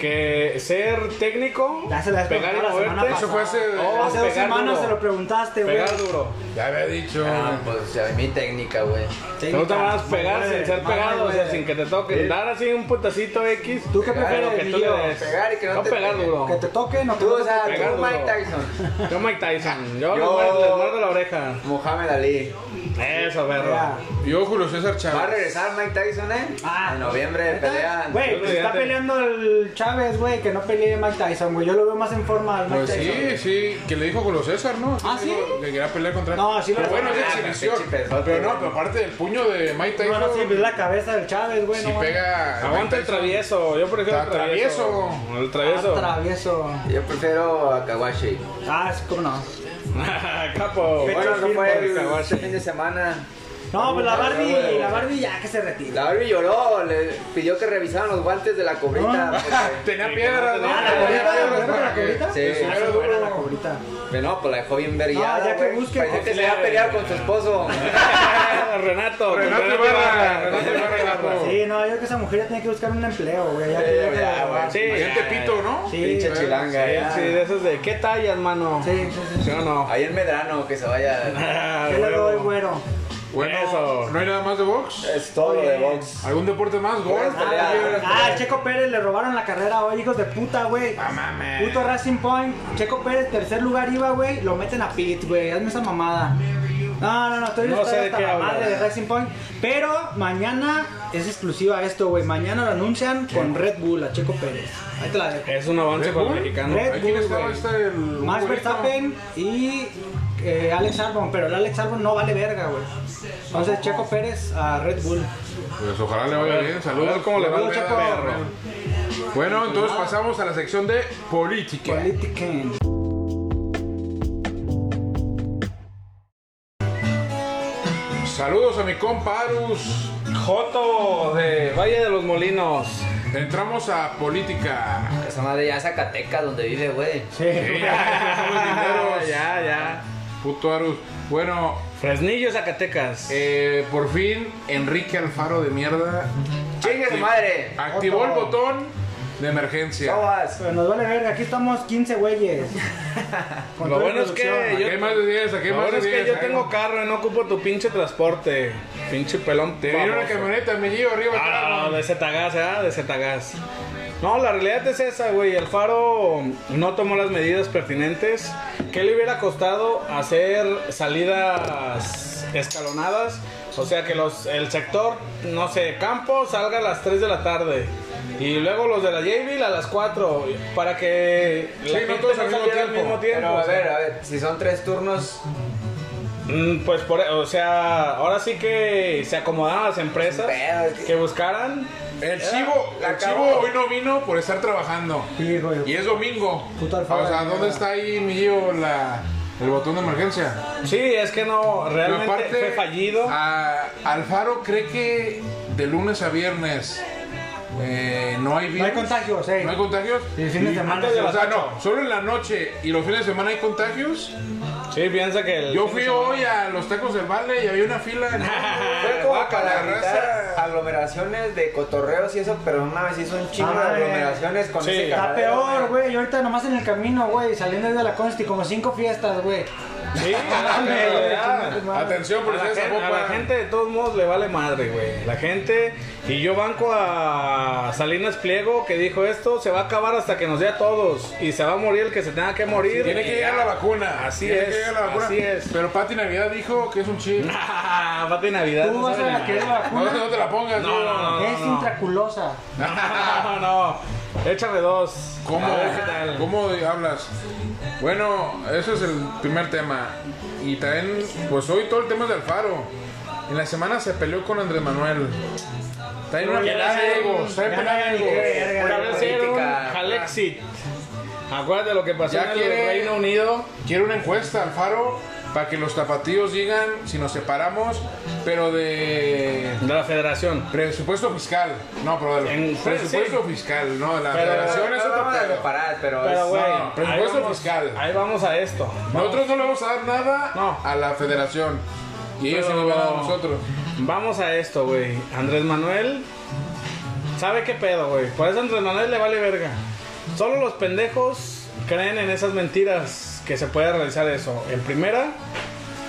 [SPEAKER 3] Que ser técnico,
[SPEAKER 5] Ya se la has
[SPEAKER 3] pegar y
[SPEAKER 5] preguntado la semana
[SPEAKER 3] moverte.
[SPEAKER 4] Eso
[SPEAKER 5] pasada.
[SPEAKER 4] fue hace.
[SPEAKER 3] Oh,
[SPEAKER 5] Hace dos
[SPEAKER 3] pegar
[SPEAKER 5] semanas
[SPEAKER 3] duro.
[SPEAKER 5] se lo preguntaste, güey.
[SPEAKER 3] Pegar duro.
[SPEAKER 4] Ya había dicho.
[SPEAKER 6] Ah, pues ya, mi técnica, güey.
[SPEAKER 3] ¿Te gusta más
[SPEAKER 5] Técnica,
[SPEAKER 3] pegar
[SPEAKER 5] madre,
[SPEAKER 3] sin ser
[SPEAKER 5] madre,
[SPEAKER 3] pegado? O sea,
[SPEAKER 5] güey.
[SPEAKER 3] sin que te toquen. Dar así un putacito X.
[SPEAKER 5] ¿Tú qué
[SPEAKER 3] Pero
[SPEAKER 5] prefieres,
[SPEAKER 3] que tú
[SPEAKER 5] Guillo?
[SPEAKER 3] le des.
[SPEAKER 6] Pegar y que no te
[SPEAKER 3] pegar
[SPEAKER 6] peguen.
[SPEAKER 5] Que
[SPEAKER 3] duro.
[SPEAKER 5] te toquen o que
[SPEAKER 6] Tú,
[SPEAKER 5] no
[SPEAKER 6] o
[SPEAKER 5] te
[SPEAKER 6] sea,
[SPEAKER 5] toquen.
[SPEAKER 3] Pegar
[SPEAKER 6] tú, Mike
[SPEAKER 3] duro.
[SPEAKER 6] Tyson.
[SPEAKER 3] Yo Mike Tyson. Yo,
[SPEAKER 6] Yo-
[SPEAKER 3] Les, muerdo, les muerdo la oreja.
[SPEAKER 6] Mohamed Ali.
[SPEAKER 3] Eso, perro.
[SPEAKER 5] Ya.
[SPEAKER 4] Yo, Julio César
[SPEAKER 6] Va a
[SPEAKER 4] Chávez.
[SPEAKER 6] regresar Mike Tyson, ¿eh?
[SPEAKER 5] Ah.
[SPEAKER 6] en noviembre pelean.
[SPEAKER 5] Güey, pues está
[SPEAKER 3] Olvídate.
[SPEAKER 5] peleando el Chávez, güey, que no pelee Mike Tyson, güey. Yo lo veo más en forma al Mike
[SPEAKER 4] Pues
[SPEAKER 5] Tyson.
[SPEAKER 4] sí, sí, que le dijo Julio César, ¿no?
[SPEAKER 5] Ah,
[SPEAKER 4] Le dijo
[SPEAKER 5] ¿sí?
[SPEAKER 4] Que quería pelear contra él.
[SPEAKER 5] No, sí lo-
[SPEAKER 4] Pero bueno, es
[SPEAKER 6] Ah,
[SPEAKER 4] exhibición.
[SPEAKER 6] pinche pedote,
[SPEAKER 4] Pero no,
[SPEAKER 6] güey.
[SPEAKER 4] pero aparte del puño de Mike
[SPEAKER 5] No,
[SPEAKER 4] Tyson.
[SPEAKER 5] no, sí, pues la cabeza del Chávez, güey.
[SPEAKER 4] Si
[SPEAKER 5] no,
[SPEAKER 4] pega. a Mike
[SPEAKER 3] Aguanta el
[SPEAKER 4] Tyson.
[SPEAKER 3] travieso. Yo prefiero el
[SPEAKER 4] Tra- travieso.
[SPEAKER 3] travieso. El
[SPEAKER 5] Ah,
[SPEAKER 3] travieso.
[SPEAKER 5] travieso.
[SPEAKER 6] Yo prefiero a Kawashi.
[SPEAKER 5] Ah, sí, cómo no.
[SPEAKER 3] Capo.
[SPEAKER 5] Pecho
[SPEAKER 6] Bueno, no
[SPEAKER 5] firme,
[SPEAKER 6] fue el
[SPEAKER 3] Kawashi.
[SPEAKER 6] este fin de semana.
[SPEAKER 5] No, pues la Barbie,
[SPEAKER 6] güey.
[SPEAKER 5] la Barbie ya que se retira.
[SPEAKER 6] La Barbie lloró, le pidió que revisaran los guantes de la cobrita. porque-
[SPEAKER 4] Tenía piedras, ¿no?
[SPEAKER 5] Ah, la
[SPEAKER 4] Tenía
[SPEAKER 5] cobrita,
[SPEAKER 4] piedras
[SPEAKER 5] ¿la
[SPEAKER 4] para que-
[SPEAKER 5] cobrita?
[SPEAKER 4] que
[SPEAKER 6] Sí.
[SPEAKER 5] Ah,
[SPEAKER 4] subiera
[SPEAKER 5] se
[SPEAKER 4] duro.
[SPEAKER 5] muera la cobrita.
[SPEAKER 6] Pero no, pues la dejó bien vergueada.
[SPEAKER 5] No, ya que
[SPEAKER 6] güey.
[SPEAKER 5] busque.
[SPEAKER 6] Parecía que se iba a pelear con su esposo.
[SPEAKER 3] Renato.
[SPEAKER 4] Renato Ibarra, Renato Ibarra, Gato.
[SPEAKER 5] Sí, no, yo creo que esa mujer ya tiene que buscar un empleo, güey. Ya
[SPEAKER 6] Sí,
[SPEAKER 5] que deje
[SPEAKER 6] ya,
[SPEAKER 5] la-
[SPEAKER 6] güey.
[SPEAKER 3] Ah, Sí.
[SPEAKER 4] Gente pito, ¿no?
[SPEAKER 5] Sí.
[SPEAKER 6] Pinche chilanga. eh.
[SPEAKER 3] Sí,
[SPEAKER 6] ya.
[SPEAKER 3] sí, de esos de ¿qué tallas, mano?
[SPEAKER 5] Sí, sí, sí.
[SPEAKER 3] ¿Sí o no? Ah,
[SPEAKER 6] Ahí en Medrano, que se vaya.
[SPEAKER 5] Yo le doy, güero.
[SPEAKER 4] Bueno,
[SPEAKER 3] Eso.
[SPEAKER 4] ¿no hay nada más de box?
[SPEAKER 6] Es todo lo de box.
[SPEAKER 4] ¿Algún deporte más? ¿Golf?
[SPEAKER 6] pelea.
[SPEAKER 4] ¿Ayer?
[SPEAKER 5] Ah, el Checo Pérez le robaron la carrera hoy, hijos de puta, güey. Puto Racing Point. Checo Pérez, tercer lugar iba, güey. Lo meten a pit, güey. Hazme esa mamada. No, no, no, estoy
[SPEAKER 3] No
[SPEAKER 5] estoy
[SPEAKER 3] sé de
[SPEAKER 5] hasta
[SPEAKER 3] qué
[SPEAKER 5] la
[SPEAKER 3] hablas.
[SPEAKER 5] madre de Racing Point. Pero mañana es exclusiva esto, güey. Mañana lo anuncian con Red Bull a Checo Pérez. Ahí te la dejo.
[SPEAKER 3] Es un avance
[SPEAKER 4] ¿Red
[SPEAKER 3] para
[SPEAKER 4] Bull?
[SPEAKER 3] el mexicano.
[SPEAKER 5] Red
[SPEAKER 4] ¿Quién
[SPEAKER 5] Bull,
[SPEAKER 4] estaba
[SPEAKER 5] güey.
[SPEAKER 4] este? El
[SPEAKER 5] Max
[SPEAKER 4] güerito?
[SPEAKER 5] Verstappen y eh, Alex Albon, pero el Alex Albon no vale verga, güey. Entonces Checo Pérez a Red Bull.
[SPEAKER 4] Pues ojalá le vaya bien.
[SPEAKER 3] A
[SPEAKER 4] Saludos.
[SPEAKER 3] ver cómo le va
[SPEAKER 4] Saludos,
[SPEAKER 5] al
[SPEAKER 4] Checo.
[SPEAKER 5] perro.
[SPEAKER 4] Bueno, entonces pasamos a la sección de política.
[SPEAKER 5] Politiken.
[SPEAKER 4] Saludos a mi compa Arus.
[SPEAKER 3] Joto de Valle de los Molinos.
[SPEAKER 4] Entramos a política.
[SPEAKER 6] Esa madre ya es Zacatecas donde vive, güey.
[SPEAKER 4] Sí, ya somos
[SPEAKER 3] Ah,
[SPEAKER 4] dineros.
[SPEAKER 3] ya, ya.
[SPEAKER 4] Puto Arus. Bueno,
[SPEAKER 3] Fresnillo, Zacatecas.
[SPEAKER 4] eh, por fin Enrique Alfaro de mierda
[SPEAKER 6] Chingue su
[SPEAKER 4] acti-
[SPEAKER 6] madre.
[SPEAKER 4] activó el
[SPEAKER 5] Otto.
[SPEAKER 4] botón de emergencia.
[SPEAKER 6] Sobas.
[SPEAKER 5] Pero nos vale verga, aquí estamos 15 güeyes. Con
[SPEAKER 3] Lo
[SPEAKER 5] toda
[SPEAKER 3] bueno es que
[SPEAKER 5] producción.
[SPEAKER 4] Aquí hay más de 10, aquí hay
[SPEAKER 3] Lo
[SPEAKER 4] más
[SPEAKER 3] bueno es
[SPEAKER 4] de 10.
[SPEAKER 3] que yo
[SPEAKER 4] ¿eh?
[SPEAKER 3] tengo carro y no ocupo tu pinche transporte. Pinche pelón.
[SPEAKER 4] Te viene una
[SPEAKER 3] baboso.
[SPEAKER 4] camioneta, me llevo arriba.
[SPEAKER 3] Ah,
[SPEAKER 4] claro.
[SPEAKER 3] no, de Zetagás, ¿ah? De Zetagás. No, la realidad es esa, güey. El Faro no tomó las medidas pertinentes. ¿Qué le hubiera costado hacer salidas escalonadas? O sea, que los, el sector, no sé, campo salga a las 3 de la tarde. Y luego los de la Jabil a las 4. Para que
[SPEAKER 4] Sí,
[SPEAKER 3] la
[SPEAKER 4] no
[SPEAKER 3] gente
[SPEAKER 4] todos
[SPEAKER 3] no
[SPEAKER 4] al mismo
[SPEAKER 3] saliera al
[SPEAKER 4] tiempo.
[SPEAKER 3] mismo tiempo.
[SPEAKER 6] Pero a
[SPEAKER 3] o sea.
[SPEAKER 6] ver, a ver, si son tres turnos,
[SPEAKER 3] Mm, Pues por, o sea, ahora sí que se acomodaban las empresas
[SPEAKER 6] pedo, es que-
[SPEAKER 3] que buscaran.
[SPEAKER 4] El
[SPEAKER 3] Ah,
[SPEAKER 4] chivo,
[SPEAKER 6] la
[SPEAKER 4] el chivo
[SPEAKER 6] acabó.
[SPEAKER 4] hoy no vino por estar trabajando.
[SPEAKER 5] Hijo de-
[SPEAKER 4] Y es domingo.
[SPEAKER 5] Puta
[SPEAKER 4] o
[SPEAKER 5] alfaba
[SPEAKER 4] sea,
[SPEAKER 5] de
[SPEAKER 4] ¿dónde
[SPEAKER 3] eh.
[SPEAKER 5] mierda.
[SPEAKER 4] está ahí mi hijo la, el botón de emergencia?
[SPEAKER 3] Sí, es que no,
[SPEAKER 4] Pero
[SPEAKER 3] realmente fue fallido.
[SPEAKER 4] a- Alfaro cree que de lunes a viernes eh, no hay virus.
[SPEAKER 5] No hay contagios, eh.
[SPEAKER 4] No hay contagios.
[SPEAKER 5] Y el fin de semana.
[SPEAKER 3] antes de
[SPEAKER 4] O
[SPEAKER 3] las
[SPEAKER 4] sea,
[SPEAKER 3] ocho.
[SPEAKER 4] no, solo en la noche y los fines de semana hay contagios.
[SPEAKER 3] Sí, piensa que el.
[SPEAKER 4] Yo fui hoy a los tacos del Valle y había una fila. enorme.
[SPEAKER 6] fue como
[SPEAKER 4] Guácala,
[SPEAKER 6] para
[SPEAKER 4] raza.
[SPEAKER 6] evitar aglomeraciones de cotorreos y eso, pero una vez hizo un chingo de
[SPEAKER 5] Ah, eh.
[SPEAKER 6] aglomeraciones con
[SPEAKER 3] Sí.
[SPEAKER 6] ese
[SPEAKER 5] Está
[SPEAKER 6] cagadero,
[SPEAKER 5] peor, güey. Y ahorita nomás en el camino, güey. Saliendo desde la Consti, como cinco fiestas, güey.
[SPEAKER 3] Sí, a la,
[SPEAKER 5] Dame,
[SPEAKER 3] gente,
[SPEAKER 5] güey,
[SPEAKER 3] ya.
[SPEAKER 5] chinga tu madre.
[SPEAKER 4] Atención,
[SPEAKER 3] A la
[SPEAKER 4] policía de
[SPEAKER 3] gen- a la gente de todos modos le vale madre, güey. La gente. Y yo banco a Salinas Pliego que dijo esto se va a acabar hasta que nos dé a todos. Y se va a morir el que se tenga que morir.
[SPEAKER 4] Tiene que llegar la vacuna.
[SPEAKER 3] Así
[SPEAKER 4] Tiene
[SPEAKER 3] es,
[SPEAKER 4] que llegar la vacuna.
[SPEAKER 3] así es.
[SPEAKER 4] Pero Pati Navidad dijo que es un chip.
[SPEAKER 3] Ah, Va de Navidad.
[SPEAKER 5] Tú
[SPEAKER 3] no
[SPEAKER 5] vas
[SPEAKER 3] sabe
[SPEAKER 5] a
[SPEAKER 3] nada.
[SPEAKER 5] querer la
[SPEAKER 4] No, no
[SPEAKER 5] vacuna.
[SPEAKER 4] te la pongas.
[SPEAKER 3] No,
[SPEAKER 4] tú.
[SPEAKER 3] no, no.
[SPEAKER 5] Es intraculosa.
[SPEAKER 3] No, no. Échale dos.
[SPEAKER 4] ¿Cómo,
[SPEAKER 3] A ver qué tal.
[SPEAKER 4] ¿Cómo hablas? Bueno, eso es el primer tema. Y también, pues hoy todo el tema es de Alfaro. En la semana se peleó con Andrés Manuel. Está en una
[SPEAKER 3] Ya
[SPEAKER 4] pelea de
[SPEAKER 3] nadie-
[SPEAKER 4] egos. Está en
[SPEAKER 5] ya
[SPEAKER 4] pelea de
[SPEAKER 5] nadie
[SPEAKER 4] egos.
[SPEAKER 5] quiere.
[SPEAKER 3] Por haber sido un
[SPEAKER 6] Política.
[SPEAKER 3] Jalexit. Acuérdate lo que pasó
[SPEAKER 4] Ya
[SPEAKER 3] en el
[SPEAKER 4] quiere-
[SPEAKER 3] Reino Unido.
[SPEAKER 4] Quiero una encuesta, Alfaro, para que los tapatíos digan si nos separamos, pero de
[SPEAKER 3] De la federación.
[SPEAKER 4] Presupuesto fiscal. No, pero de-
[SPEAKER 3] En-
[SPEAKER 4] presupuesto
[SPEAKER 3] sí.
[SPEAKER 4] fiscal, no, la
[SPEAKER 3] Pero-
[SPEAKER 4] federación
[SPEAKER 6] No,
[SPEAKER 4] es
[SPEAKER 6] no
[SPEAKER 4] otro
[SPEAKER 6] vamos a
[SPEAKER 4] pedo.
[SPEAKER 6] separar, pero,
[SPEAKER 3] Pero,
[SPEAKER 6] es-
[SPEAKER 3] güey,
[SPEAKER 4] no, presupuesto
[SPEAKER 3] ahí vamos-
[SPEAKER 4] fiscal.
[SPEAKER 3] Ahí vamos a esto.
[SPEAKER 4] Nosotros no le vamos a dar nada
[SPEAKER 3] No.
[SPEAKER 4] a la federación. Y ellos se
[SPEAKER 3] Pero-
[SPEAKER 4] nos van a dar a nosotros.
[SPEAKER 3] Vamos a esto, güey. Andrés Manuel sabe qué pedo, güey. Por eso a Andrés Manuel le vale verga. Solo los pendejos creen en esas mentiras que se puede realizar eso. En primera,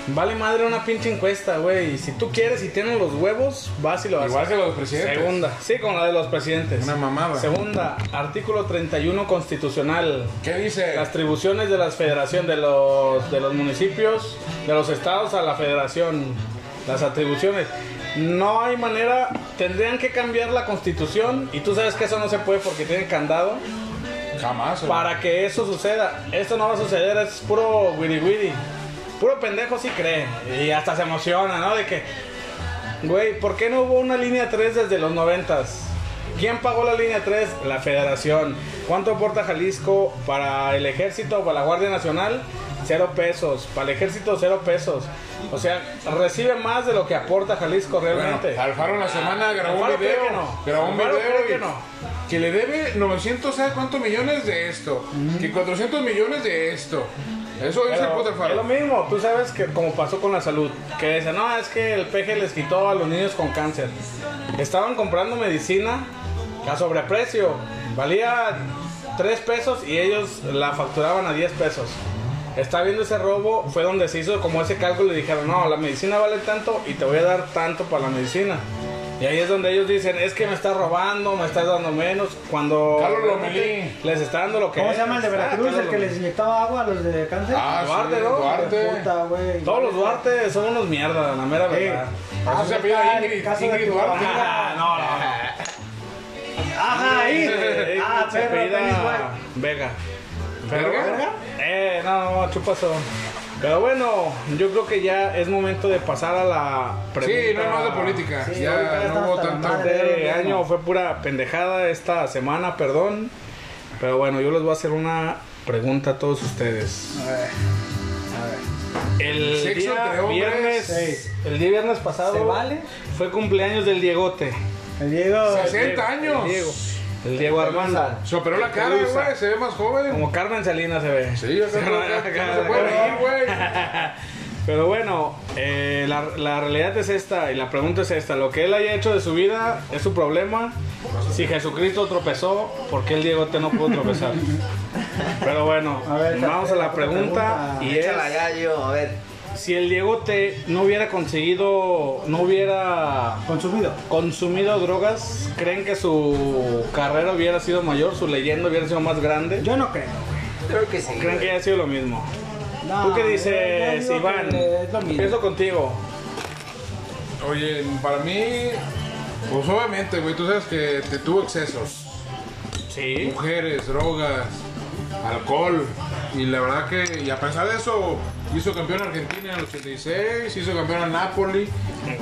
[SPEAKER 3] vale madre una pinche encuesta, güey. Si tú quieres y tienes los huevos, vas y lo haces.
[SPEAKER 4] Igual que los presidentes.
[SPEAKER 3] Segunda, sí, con la de los presidentes.
[SPEAKER 4] Una mamada.
[SPEAKER 3] Segunda, artículo 31 constitucional.
[SPEAKER 4] ¿Qué dice?
[SPEAKER 3] Las atribuciones de las federación de los, de los municipios, de los estados a la federación. Las atribuciones. No hay manera, tendrían que cambiar la constitución y tú sabes que eso no se puede porque tiene candado
[SPEAKER 4] Jamás.
[SPEAKER 3] para que eso suceda. Esto no va a suceder, es puro wiri wiri. Puro pendejo sí cree. Y hasta se emociona, ¿no? De que, güey, ¿por qué no hubo una línea 3 desde los 90? ¿Quién pagó la línea 3? La federación. ¿Cuánto aporta Jalisco para el ejército o para la Guardia Nacional? Cero pesos. Para el ejército, cero pesos. O sea, recibe más de lo que aporta Jalisco
[SPEAKER 4] Bueno,
[SPEAKER 3] realmente.
[SPEAKER 4] Alfaro en la semana grabó
[SPEAKER 3] Alfaro
[SPEAKER 4] un video.
[SPEAKER 3] cree que no.
[SPEAKER 4] Grabó un
[SPEAKER 3] Alfaro
[SPEAKER 4] video
[SPEAKER 3] cree
[SPEAKER 4] y-
[SPEAKER 3] que no.
[SPEAKER 4] que le debe 900, ¿sabe cuántos millones de esto? Que 400 millones de esto. Eso dice el
[SPEAKER 3] Pero
[SPEAKER 4] puto Alfaro.
[SPEAKER 3] es lo mismo, tú sabes que como pasó con la salud, que dicen, no, es que el peje les quitó a los niños con cáncer. Estaban comprando medicina a sobreprecio, valía 3 pesos y ellos la facturaban a 10 pesos. está viendo ese robo, fue donde se hizo como ese cálculo y dijeron, no, la medicina vale tanto y te voy a dar tanto para la medicina. Y ahí es donde ellos dicen, es que me está robando, me está dando menos, cuando
[SPEAKER 4] Carlos
[SPEAKER 3] realmente
[SPEAKER 4] Lomelí.
[SPEAKER 3] les está dando lo que
[SPEAKER 5] ¿Cómo
[SPEAKER 3] es.
[SPEAKER 5] se llama el de
[SPEAKER 3] Ah,
[SPEAKER 5] Veracruz?
[SPEAKER 3] Carlos
[SPEAKER 5] El que
[SPEAKER 3] Lomelí.
[SPEAKER 5] les inyectaba agua a los de cáncer.
[SPEAKER 4] Ah,
[SPEAKER 3] Duarte,
[SPEAKER 4] sí,
[SPEAKER 3] ¿no?
[SPEAKER 4] Duarte.
[SPEAKER 5] Puta, güey.
[SPEAKER 3] Todos los Duarte son unos mierda, la mera
[SPEAKER 5] Sí.
[SPEAKER 3] verdad.
[SPEAKER 4] Eso se apellida
[SPEAKER 5] está el
[SPEAKER 4] Ingrid,
[SPEAKER 5] caso de
[SPEAKER 4] Ingrid
[SPEAKER 5] tu
[SPEAKER 4] Duarte.
[SPEAKER 5] amiga.
[SPEAKER 3] Ah, no, no, no.
[SPEAKER 5] Ajá, ahí. Ah,
[SPEAKER 3] Se
[SPEAKER 5] perro,
[SPEAKER 3] apellida Ah,
[SPEAKER 5] tenis, güey.
[SPEAKER 3] Vega.
[SPEAKER 4] ¿Verga?
[SPEAKER 3] Eh, no, no, chupazo. Pero bueno, yo creo que ya es momento de pasar a la pregunta.
[SPEAKER 4] Sí, no hay más de política.
[SPEAKER 5] Sí, ahorita
[SPEAKER 4] ya
[SPEAKER 5] ya
[SPEAKER 4] no hubo
[SPEAKER 5] estamos hasta la
[SPEAKER 4] tanto.
[SPEAKER 5] madre.
[SPEAKER 3] Este año fue pura pendejada esta semana, perdón. Pero bueno, yo les voy a hacer una pregunta a todos ustedes.
[SPEAKER 5] A ver, a ver.
[SPEAKER 3] El
[SPEAKER 4] Sexo
[SPEAKER 3] día
[SPEAKER 4] entre hombres.
[SPEAKER 3] viernes,
[SPEAKER 5] Sí.
[SPEAKER 3] el día viernes pasado
[SPEAKER 5] ¿Se vale?
[SPEAKER 3] fue cumpleaños del Diegote.
[SPEAKER 5] El Diego.
[SPEAKER 4] 60
[SPEAKER 3] El Diego,
[SPEAKER 4] años.
[SPEAKER 3] el Diego Armando.
[SPEAKER 4] Se operó la cara,
[SPEAKER 3] Pelusa.
[SPEAKER 4] güey. Se ve más joven.
[SPEAKER 3] Como Carmen Salinas se ve.
[SPEAKER 4] Sí, yo creo que no se puede reír, güey.
[SPEAKER 3] Pero bueno, eh, la, la realidad es esta y la pregunta es esta. Lo que él haya hecho de su vida es su problema. Si Jesucristo tropezó, ¿por qué el Diegote no pudo tropezar? Pero bueno,
[SPEAKER 5] A ver,
[SPEAKER 3] vamos a la
[SPEAKER 5] otra
[SPEAKER 3] pregunta,
[SPEAKER 5] pregunta.
[SPEAKER 3] y es
[SPEAKER 6] Échala gallo, a ver.
[SPEAKER 3] si el Diegote no hubiera conseguido, no hubiera
[SPEAKER 5] Consumido.
[SPEAKER 3] consumido drogas, ¿creen que su carrera hubiera sido mayor, su leyenda hubiera sido más grande?
[SPEAKER 5] Yo no creo, güey.
[SPEAKER 6] Creo que sí.
[SPEAKER 3] ¿Creen que haya sido lo mismo?
[SPEAKER 5] No, eh,
[SPEAKER 3] ¿Tú qué
[SPEAKER 5] yo- yo
[SPEAKER 3] dices,
[SPEAKER 5] digo
[SPEAKER 3] Iván?
[SPEAKER 5] que Es Ah, lo mismo.
[SPEAKER 3] Empiezo contigo.
[SPEAKER 4] Oye, para mí, pues obviamente, güey, tú sabes que te tuvo excesos.
[SPEAKER 3] Sí.
[SPEAKER 4] mujeres, drogas, alcohol. Y la verdad que, y a pesar de eso, hizo campeón a Argentina en el 86, hizo campeón a Napoli.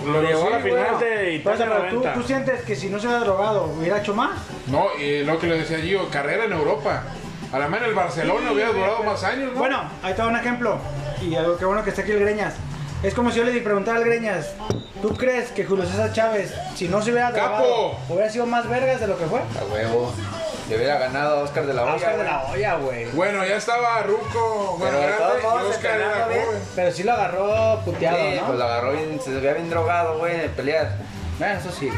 [SPEAKER 3] Lo llevó a la
[SPEAKER 4] güey.
[SPEAKER 3] final de
[SPEAKER 5] Pero,
[SPEAKER 3] Italia
[SPEAKER 5] pero tú,
[SPEAKER 3] 90.
[SPEAKER 5] tú sientes que si no se hubiera drogado, hubiera hecho más.
[SPEAKER 4] No, y lo que le decía Gio, carrera en Europa. A la mano el Barcelona hubiera durado más años, ¿no?
[SPEAKER 5] Bueno, ahí te va un ejemplo. Y algo que bueno que está aquí el Greñas. Es como si yo le preguntara al Greñas, ¿tú crees que Julio César Chávez, si no se hubiera
[SPEAKER 4] ¡Capo!
[SPEAKER 5] drogado, hubiera sido más vergas de lo que fue?
[SPEAKER 6] A huevo. Le hubiera ganado a Oscar de la Hoya.
[SPEAKER 5] Oscar de la
[SPEAKER 6] güey.
[SPEAKER 5] olla, güey.
[SPEAKER 4] Bueno, ya estaba Ruco, bueno,
[SPEAKER 6] Pero de
[SPEAKER 4] grande,
[SPEAKER 6] todos modos,
[SPEAKER 4] y Oscar era
[SPEAKER 6] entrenando bien.
[SPEAKER 4] joven.
[SPEAKER 5] Pero sí lo agarró puteado,
[SPEAKER 6] Sí,
[SPEAKER 5] ¿no?
[SPEAKER 6] pues lo agarró bien, se veía bien drogado, güey, de pelear. Bueno, eso sí.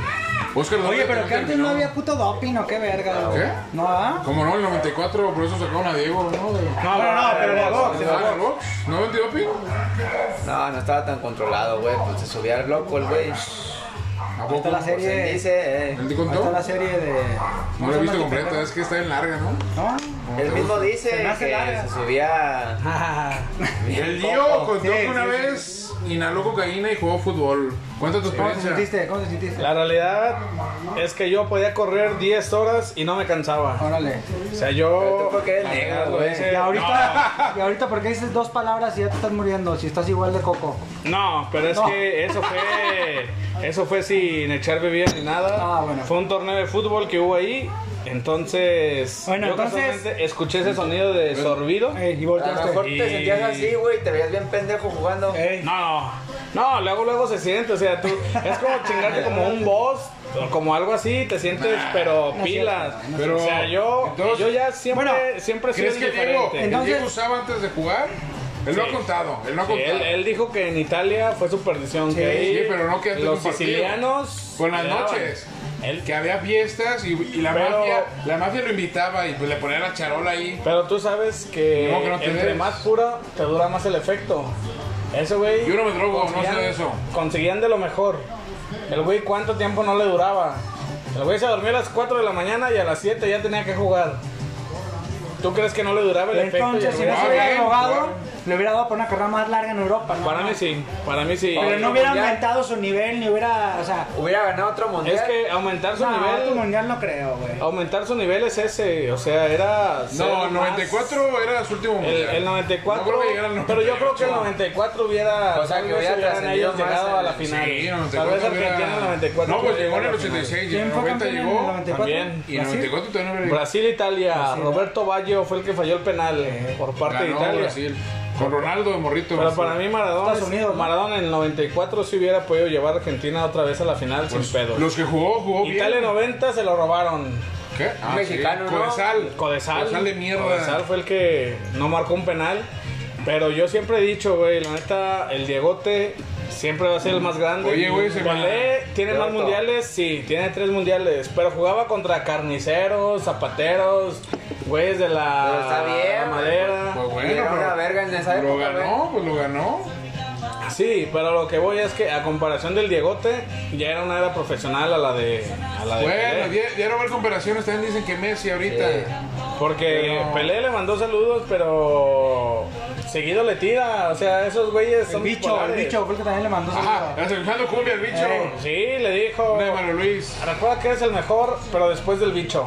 [SPEAKER 4] Oscar
[SPEAKER 5] Oye,
[SPEAKER 4] Domínguez
[SPEAKER 5] pero que
[SPEAKER 4] también
[SPEAKER 5] antes no
[SPEAKER 4] terminó.
[SPEAKER 5] había puto doping o qué verga, güey.
[SPEAKER 4] ¿Qué?
[SPEAKER 5] ¿No, ah?
[SPEAKER 4] Como no, en el 94 por eso sacaron a Diego, ¿no? De-
[SPEAKER 3] No,
[SPEAKER 5] Bueno, no, pero de box, de
[SPEAKER 4] Ah, ¿no? ¿No vendió doping?
[SPEAKER 6] No, no estaba tan controlado, güey. Pues se subía al loco el güey.
[SPEAKER 4] ¿A
[SPEAKER 5] Hasta
[SPEAKER 4] poco?
[SPEAKER 5] la
[SPEAKER 6] Pues
[SPEAKER 5] serie.
[SPEAKER 6] él dice, eh,
[SPEAKER 4] ¿Él te
[SPEAKER 5] ahí está
[SPEAKER 4] contó?
[SPEAKER 5] la serie de.
[SPEAKER 4] No la he visto completa, es que está bien larga, ¿no?
[SPEAKER 5] ¿No?
[SPEAKER 6] él mismo dice
[SPEAKER 5] Se me hace
[SPEAKER 6] que
[SPEAKER 5] larga.
[SPEAKER 6] se subía.
[SPEAKER 4] El Dio contó
[SPEAKER 5] Sí,
[SPEAKER 4] que
[SPEAKER 5] sí,
[SPEAKER 4] una
[SPEAKER 5] sí,
[SPEAKER 4] vez inhaló cocaína y jugó fútbol. Cuenta tu
[SPEAKER 5] ¿Cómo te
[SPEAKER 4] experiencia.
[SPEAKER 5] sentiste? ¿Cómo te sentiste?
[SPEAKER 3] La realidad es que yo podía correr 10 horas y no me cansaba.
[SPEAKER 5] Órale.
[SPEAKER 3] O sea,
[SPEAKER 6] Pero
[SPEAKER 3] yo...
[SPEAKER 6] tú por qué eres
[SPEAKER 3] la
[SPEAKER 6] negro,
[SPEAKER 3] verdad, lo
[SPEAKER 6] güey.
[SPEAKER 3] hice-
[SPEAKER 5] Pues, Y ahorita, y ahorita, ¿por qué dices dos palabras y ya te estás muriendo? Si estás igual de coco.
[SPEAKER 3] No, pero es
[SPEAKER 5] No.
[SPEAKER 3] que eso fue... Eso fue sin echar bebida ni nada.
[SPEAKER 5] Ah, bueno.
[SPEAKER 3] Fue un torneo de fútbol que hubo ahí. Entonces...
[SPEAKER 5] Bueno,
[SPEAKER 3] yo
[SPEAKER 5] entonces-
[SPEAKER 3] casualmente escuché ese sonido de sorbido.
[SPEAKER 5] Eh, y
[SPEAKER 6] A lo
[SPEAKER 5] volteaste.
[SPEAKER 6] mejor te
[SPEAKER 3] Y-
[SPEAKER 6] sentías así, güey, te veías bien pendejo jugando.
[SPEAKER 5] Ey.
[SPEAKER 3] No, no, luego luego se siente, o sea, tú es como chingarte como un boss, o como algo así, te sientes pero pilas.
[SPEAKER 4] Pero-
[SPEAKER 3] o sea, yo
[SPEAKER 4] entonces-
[SPEAKER 3] yo ya siempre
[SPEAKER 5] Bueno,
[SPEAKER 3] siempre he sido
[SPEAKER 4] ¿Crees que Diego,
[SPEAKER 3] diferente.
[SPEAKER 5] Entonces-
[SPEAKER 4] el Diego usaba antes de jugar? Él lo ha contado, él lo ha
[SPEAKER 3] Sí,
[SPEAKER 4] contado.
[SPEAKER 3] él, él dijo que en Italia fue su perdición, que ahí
[SPEAKER 4] Sí, pero no que antes de
[SPEAKER 3] los
[SPEAKER 4] un partido.
[SPEAKER 3] sicilianos
[SPEAKER 4] Con las
[SPEAKER 3] le daban.
[SPEAKER 4] noches.
[SPEAKER 3] Él-
[SPEAKER 4] Que había fiestas y, y la,
[SPEAKER 3] Pero-
[SPEAKER 4] mafia, la mafia lo invitaba y pues le ponía la charola ahí.
[SPEAKER 3] pero tú sabes que,
[SPEAKER 4] Ni modo que no te
[SPEAKER 3] entre
[SPEAKER 4] des.
[SPEAKER 3] más pura te dura más el efecto. Ese güey
[SPEAKER 4] Yo no me drogo, no sé
[SPEAKER 3] conseguían-
[SPEAKER 4] de eso.
[SPEAKER 3] Conseguían de lo mejor. El güey cuánto tiempo no le duraba. El güey se dormía a las 4 de la mañana y a las 7 ya tenía que jugar. ¿Tú crees que no le duraba el
[SPEAKER 5] Entonces,
[SPEAKER 3] efecto? Y
[SPEAKER 5] si
[SPEAKER 3] el
[SPEAKER 5] no
[SPEAKER 3] güey-
[SPEAKER 5] se hubiera
[SPEAKER 4] bien,
[SPEAKER 5] drogado,
[SPEAKER 4] bueno.
[SPEAKER 5] le hubiera dado por una carrera más larga en Europa, ¿no?
[SPEAKER 3] Para mí sí, para mí sí.
[SPEAKER 5] Pero no hubiera
[SPEAKER 6] Mundial.
[SPEAKER 5] aumentado su nivel, ni hubiera. O sea,
[SPEAKER 6] Hubiera ganado otro mundial.
[SPEAKER 3] Es que aumentar su
[SPEAKER 5] no, tu
[SPEAKER 3] nivel... Ah,
[SPEAKER 5] mundial no creo, güey.
[SPEAKER 3] Aumentar su nivel es ese, o sea, era... ser
[SPEAKER 4] No,
[SPEAKER 3] más-
[SPEAKER 4] el 94 era su último
[SPEAKER 3] El,
[SPEAKER 4] mundial.
[SPEAKER 3] el 94,
[SPEAKER 4] No creo que llegara al
[SPEAKER 3] pero yo creo que el
[SPEAKER 4] 98.
[SPEAKER 3] 94 hubiera,
[SPEAKER 6] O sea,
[SPEAKER 3] tal
[SPEAKER 6] que
[SPEAKER 3] vez
[SPEAKER 6] hubiera
[SPEAKER 3] hubieran
[SPEAKER 6] trascendido
[SPEAKER 3] ellos
[SPEAKER 6] más
[SPEAKER 3] llegado a la
[SPEAKER 6] el-
[SPEAKER 3] final.
[SPEAKER 4] Sí, el
[SPEAKER 3] tal
[SPEAKER 4] 94
[SPEAKER 3] vez Argentina en el
[SPEAKER 4] hubiera-
[SPEAKER 3] 94.
[SPEAKER 4] No, pues
[SPEAKER 3] hubiera
[SPEAKER 4] llegó en
[SPEAKER 3] llegado
[SPEAKER 4] el
[SPEAKER 3] a la final.
[SPEAKER 4] 86, en
[SPEAKER 5] ¿Quién
[SPEAKER 4] el
[SPEAKER 5] fue
[SPEAKER 4] 90
[SPEAKER 5] campeón en el
[SPEAKER 4] llegó.
[SPEAKER 5] 94?
[SPEAKER 3] También.
[SPEAKER 4] Y en el
[SPEAKER 5] Brasil.
[SPEAKER 4] 94 todavía no era-
[SPEAKER 3] Brasil Italia,
[SPEAKER 5] Brasil.
[SPEAKER 3] Roberto Baggio fue el que falló el penal por parte de
[SPEAKER 4] Ganó
[SPEAKER 3] Italia.
[SPEAKER 4] Brasil. Con Ronaldo de Morrito.
[SPEAKER 3] Pero para mí Maradona,
[SPEAKER 5] Estados Unidos, ¿no?
[SPEAKER 3] Maradona en el 94 sí hubiera podido llevar a Argentina otra vez a la final sin pedo.
[SPEAKER 4] Los que jugó, jugó
[SPEAKER 3] Italia
[SPEAKER 4] Pues, bien.
[SPEAKER 3] 90 se lo robaron.
[SPEAKER 4] ¿Qué? Ah,
[SPEAKER 6] Mexicano,
[SPEAKER 4] sí.
[SPEAKER 6] ¿no?
[SPEAKER 4] Codesal.
[SPEAKER 3] Codesal.
[SPEAKER 4] Codesal de mierda.
[SPEAKER 3] Codesal fue el que no marcó un penal. Pero yo siempre he dicho, güey, la neta, el Diegote siempre va a ser el más grande.
[SPEAKER 4] Oye, güey, se me-
[SPEAKER 3] Pelé tiene más
[SPEAKER 6] Cierto.
[SPEAKER 3] mundiales, sí, tiene tres mundiales. Pero jugaba contra carniceros, zapateros, güeyes de la
[SPEAKER 6] Pero está bien, güey,
[SPEAKER 3] madera.
[SPEAKER 4] pues, güey, bueno,
[SPEAKER 6] Era una verga en esa
[SPEAKER 4] lo
[SPEAKER 6] época,
[SPEAKER 4] ganó, pues lo ganó.
[SPEAKER 6] pues.
[SPEAKER 3] Sí, pero lo que voy es que a comparación del Diegote, ya era una era profesional a la de. A la de
[SPEAKER 4] Bueno,
[SPEAKER 3] Pelé.
[SPEAKER 4] ya, ya no va a haber comparaciones, también dicen que Messi ahorita.
[SPEAKER 3] porque
[SPEAKER 4] pero-
[SPEAKER 3] Pelé le mandó saludos, pero seguido le tira. O sea, esos güeyes
[SPEAKER 5] El
[SPEAKER 3] son.
[SPEAKER 5] bicho, el
[SPEAKER 3] bipolares.
[SPEAKER 5] bicho, creo que también le mandó
[SPEAKER 4] Ajá,
[SPEAKER 5] saludos.
[SPEAKER 4] escuchando cumbia el bicho.
[SPEAKER 5] Eh.
[SPEAKER 3] Sí, le dijo.
[SPEAKER 4] Una de Manuel Luis.
[SPEAKER 3] Recuerda que eres el mejor, pero después del bicho.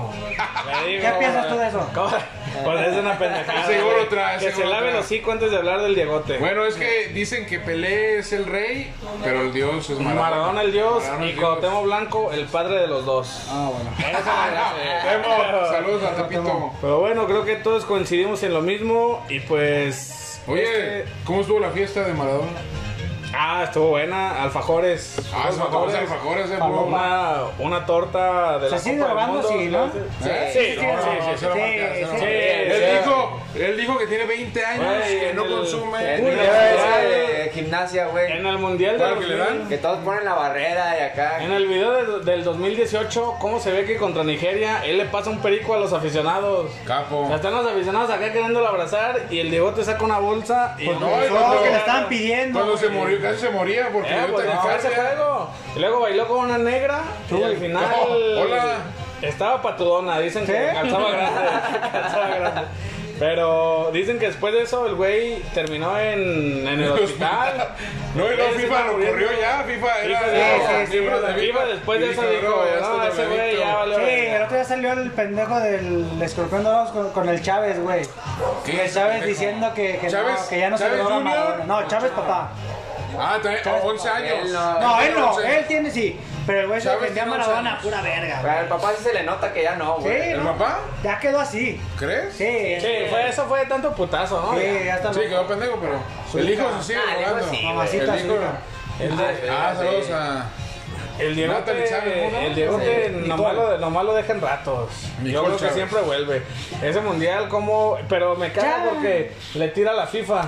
[SPEAKER 3] Le digo,
[SPEAKER 5] ¿Qué piensas tú de eso?
[SPEAKER 3] ¿Cómo? Pues es una pendejada.
[SPEAKER 4] Seguro
[SPEAKER 3] güey.
[SPEAKER 4] trae,
[SPEAKER 3] Que se
[SPEAKER 4] seguro
[SPEAKER 3] lave
[SPEAKER 4] trae.
[SPEAKER 3] el hocico antes de hablar del Diegote.
[SPEAKER 4] Bueno, es que dicen que Pelé es el rey, pero el dios es Maradona.
[SPEAKER 3] Maradona el dios
[SPEAKER 4] Maradona
[SPEAKER 3] y
[SPEAKER 4] el
[SPEAKER 3] Cuauhtémoc Blanco el padre de los dos.
[SPEAKER 5] Ah, bueno.
[SPEAKER 3] Esa es
[SPEAKER 4] Ah,
[SPEAKER 3] la
[SPEAKER 4] Temo,
[SPEAKER 3] gracia.
[SPEAKER 4] saludos a Tepito.
[SPEAKER 3] Pero bueno, creo que todos coincidimos en lo mismo y pues...
[SPEAKER 4] Oye,
[SPEAKER 3] este-
[SPEAKER 4] ¿cómo estuvo la fiesta de Maradona?
[SPEAKER 3] Ah, estuvo buena, alfajores.
[SPEAKER 4] Ah, se mató los alfajores, eh, bro.
[SPEAKER 3] Una, una torta de
[SPEAKER 5] ¿Se
[SPEAKER 3] la
[SPEAKER 5] sigue
[SPEAKER 3] Copa del
[SPEAKER 5] grabando?
[SPEAKER 3] Mundo,
[SPEAKER 5] Sí, ¿no?
[SPEAKER 3] Sí,
[SPEAKER 4] ¿Eh?
[SPEAKER 3] sí, sí,
[SPEAKER 5] Sí,
[SPEAKER 4] No,
[SPEAKER 3] sí,
[SPEAKER 4] no,
[SPEAKER 3] sí,
[SPEAKER 4] se lo marca, se lo
[SPEAKER 5] sí,
[SPEAKER 4] marca.
[SPEAKER 5] sí.
[SPEAKER 4] Él
[SPEAKER 3] Sí.
[SPEAKER 4] dijo, él dijo que tiene 20 años,
[SPEAKER 3] Güey,
[SPEAKER 4] que no
[SPEAKER 3] el-
[SPEAKER 4] consume.
[SPEAKER 3] el-
[SPEAKER 6] En
[SPEAKER 3] Uy,
[SPEAKER 6] una
[SPEAKER 3] ya,
[SPEAKER 6] fiesta
[SPEAKER 3] ya,
[SPEAKER 6] de gimnasia,
[SPEAKER 3] En
[SPEAKER 6] güey.
[SPEAKER 3] el Mundial de
[SPEAKER 4] Claro que
[SPEAKER 3] los
[SPEAKER 4] le dan.
[SPEAKER 6] Que todos ponen la barrera y acá.
[SPEAKER 3] En el video de- del 2018, ¿cómo se ve que contra Nigeria él le pasa un perico a los aficionados? O
[SPEAKER 4] Capo.
[SPEAKER 3] sea, están los aficionados acá queriéndolo abrazar y el Diego te saca una bolsa y...
[SPEAKER 4] Pues no,
[SPEAKER 5] Todo
[SPEAKER 4] y cuando-
[SPEAKER 5] lo que le estaban pidiendo.
[SPEAKER 4] Cuando se
[SPEAKER 5] güey.
[SPEAKER 4] murió, casi se moría porque
[SPEAKER 3] Eh,
[SPEAKER 4] dio
[SPEAKER 3] pues, no,
[SPEAKER 4] taquicardia.
[SPEAKER 3] ese juego. Y luego bailó con una negra y al final...
[SPEAKER 4] No, hola.
[SPEAKER 3] Estaba patudona, dicen que
[SPEAKER 5] ¿Sí?
[SPEAKER 3] calzaba grande, calzaba grande. Pero dicen que después de eso el güey terminó en, en el hospital.
[SPEAKER 4] No, y luego
[SPEAKER 3] Él se
[SPEAKER 4] FIFA
[SPEAKER 3] estaba
[SPEAKER 4] lo corrió
[SPEAKER 3] muriendo.
[SPEAKER 4] ya, FIFA era...
[SPEAKER 3] FIFA
[SPEAKER 4] era-
[SPEAKER 3] dijo, sí,
[SPEAKER 4] miembro de
[SPEAKER 3] FIFA después de
[SPEAKER 4] Y
[SPEAKER 3] eso
[SPEAKER 4] dijo,
[SPEAKER 3] dijo,
[SPEAKER 4] "No, ya
[SPEAKER 3] no,
[SPEAKER 4] estoy
[SPEAKER 3] ese güey
[SPEAKER 4] drogadicto".
[SPEAKER 3] ya valió".
[SPEAKER 5] Sí, el otro día salió el pendejo del escorpión dorado con, con el Chávez, güey.
[SPEAKER 4] ¿Qué
[SPEAKER 5] Que
[SPEAKER 4] es,
[SPEAKER 5] Chávez
[SPEAKER 4] pendejo?
[SPEAKER 5] diciendo que, que,
[SPEAKER 4] ¿Chávez?
[SPEAKER 5] no, que ya no se
[SPEAKER 4] ¿Chávez
[SPEAKER 5] droga
[SPEAKER 4] Junior?
[SPEAKER 5] Maradona. No, Chávez papá.
[SPEAKER 4] Ah, también, 11 años.
[SPEAKER 6] Él no-
[SPEAKER 5] No, él no,
[SPEAKER 4] Entonces,
[SPEAKER 5] él tiene sí. Pero el güey se
[SPEAKER 4] Chávez
[SPEAKER 5] defendía a
[SPEAKER 4] tiene once
[SPEAKER 5] Maradona,
[SPEAKER 4] años.
[SPEAKER 5] pura verga, güey.
[SPEAKER 6] Pero al papá sí se le nota que ya no, güey.
[SPEAKER 5] Sí,
[SPEAKER 4] ¿El
[SPEAKER 5] no,
[SPEAKER 4] papá?
[SPEAKER 5] Ya quedó así.
[SPEAKER 4] ¿Crees?
[SPEAKER 5] Sí,
[SPEAKER 4] Sí,
[SPEAKER 3] Sí, fue, eso fue de tanto putazo, ¿no?
[SPEAKER 5] Sí, ya está.
[SPEAKER 4] quedó pendejo, pero... El hijo se sigue
[SPEAKER 6] Ah, el hijo
[SPEAKER 4] drogando.
[SPEAKER 6] sí, güey.
[SPEAKER 5] Mamacita,
[SPEAKER 4] El
[SPEAKER 5] su
[SPEAKER 4] hijo-
[SPEAKER 5] hija.
[SPEAKER 3] El de-
[SPEAKER 4] Ah, saludos a...
[SPEAKER 3] El Diego,
[SPEAKER 4] Natalie Chávez, ¿no?
[SPEAKER 3] el Diego
[SPEAKER 4] Sí.
[SPEAKER 3] que
[SPEAKER 4] Nicole.
[SPEAKER 3] nomás lo, nomás lo dejan ratos. Yo
[SPEAKER 4] Nicole
[SPEAKER 3] creo que
[SPEAKER 4] Chávez.
[SPEAKER 3] siempre vuelve. Ese mundial como... Pero me caga
[SPEAKER 5] Chávez.
[SPEAKER 3] porque le tira a la FIFA.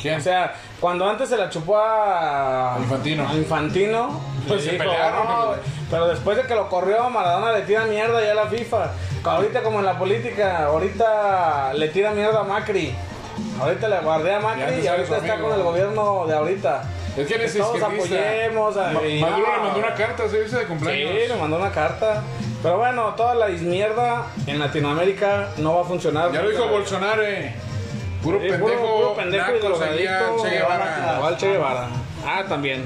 [SPEAKER 4] ¿Quién?
[SPEAKER 3] O sea, cuando antes se la chupó a...
[SPEAKER 4] A Infantino.
[SPEAKER 3] a Infantino.
[SPEAKER 4] Pues
[SPEAKER 3] le
[SPEAKER 4] se pelearon,
[SPEAKER 3] "No",
[SPEAKER 4] güey.
[SPEAKER 3] pero después de que lo corrió, Maradona le tira mierda ya a la FIFA. Ahorita como en la política, ahorita le tira mierda a Macri. Ahorita le guardé a
[SPEAKER 4] Y
[SPEAKER 3] Macri
[SPEAKER 4] antes
[SPEAKER 3] y
[SPEAKER 4] era
[SPEAKER 3] ahorita
[SPEAKER 4] su
[SPEAKER 3] está
[SPEAKER 4] amigo.
[SPEAKER 3] con el gobierno de ahorita.
[SPEAKER 4] Es que él es
[SPEAKER 3] Todos
[SPEAKER 4] izquierdista.
[SPEAKER 3] apoyemos a-
[SPEAKER 4] Ma-
[SPEAKER 3] y-
[SPEAKER 4] Maduro
[SPEAKER 3] no.
[SPEAKER 4] le mandó una carta, se dice de
[SPEAKER 3] Sí,
[SPEAKER 4] cumpleaños.
[SPEAKER 3] le mandó una carta. Pero bueno, toda la mierda en Latinoamérica no va a funcionar.
[SPEAKER 4] Ya lo dijo
[SPEAKER 3] Sí,
[SPEAKER 4] Bolsonaro. eh. Puro
[SPEAKER 3] puro-
[SPEAKER 4] pendejo.
[SPEAKER 3] puro pendejo y
[SPEAKER 4] naco, seguía
[SPEAKER 3] drogadicto.
[SPEAKER 4] Che Guevara.
[SPEAKER 3] Igual Che Guevara. Ah, también.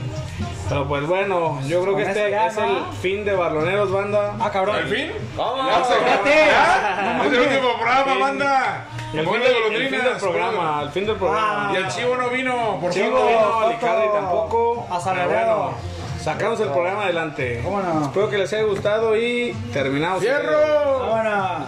[SPEAKER 3] Pero pues bueno, yo creo que
[SPEAKER 5] Con
[SPEAKER 3] este
[SPEAKER 5] eso ya,
[SPEAKER 3] es
[SPEAKER 5] ¿no?
[SPEAKER 3] el fin de Barloneros, banda.
[SPEAKER 5] Ah, cabrón.
[SPEAKER 4] ¿El fin?
[SPEAKER 6] Vamos.
[SPEAKER 4] se-
[SPEAKER 5] espérate.
[SPEAKER 4] ¿Ya?
[SPEAKER 5] No
[SPEAKER 4] Es el
[SPEAKER 5] mames.
[SPEAKER 4] último programa,
[SPEAKER 3] Sí.
[SPEAKER 4] banda.
[SPEAKER 3] El fin, del-
[SPEAKER 4] Gol de
[SPEAKER 3] el fin del
[SPEAKER 4] golondrinas.
[SPEAKER 3] programa, el fin del programa.
[SPEAKER 5] Ah.
[SPEAKER 4] Y el chivo no vino, por
[SPEAKER 3] Chivo,
[SPEAKER 4] favor.
[SPEAKER 3] no,
[SPEAKER 5] Soto,
[SPEAKER 3] Licari tampoco.
[SPEAKER 5] a
[SPEAKER 3] Pero
[SPEAKER 5] Salgado.
[SPEAKER 3] bueno, sacamos el programa adelante.
[SPEAKER 5] ¿Cómo no?
[SPEAKER 3] Espero que les haya gustado y terminamos.
[SPEAKER 4] ¡Fierro!
[SPEAKER 5] Vámonos.